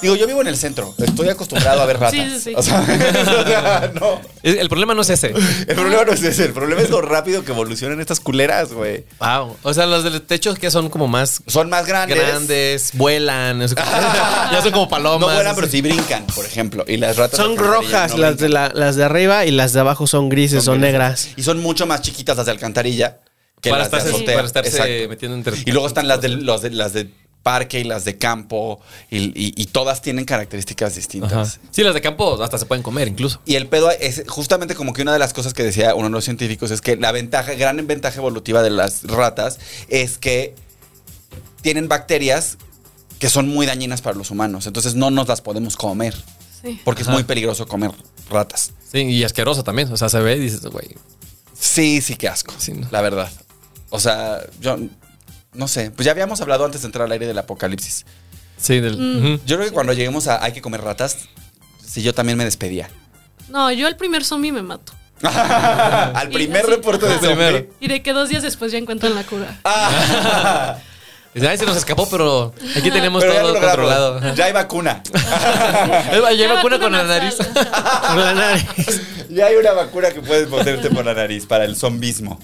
Speaker 4: Digo, yo vivo en el centro. Estoy acostumbrado a ver ratas.
Speaker 5: Sí, sí, sí.
Speaker 4: O sea, o sea, no.
Speaker 6: Es- El problema no es ese.
Speaker 4: El problema no es ese. El problema es lo rápido que evolucionan estas culeras, güey.
Speaker 6: Wow. O sea, los del techo que son como más
Speaker 4: Son más grandes.
Speaker 6: grandes, vuelan. es- ya son como palomas.
Speaker 4: No vuelan, pero sí brincan, por ejemplo. Y las ratas.
Speaker 2: Son
Speaker 4: alcantarillas
Speaker 2: rojas
Speaker 4: Pues no
Speaker 2: las,
Speaker 4: brincan.
Speaker 2: de la- las de arriba y las de abajo son grises o
Speaker 4: Son
Speaker 2: negras.
Speaker 4: Y son mucho más chiquitas las de alcantarilla que
Speaker 6: Para
Speaker 4: las de
Speaker 6: estarse-
Speaker 4: azotea.
Speaker 6: para estarse
Speaker 4: Exacto.
Speaker 6: metiendo entre-
Speaker 4: Y luego están las de, los de- las de parque y las de campo. Y, y- y todas tienen características
Speaker 6: Ajá.
Speaker 4: distintas.
Speaker 6: Sí, las de campo hasta se pueden comer incluso.
Speaker 4: Y el pedo es justamente como que una de las cosas que decía uno de los científicos es que la ventaja, gran ventaja evolutiva de las ratas es que tienen bacterias que son muy dañinas para los humanos. Entonces no nos las podemos comer
Speaker 5: Sí.
Speaker 4: porque
Speaker 6: Ajá.
Speaker 4: es muy peligroso comer ratas.
Speaker 6: Sí, y asqueroso también. O sea, se ve y dices, güey.
Speaker 4: Sí, sí, qué asco.
Speaker 6: Sí, ¿no?
Speaker 4: La verdad. O sea, yo no sé. Pues ya habíamos hablado antes de entrar al aire del apocalipsis.
Speaker 6: Sí, del. Ujú.
Speaker 4: Yo creo que cuando lleguemos a hay que comer ratas, si yo también me despedía.
Speaker 5: No, yo al primer zombie me mato.
Speaker 4: al primer
Speaker 5: así-
Speaker 4: reporte de
Speaker 5: Ajá.
Speaker 4: zombie.
Speaker 6: Primero.
Speaker 5: Y de que dos días después ya encuentran la cura.
Speaker 4: Ah.
Speaker 6: Dices, "Ay, se nos escapó, pero aquí tenemos
Speaker 4: Pero ya
Speaker 6: todo
Speaker 4: lo logramos.
Speaker 6: controlado.
Speaker 4: Ya hay vacuna.
Speaker 6: Ahí va,
Speaker 5: Ya
Speaker 6: Lleva vacuna con la
Speaker 5: vacuna
Speaker 6: nariz.
Speaker 5: nasal, ajá.
Speaker 2: Con la nariz.
Speaker 4: ya hay una vacuna que puedes ponerte por la nariz para el zombismo.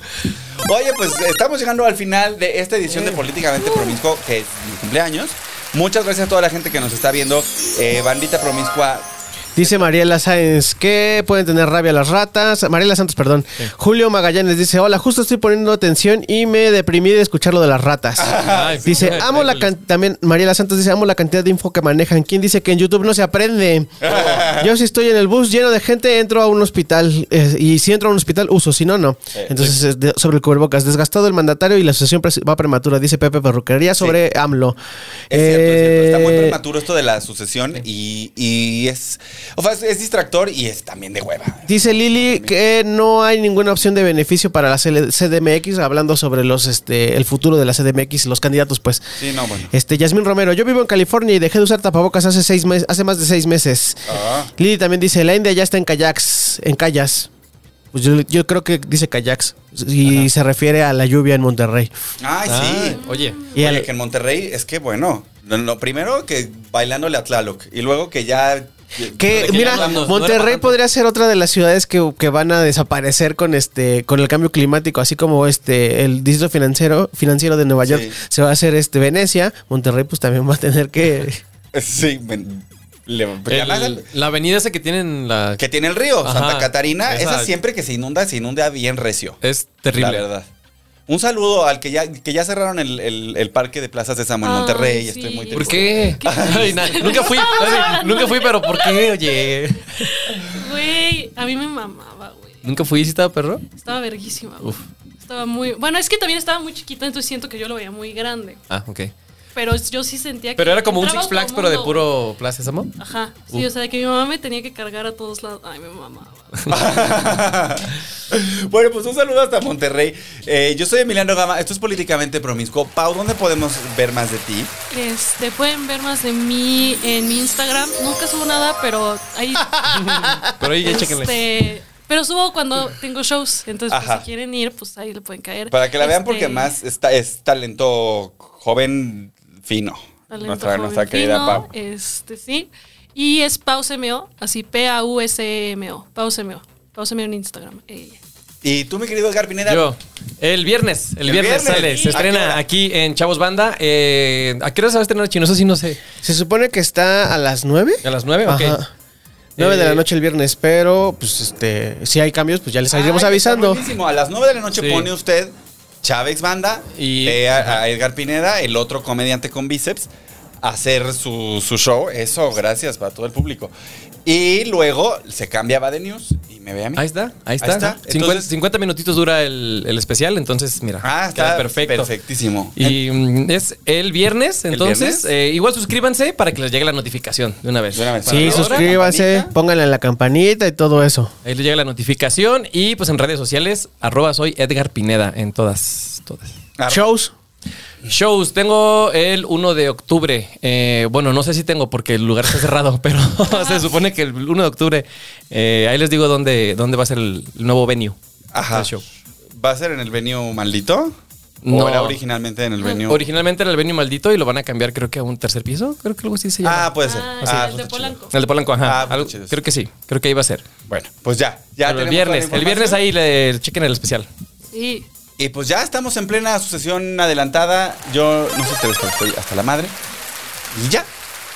Speaker 4: Oye, pues estamos llegando al final de esta edición de Políticamente Promiscuo, que es mi cumpleaños. Muchas gracias a toda la gente que nos está viendo. Eh, bandita Promiscua,
Speaker 2: Dice Mariela Sáenz que pueden tener rabia las ratas. Mariela Santos, perdón. Julio Magallanes dice: Hola, justo estoy poniendo atención y me deprimí de escuchar lo de las ratas.
Speaker 6: Ay,
Speaker 2: Dice,
Speaker 6: pues,
Speaker 2: amo la
Speaker 6: pues,
Speaker 2: cantidad. También Mariela Santos dice, amo la cantidad de info que manejan. ¿Quién dice que en YouTube no se aprende? Yo si estoy en el bus lleno de gente, entro a un hospital. eh, y si entro a un hospital, uso. Si no,
Speaker 4: Eh,
Speaker 2: no. Entonces, es de- sobre el cubrebocas. Desgastado el mandatario y la asociación pres- va prematura, dice Pepe Perruquería sobre AMLO.
Speaker 4: Es cierto, es cierto. Está muy
Speaker 2: Eh,
Speaker 4: prematuro esto de la sucesión y, y es, o sea, es, es distractor y es también de hueva.
Speaker 2: Dice Lili que no hay ninguna opción de beneficio para la CL CDMX, hablando sobre los este el futuro de la CDMX, los candidatos, pues.
Speaker 4: Sí, no, bueno.
Speaker 2: Este, Yasmín Romero, yo vivo en California y dejé de usar tapabocas hace seis meses, hace más de seis meses.
Speaker 4: Ah.
Speaker 2: Lili también dice, la India ya está en kayaks, en callas. Pues yo, yo creo que dice kayaks. Y se refiere a la lluvia en Monterrey.
Speaker 4: Ay, sí.
Speaker 6: Ah, Oye.
Speaker 2: Y
Speaker 4: Oye,
Speaker 2: al-
Speaker 4: que en Monterrey es que bueno, lo, lo primero que bailándole a Tlaloc y luego que ya
Speaker 2: Que,
Speaker 6: Porque
Speaker 2: mira,
Speaker 6: ya no- no era para
Speaker 2: Monterrey
Speaker 6: tanto.
Speaker 2: podría ser otra de las ciudades que, que van a desaparecer con este, con el cambio climático, así como este, el distrito financiero, financiero de Nueva
Speaker 4: Sí.
Speaker 2: York se va a hacer este Venecia, Monterrey pues también va a tener que
Speaker 4: sí, ven, le-
Speaker 6: el- la avenida esa que tienen la.
Speaker 4: que tiene el río
Speaker 6: Ajá.
Speaker 4: Santa Catarina, esa,
Speaker 6: Esa-
Speaker 4: siempre que se inunda se inunda bien recio.
Speaker 6: Es
Speaker 4: La
Speaker 6: terrible.
Speaker 4: verdad. Un saludo al que ya que ya cerraron el, el- el parque de plazas de Samo en
Speaker 5: Ay,
Speaker 4: Monterrey, y
Speaker 5: sí.
Speaker 4: estoy muy
Speaker 6: ¿Por
Speaker 4: triste.
Speaker 6: qué? Ay, na- nunca fui. Ay, nunca fui, pero ¿por qué? Oye.
Speaker 5: Güey, a mí me mamaba, güey.
Speaker 6: ¿Nunca fui? ¿Sí estaba perro?
Speaker 5: Estaba verguísima, güey. Estaba muy. Bueno, es que también estaba muy chiquita, entonces siento que yo lo veía muy grande.
Speaker 6: Ah, ok.
Speaker 5: Pero yo sí sentía que.
Speaker 6: Pero era como un
Speaker 5: entraba
Speaker 6: Six
Speaker 5: otro
Speaker 6: Flags, pero de
Speaker 5: mundo.
Speaker 6: puro Plaza Samo.
Speaker 5: Ajá. Sí, o sea, que mi mamá me tenía que cargar a todos lados. Ay, me mamaba.
Speaker 4: bueno, pues un saludo hasta Monterrey. Eh, yo soy Emiliano Gama, esto es Políticamente Promiscuo. Pau, ¿dónde podemos ver más de ti?
Speaker 5: Este, pueden ver más de mí en mi Instagram. Nunca subo nada, pero ahí.
Speaker 6: Pero ahí ya chéquenle.
Speaker 5: este, pero subo cuando tengo shows. Entonces, pues,
Speaker 4: Ajá.
Speaker 5: si quieren ir, pues ahí le pueden caer.
Speaker 4: Para que la vean
Speaker 5: Este,
Speaker 4: porque más está, es talento joven fino.
Speaker 5: talento
Speaker 4: nuestra
Speaker 5: joven
Speaker 4: nuestra querida
Speaker 5: fino,
Speaker 4: Pau.
Speaker 5: Este, sí. Y es Pausemeo, así P-A-U-S-M-O. Pausemeo. Pausemeo en Instagram. Ey.
Speaker 4: Y tú, mi querido Edgar Pineda.
Speaker 6: Yo. El viernes, el,
Speaker 4: El
Speaker 6: viernes,
Speaker 4: viernes.
Speaker 6: sale,
Speaker 4: Sí.
Speaker 6: se
Speaker 4: ¿A qué hora?
Speaker 6: estrena aquí en Chavos Banda. Eh, ¿A qué hora se va a estrenar chino? Eso sí no sé.
Speaker 2: se supone que está a las 9?
Speaker 6: ¿A las nueve? Ok.
Speaker 2: Ajá. 9 de
Speaker 6: Eh,
Speaker 2: la noche el viernes, pero pues este, si hay cambios, pues ya les
Speaker 4: Ay,
Speaker 2: iremos
Speaker 4: Ah, está
Speaker 2: avisando.
Speaker 4: buenísimo. A las 9 de la noche
Speaker 6: Sí.
Speaker 4: pone usted Chávez Banda
Speaker 6: Y-
Speaker 4: y a, a Edgar Pineda, el otro comediante con bíceps, a hacer su, su show. Eso, gracias para todo el público. Y luego se cambia a Bad News y me ve a mí.
Speaker 6: Ahí está, ahí está. 50,
Speaker 4: Entonces-
Speaker 6: 50 minutitos dura el, el especial, entonces mira,
Speaker 4: Ah,
Speaker 6: queda
Speaker 4: está perfecto. perfectísimo.
Speaker 6: Y mm, es el viernes,
Speaker 4: ¿El
Speaker 6: entonces
Speaker 4: viernes?
Speaker 6: eh, igual suscríbanse para que les llegue la notificación de una vez.
Speaker 4: De una vez.
Speaker 2: Sí,
Speaker 4: Ahora,
Speaker 2: suscríbanse,
Speaker 4: campanita.
Speaker 2: pónganle en la campanita y todo eso.
Speaker 6: Ahí les llega la notificación y pues en redes sociales, arroba soy Edgar Pineda en todas, todas.
Speaker 4: Ar-
Speaker 2: Shows.
Speaker 6: Shows, tengo el 1 de octubre. Eh, bueno, no sé si tengo porque el lugar está cerrado, pero se supone que el 1 de octubre, eh, ahí les digo dónde, dónde va a ser el, el nuevo venue.
Speaker 4: Ajá.
Speaker 6: del show.
Speaker 4: ¿Va a ser en el venue maldito? No.
Speaker 6: No. Ah,
Speaker 4: ¿O era originalmente en el venue?
Speaker 6: Originalmente era el venue maldito y lo van a cambiar, creo que a un tercer piso. Creo que algo así se llama.
Speaker 4: Ah, puede ser. Ah,
Speaker 5: Ah, el
Speaker 4: eso
Speaker 5: de
Speaker 4: está chido.
Speaker 5: Polanco.
Speaker 6: El de Polanco,
Speaker 4: Ah,
Speaker 6: ajá.
Speaker 4: pues
Speaker 6: Algo-
Speaker 4: chido.
Speaker 6: creo que sí, creo que iba a ser.
Speaker 4: Bueno, pues ya. ya
Speaker 6: Pero el
Speaker 4: tenemos
Speaker 6: viernes,
Speaker 4: toda la
Speaker 6: el viernes
Speaker 4: información.
Speaker 6: ahí le chequen el especial.
Speaker 5: Sí.
Speaker 4: Y pues ya estamos en plena sucesión adelantada. Yo no sé ustedes, pero estoy hasta la madre. Y ya.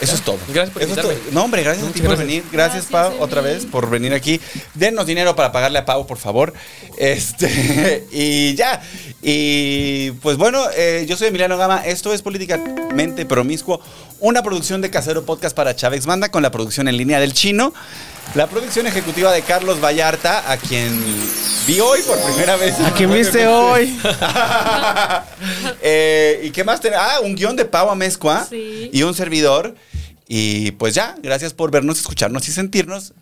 Speaker 4: Eso es todo.
Speaker 6: Gracias por
Speaker 4: Eso es
Speaker 6: invitarme.
Speaker 4: todo. No, hombre, gracias a ti
Speaker 6: Muchas
Speaker 4: por
Speaker 6: gracias.
Speaker 4: venir. Gracias,
Speaker 5: Gracias,
Speaker 4: Pau, otra
Speaker 5: Emi.
Speaker 4: vez por venir aquí. Denos dinero para pagarle a Pau, por favor. Este, y ya. Y pues bueno, eh, yo soy Emiliano Gama. Esto es Políticamente Promiscuo, una producción de Casero Podcast para Chávez Banda con la producción en línea del chino. La producción ejecutiva de Carlos Vallarta, a quien vi hoy por primera vez.
Speaker 2: ¿A quién viste hoy?
Speaker 4: Eh, ¿Y qué más tenemos? Ah, un guión de Pau Amezcua
Speaker 5: Sí.
Speaker 4: y un servidor. Y pues ya, gracias por vernos, escucharnos y sentirnos.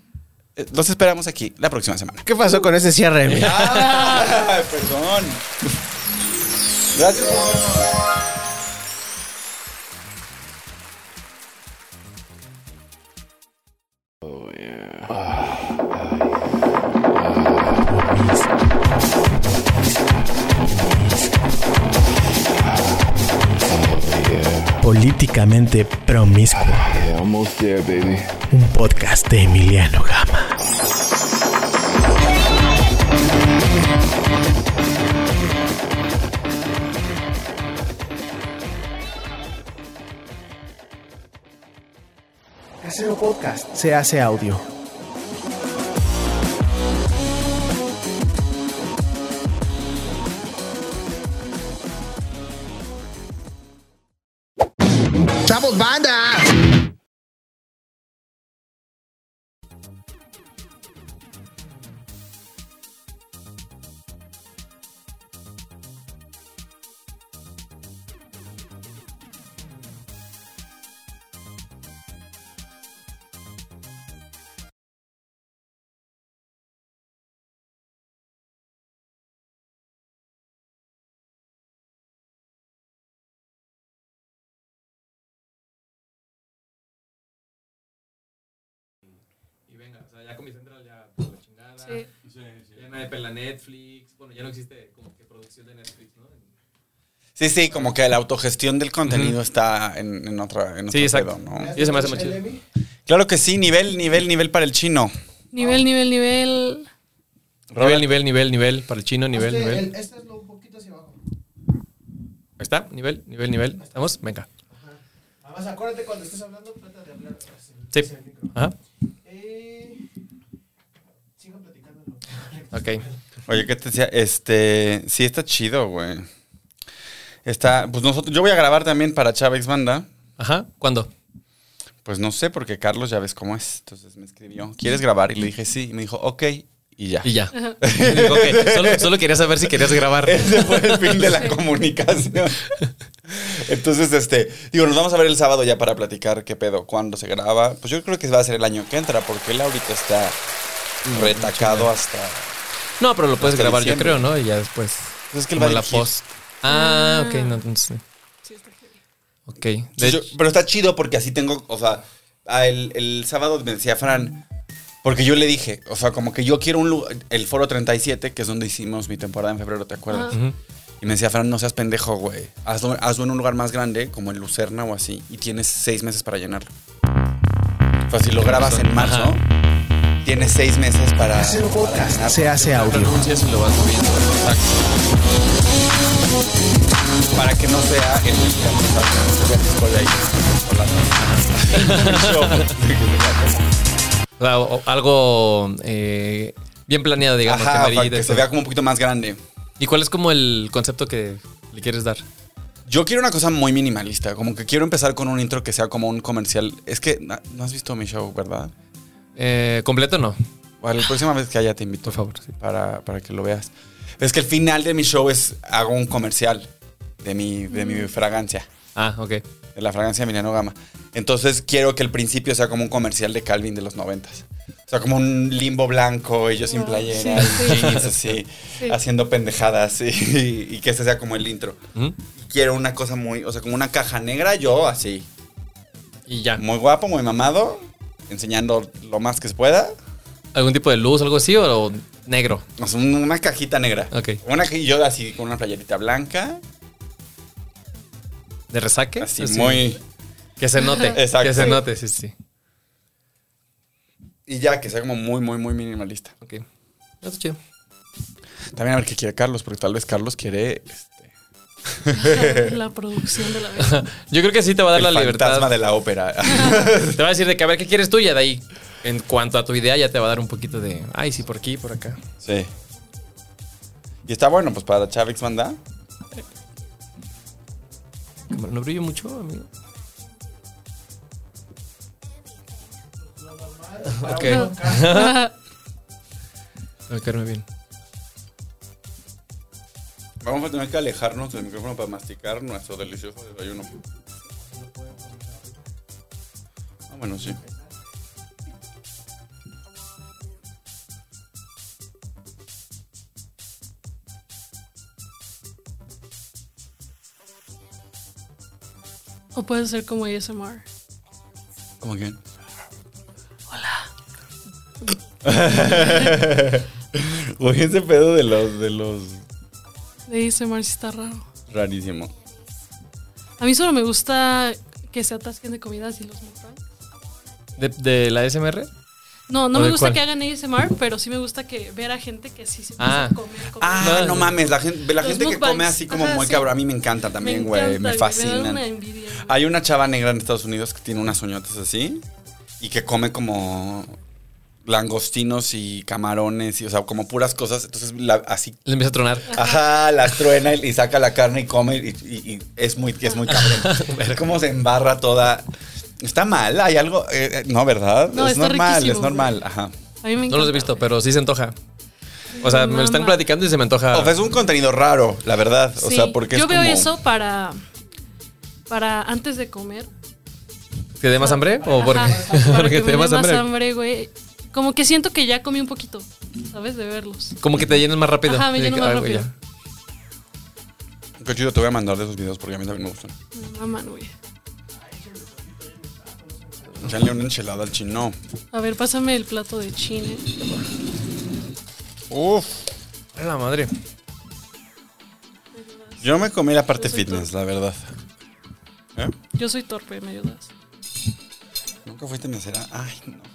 Speaker 4: Eh, Los esperamos aquí la próxima semana.
Speaker 2: ¿Qué pasó con ese cierre? Emi?
Speaker 4: Ah, perdón. Gracias.
Speaker 8: Políticamente Promiscuo,
Speaker 3: Yeah, almost there, baby.
Speaker 8: un podcast de Emiliano Gama.
Speaker 2: Casero Podcast se hace audio.
Speaker 1: Chavos banda.
Speaker 6: Y venga, o sea, ya con mi central ya la chingada.
Speaker 5: Sí.
Speaker 6: Ya nadie pela Netflix. Bueno, ya no existe como que producción de Netflix, ¿no?
Speaker 4: Sí, sí, como que la autogestión del contenido está en, en otra. En otro
Speaker 6: Sí, exacto.
Speaker 4: pedo, ¿no?
Speaker 6: Y eso me hace muy chido.
Speaker 4: Claro que sí, nivel, nivel, nivel para el chino.
Speaker 5: Nivel, nivel, nivel.
Speaker 6: Nivel, nivel, nivel, nivel. Para el chino, nivel, nivel. Ahí
Speaker 1: Este es lo un poquito hacia abajo.
Speaker 6: está, nivel, nivel, nivel. ¿Estamos? Venga.
Speaker 1: Además, acuérdate cuando estés hablando, trata de hablar. así.
Speaker 6: Sí. Ajá.
Speaker 1: Eh, sigo platicando.
Speaker 6: Ok.
Speaker 4: Oye, ¿qué te decía? Este, sí está chido, güey. Está, pues nosotros, yo voy a grabar también para Chávez Banda.
Speaker 6: Ajá. ¿Cuándo?
Speaker 4: Pues no sé, porque Carlos ya ves cómo es. Entonces me escribió, ¿quieres grabar? Y le dije sí. Y me dijo, ok, y ya.
Speaker 6: Y ya. Digo, ok, Solo, solo quería saber si querías grabar.
Speaker 4: Ese fue el fin de la comunicación. Entonces, este, digo, nos vamos a ver el sábado ya para platicar qué pedo, cuándo se graba. Pues yo creo que va a ser el año que entra, porque él ahorita está retacado hasta.
Speaker 6: No, pero lo puedes
Speaker 4: Hasta
Speaker 6: grabar, yo
Speaker 4: diciembre.
Speaker 6: creo, ¿no? Y ya después.
Speaker 4: Pues es que él
Speaker 6: como
Speaker 4: va a
Speaker 6: la
Speaker 4: dirigir.
Speaker 6: post. Ah, ok, no, entonces.
Speaker 5: Sí, está heavy.
Speaker 6: Ok. De
Speaker 4: Entonces,
Speaker 6: hecho-
Speaker 4: yo- pero está chido porque así tengo, o sea, a el, el sábado me decía Fran, porque yo le dije, o sea, como que yo quiero un lugar, el Foro 37, que es donde hicimos mi temporada en febrero, ¿te acuerdas?
Speaker 6: Ujú.
Speaker 4: Y me decía Fran, no seas pendejo, güey, hazlo, hazlo en un lugar más grande, como en Lucerna o así, y tienes seis meses para llenarlo. O sea, si lo grabas en marzo, tienes seis meses para... para llenarlo.
Speaker 2: Se hace audio.
Speaker 6: Pronuncias y lo vas subiendo. Exacto.
Speaker 4: para que no sea el
Speaker 6: O sea, o- o algo eh, bien planeado, digamos.
Speaker 4: Ajá,
Speaker 6: que
Speaker 4: para
Speaker 6: merite
Speaker 4: que se
Speaker 6: esto.
Speaker 4: vea como un poquito más grande.
Speaker 6: ¿Y cuál es como el concepto que le quieres dar?
Speaker 4: Yo quiero una cosa muy minimalista, como que quiero empezar con un intro que sea como un comercial. Es que na- no has visto mi show, ¿verdad?
Speaker 6: Eh, ¿Completo o no?
Speaker 4: Bueno, la próxima vez que haya te invito,
Speaker 6: Por favor, sí.
Speaker 4: para, para que lo veas. Es que el final de mi show es, hago un comercial de mi, de
Speaker 5: Mm.
Speaker 4: mi fragancia,
Speaker 6: Ah, ok.
Speaker 4: de la fragancia Emiliano Gama. Entonces quiero que el principio sea como un comercial de Calvin de los noventas. O sea, como un limbo blanco, ellos sin
Speaker 5: Wow,
Speaker 4: playera,
Speaker 5: sí,
Speaker 4: y
Speaker 5: sí.
Speaker 4: jeans así,
Speaker 5: Sí.
Speaker 4: haciendo pendejadas y, y que ese sea como el intro.
Speaker 6: Ujú.
Speaker 4: Quiero una cosa muy, o sea, como una caja negra, yo así,
Speaker 6: Y ya.
Speaker 4: muy guapo, muy mamado, enseñando lo más que se pueda.
Speaker 6: ¿Algún tipo de luz, algo así o, o negro?
Speaker 4: O sea, un- una cajita negra.
Speaker 6: Ok.
Speaker 4: Una ca- y yo así con una playerita blanca
Speaker 6: de resaque.
Speaker 4: Así,
Speaker 6: Así.
Speaker 4: muy.
Speaker 6: Que se note.
Speaker 4: Exacto.
Speaker 6: Que se note, sí, sí.
Speaker 4: Y ya, que sea como muy, muy, muy minimalista.
Speaker 6: Ok. Está chido.
Speaker 4: También a ver qué quiere Carlos, porque tal vez Carlos quiere este,
Speaker 5: La producción de la vez.
Speaker 6: Yo creo que sí te va a dar
Speaker 4: el
Speaker 6: la libertad.
Speaker 4: fantasma de la ópera.
Speaker 6: Te va a decir de que a ver qué quieres tú y ya de ahí. En cuanto a tu idea, ya te va a dar un poquito de. Ay, sí, por aquí, por acá.
Speaker 4: sí. Y está bueno, pues para Chavix manda.
Speaker 6: Cámara, No brillo mucho, amigo. Ok. Voy a quedarme bien.
Speaker 4: Vamos a tener que alejarnos del micrófono para masticar nuestro delicioso desayuno. Ah, bueno, sí.
Speaker 5: O puede ser como ASMR.
Speaker 4: ¿Cómo que? Hola. Oye, ese pedo de los, de los
Speaker 5: De ASMR sí está raro.
Speaker 4: rarísimo.
Speaker 5: A mí solo me gusta que se atasquen de comidas y los montan.
Speaker 6: ¿De, de la SMR?
Speaker 5: No, no
Speaker 6: ¿O
Speaker 5: me
Speaker 6: de
Speaker 5: gusta
Speaker 6: cuál?
Speaker 5: que hagan ASMR, pero sí me gusta que ver a gente que sí se
Speaker 6: Ah.
Speaker 5: empieza a comer, comer.
Speaker 4: Ah,
Speaker 6: No.
Speaker 4: no, mames, la gente, la
Speaker 5: Los
Speaker 4: gente que come
Speaker 5: mukbangs.
Speaker 4: así como
Speaker 5: Ajá,
Speaker 4: muy
Speaker 5: sí.
Speaker 4: cabrón. A mí me encanta también, güey.
Speaker 5: encanta,
Speaker 4: Me,
Speaker 5: Me da
Speaker 4: fascinan.
Speaker 5: una envidia.
Speaker 4: Hay una chava negra en Estados Unidos que tiene unas uñotas así y que come como langostinos y camarones y, o sea, como puras cosas. Entonces, la- así,
Speaker 6: Le empieza a tronar.
Speaker 4: ajá, las truena y, y saca la carne y come y, y- y es muy, es muy cabrón. Ver cómo se embarra toda. Está mal, hay algo. eh, eh, no, ¿verdad?
Speaker 5: No,
Speaker 4: es
Speaker 5: está
Speaker 4: normal,
Speaker 5: riquísimo,
Speaker 4: es normal. Ajá.
Speaker 5: A mí me
Speaker 6: No los he
Speaker 5: encanta,
Speaker 6: visto,
Speaker 5: güey.
Speaker 6: pero sí se antoja. O sea, me lo están
Speaker 5: Mamá.
Speaker 6: platicando y se me antoja.
Speaker 4: O sea, es un contenido raro, la verdad. O
Speaker 5: Sí,
Speaker 4: sea, porque
Speaker 5: yo
Speaker 4: es
Speaker 5: veo
Speaker 4: como-
Speaker 5: eso para para antes de comer.
Speaker 6: ¿Te dé más hambre? ¿O porque,
Speaker 5: Ajá, para
Speaker 6: porque
Speaker 5: que
Speaker 6: te
Speaker 5: me dé
Speaker 6: dé más hambre?
Speaker 5: güey. Como que siento que ya comí un poquito, ¿sabes? De verlos.
Speaker 6: Como que te llenas más rápido.
Speaker 5: Ajá, me
Speaker 6: Y de
Speaker 5: lleno
Speaker 6: que,
Speaker 5: más
Speaker 6: ay, güey,
Speaker 5: rápido.
Speaker 6: ya.
Speaker 4: Qué chido, te voy a mandar de esos videos porque a mí también me gustan.
Speaker 5: Me maman, güey.
Speaker 4: Echarle una enchilada al chino.
Speaker 5: A ver, pásame el plato de chile.
Speaker 4: Uf.
Speaker 6: A La madre.
Speaker 4: Yo me comí la parte fitness, la verdad. ¿Eh?
Speaker 5: Yo soy torpe, ¿me ayudas?
Speaker 4: ¿Nunca fuiste mesera? Ay, no.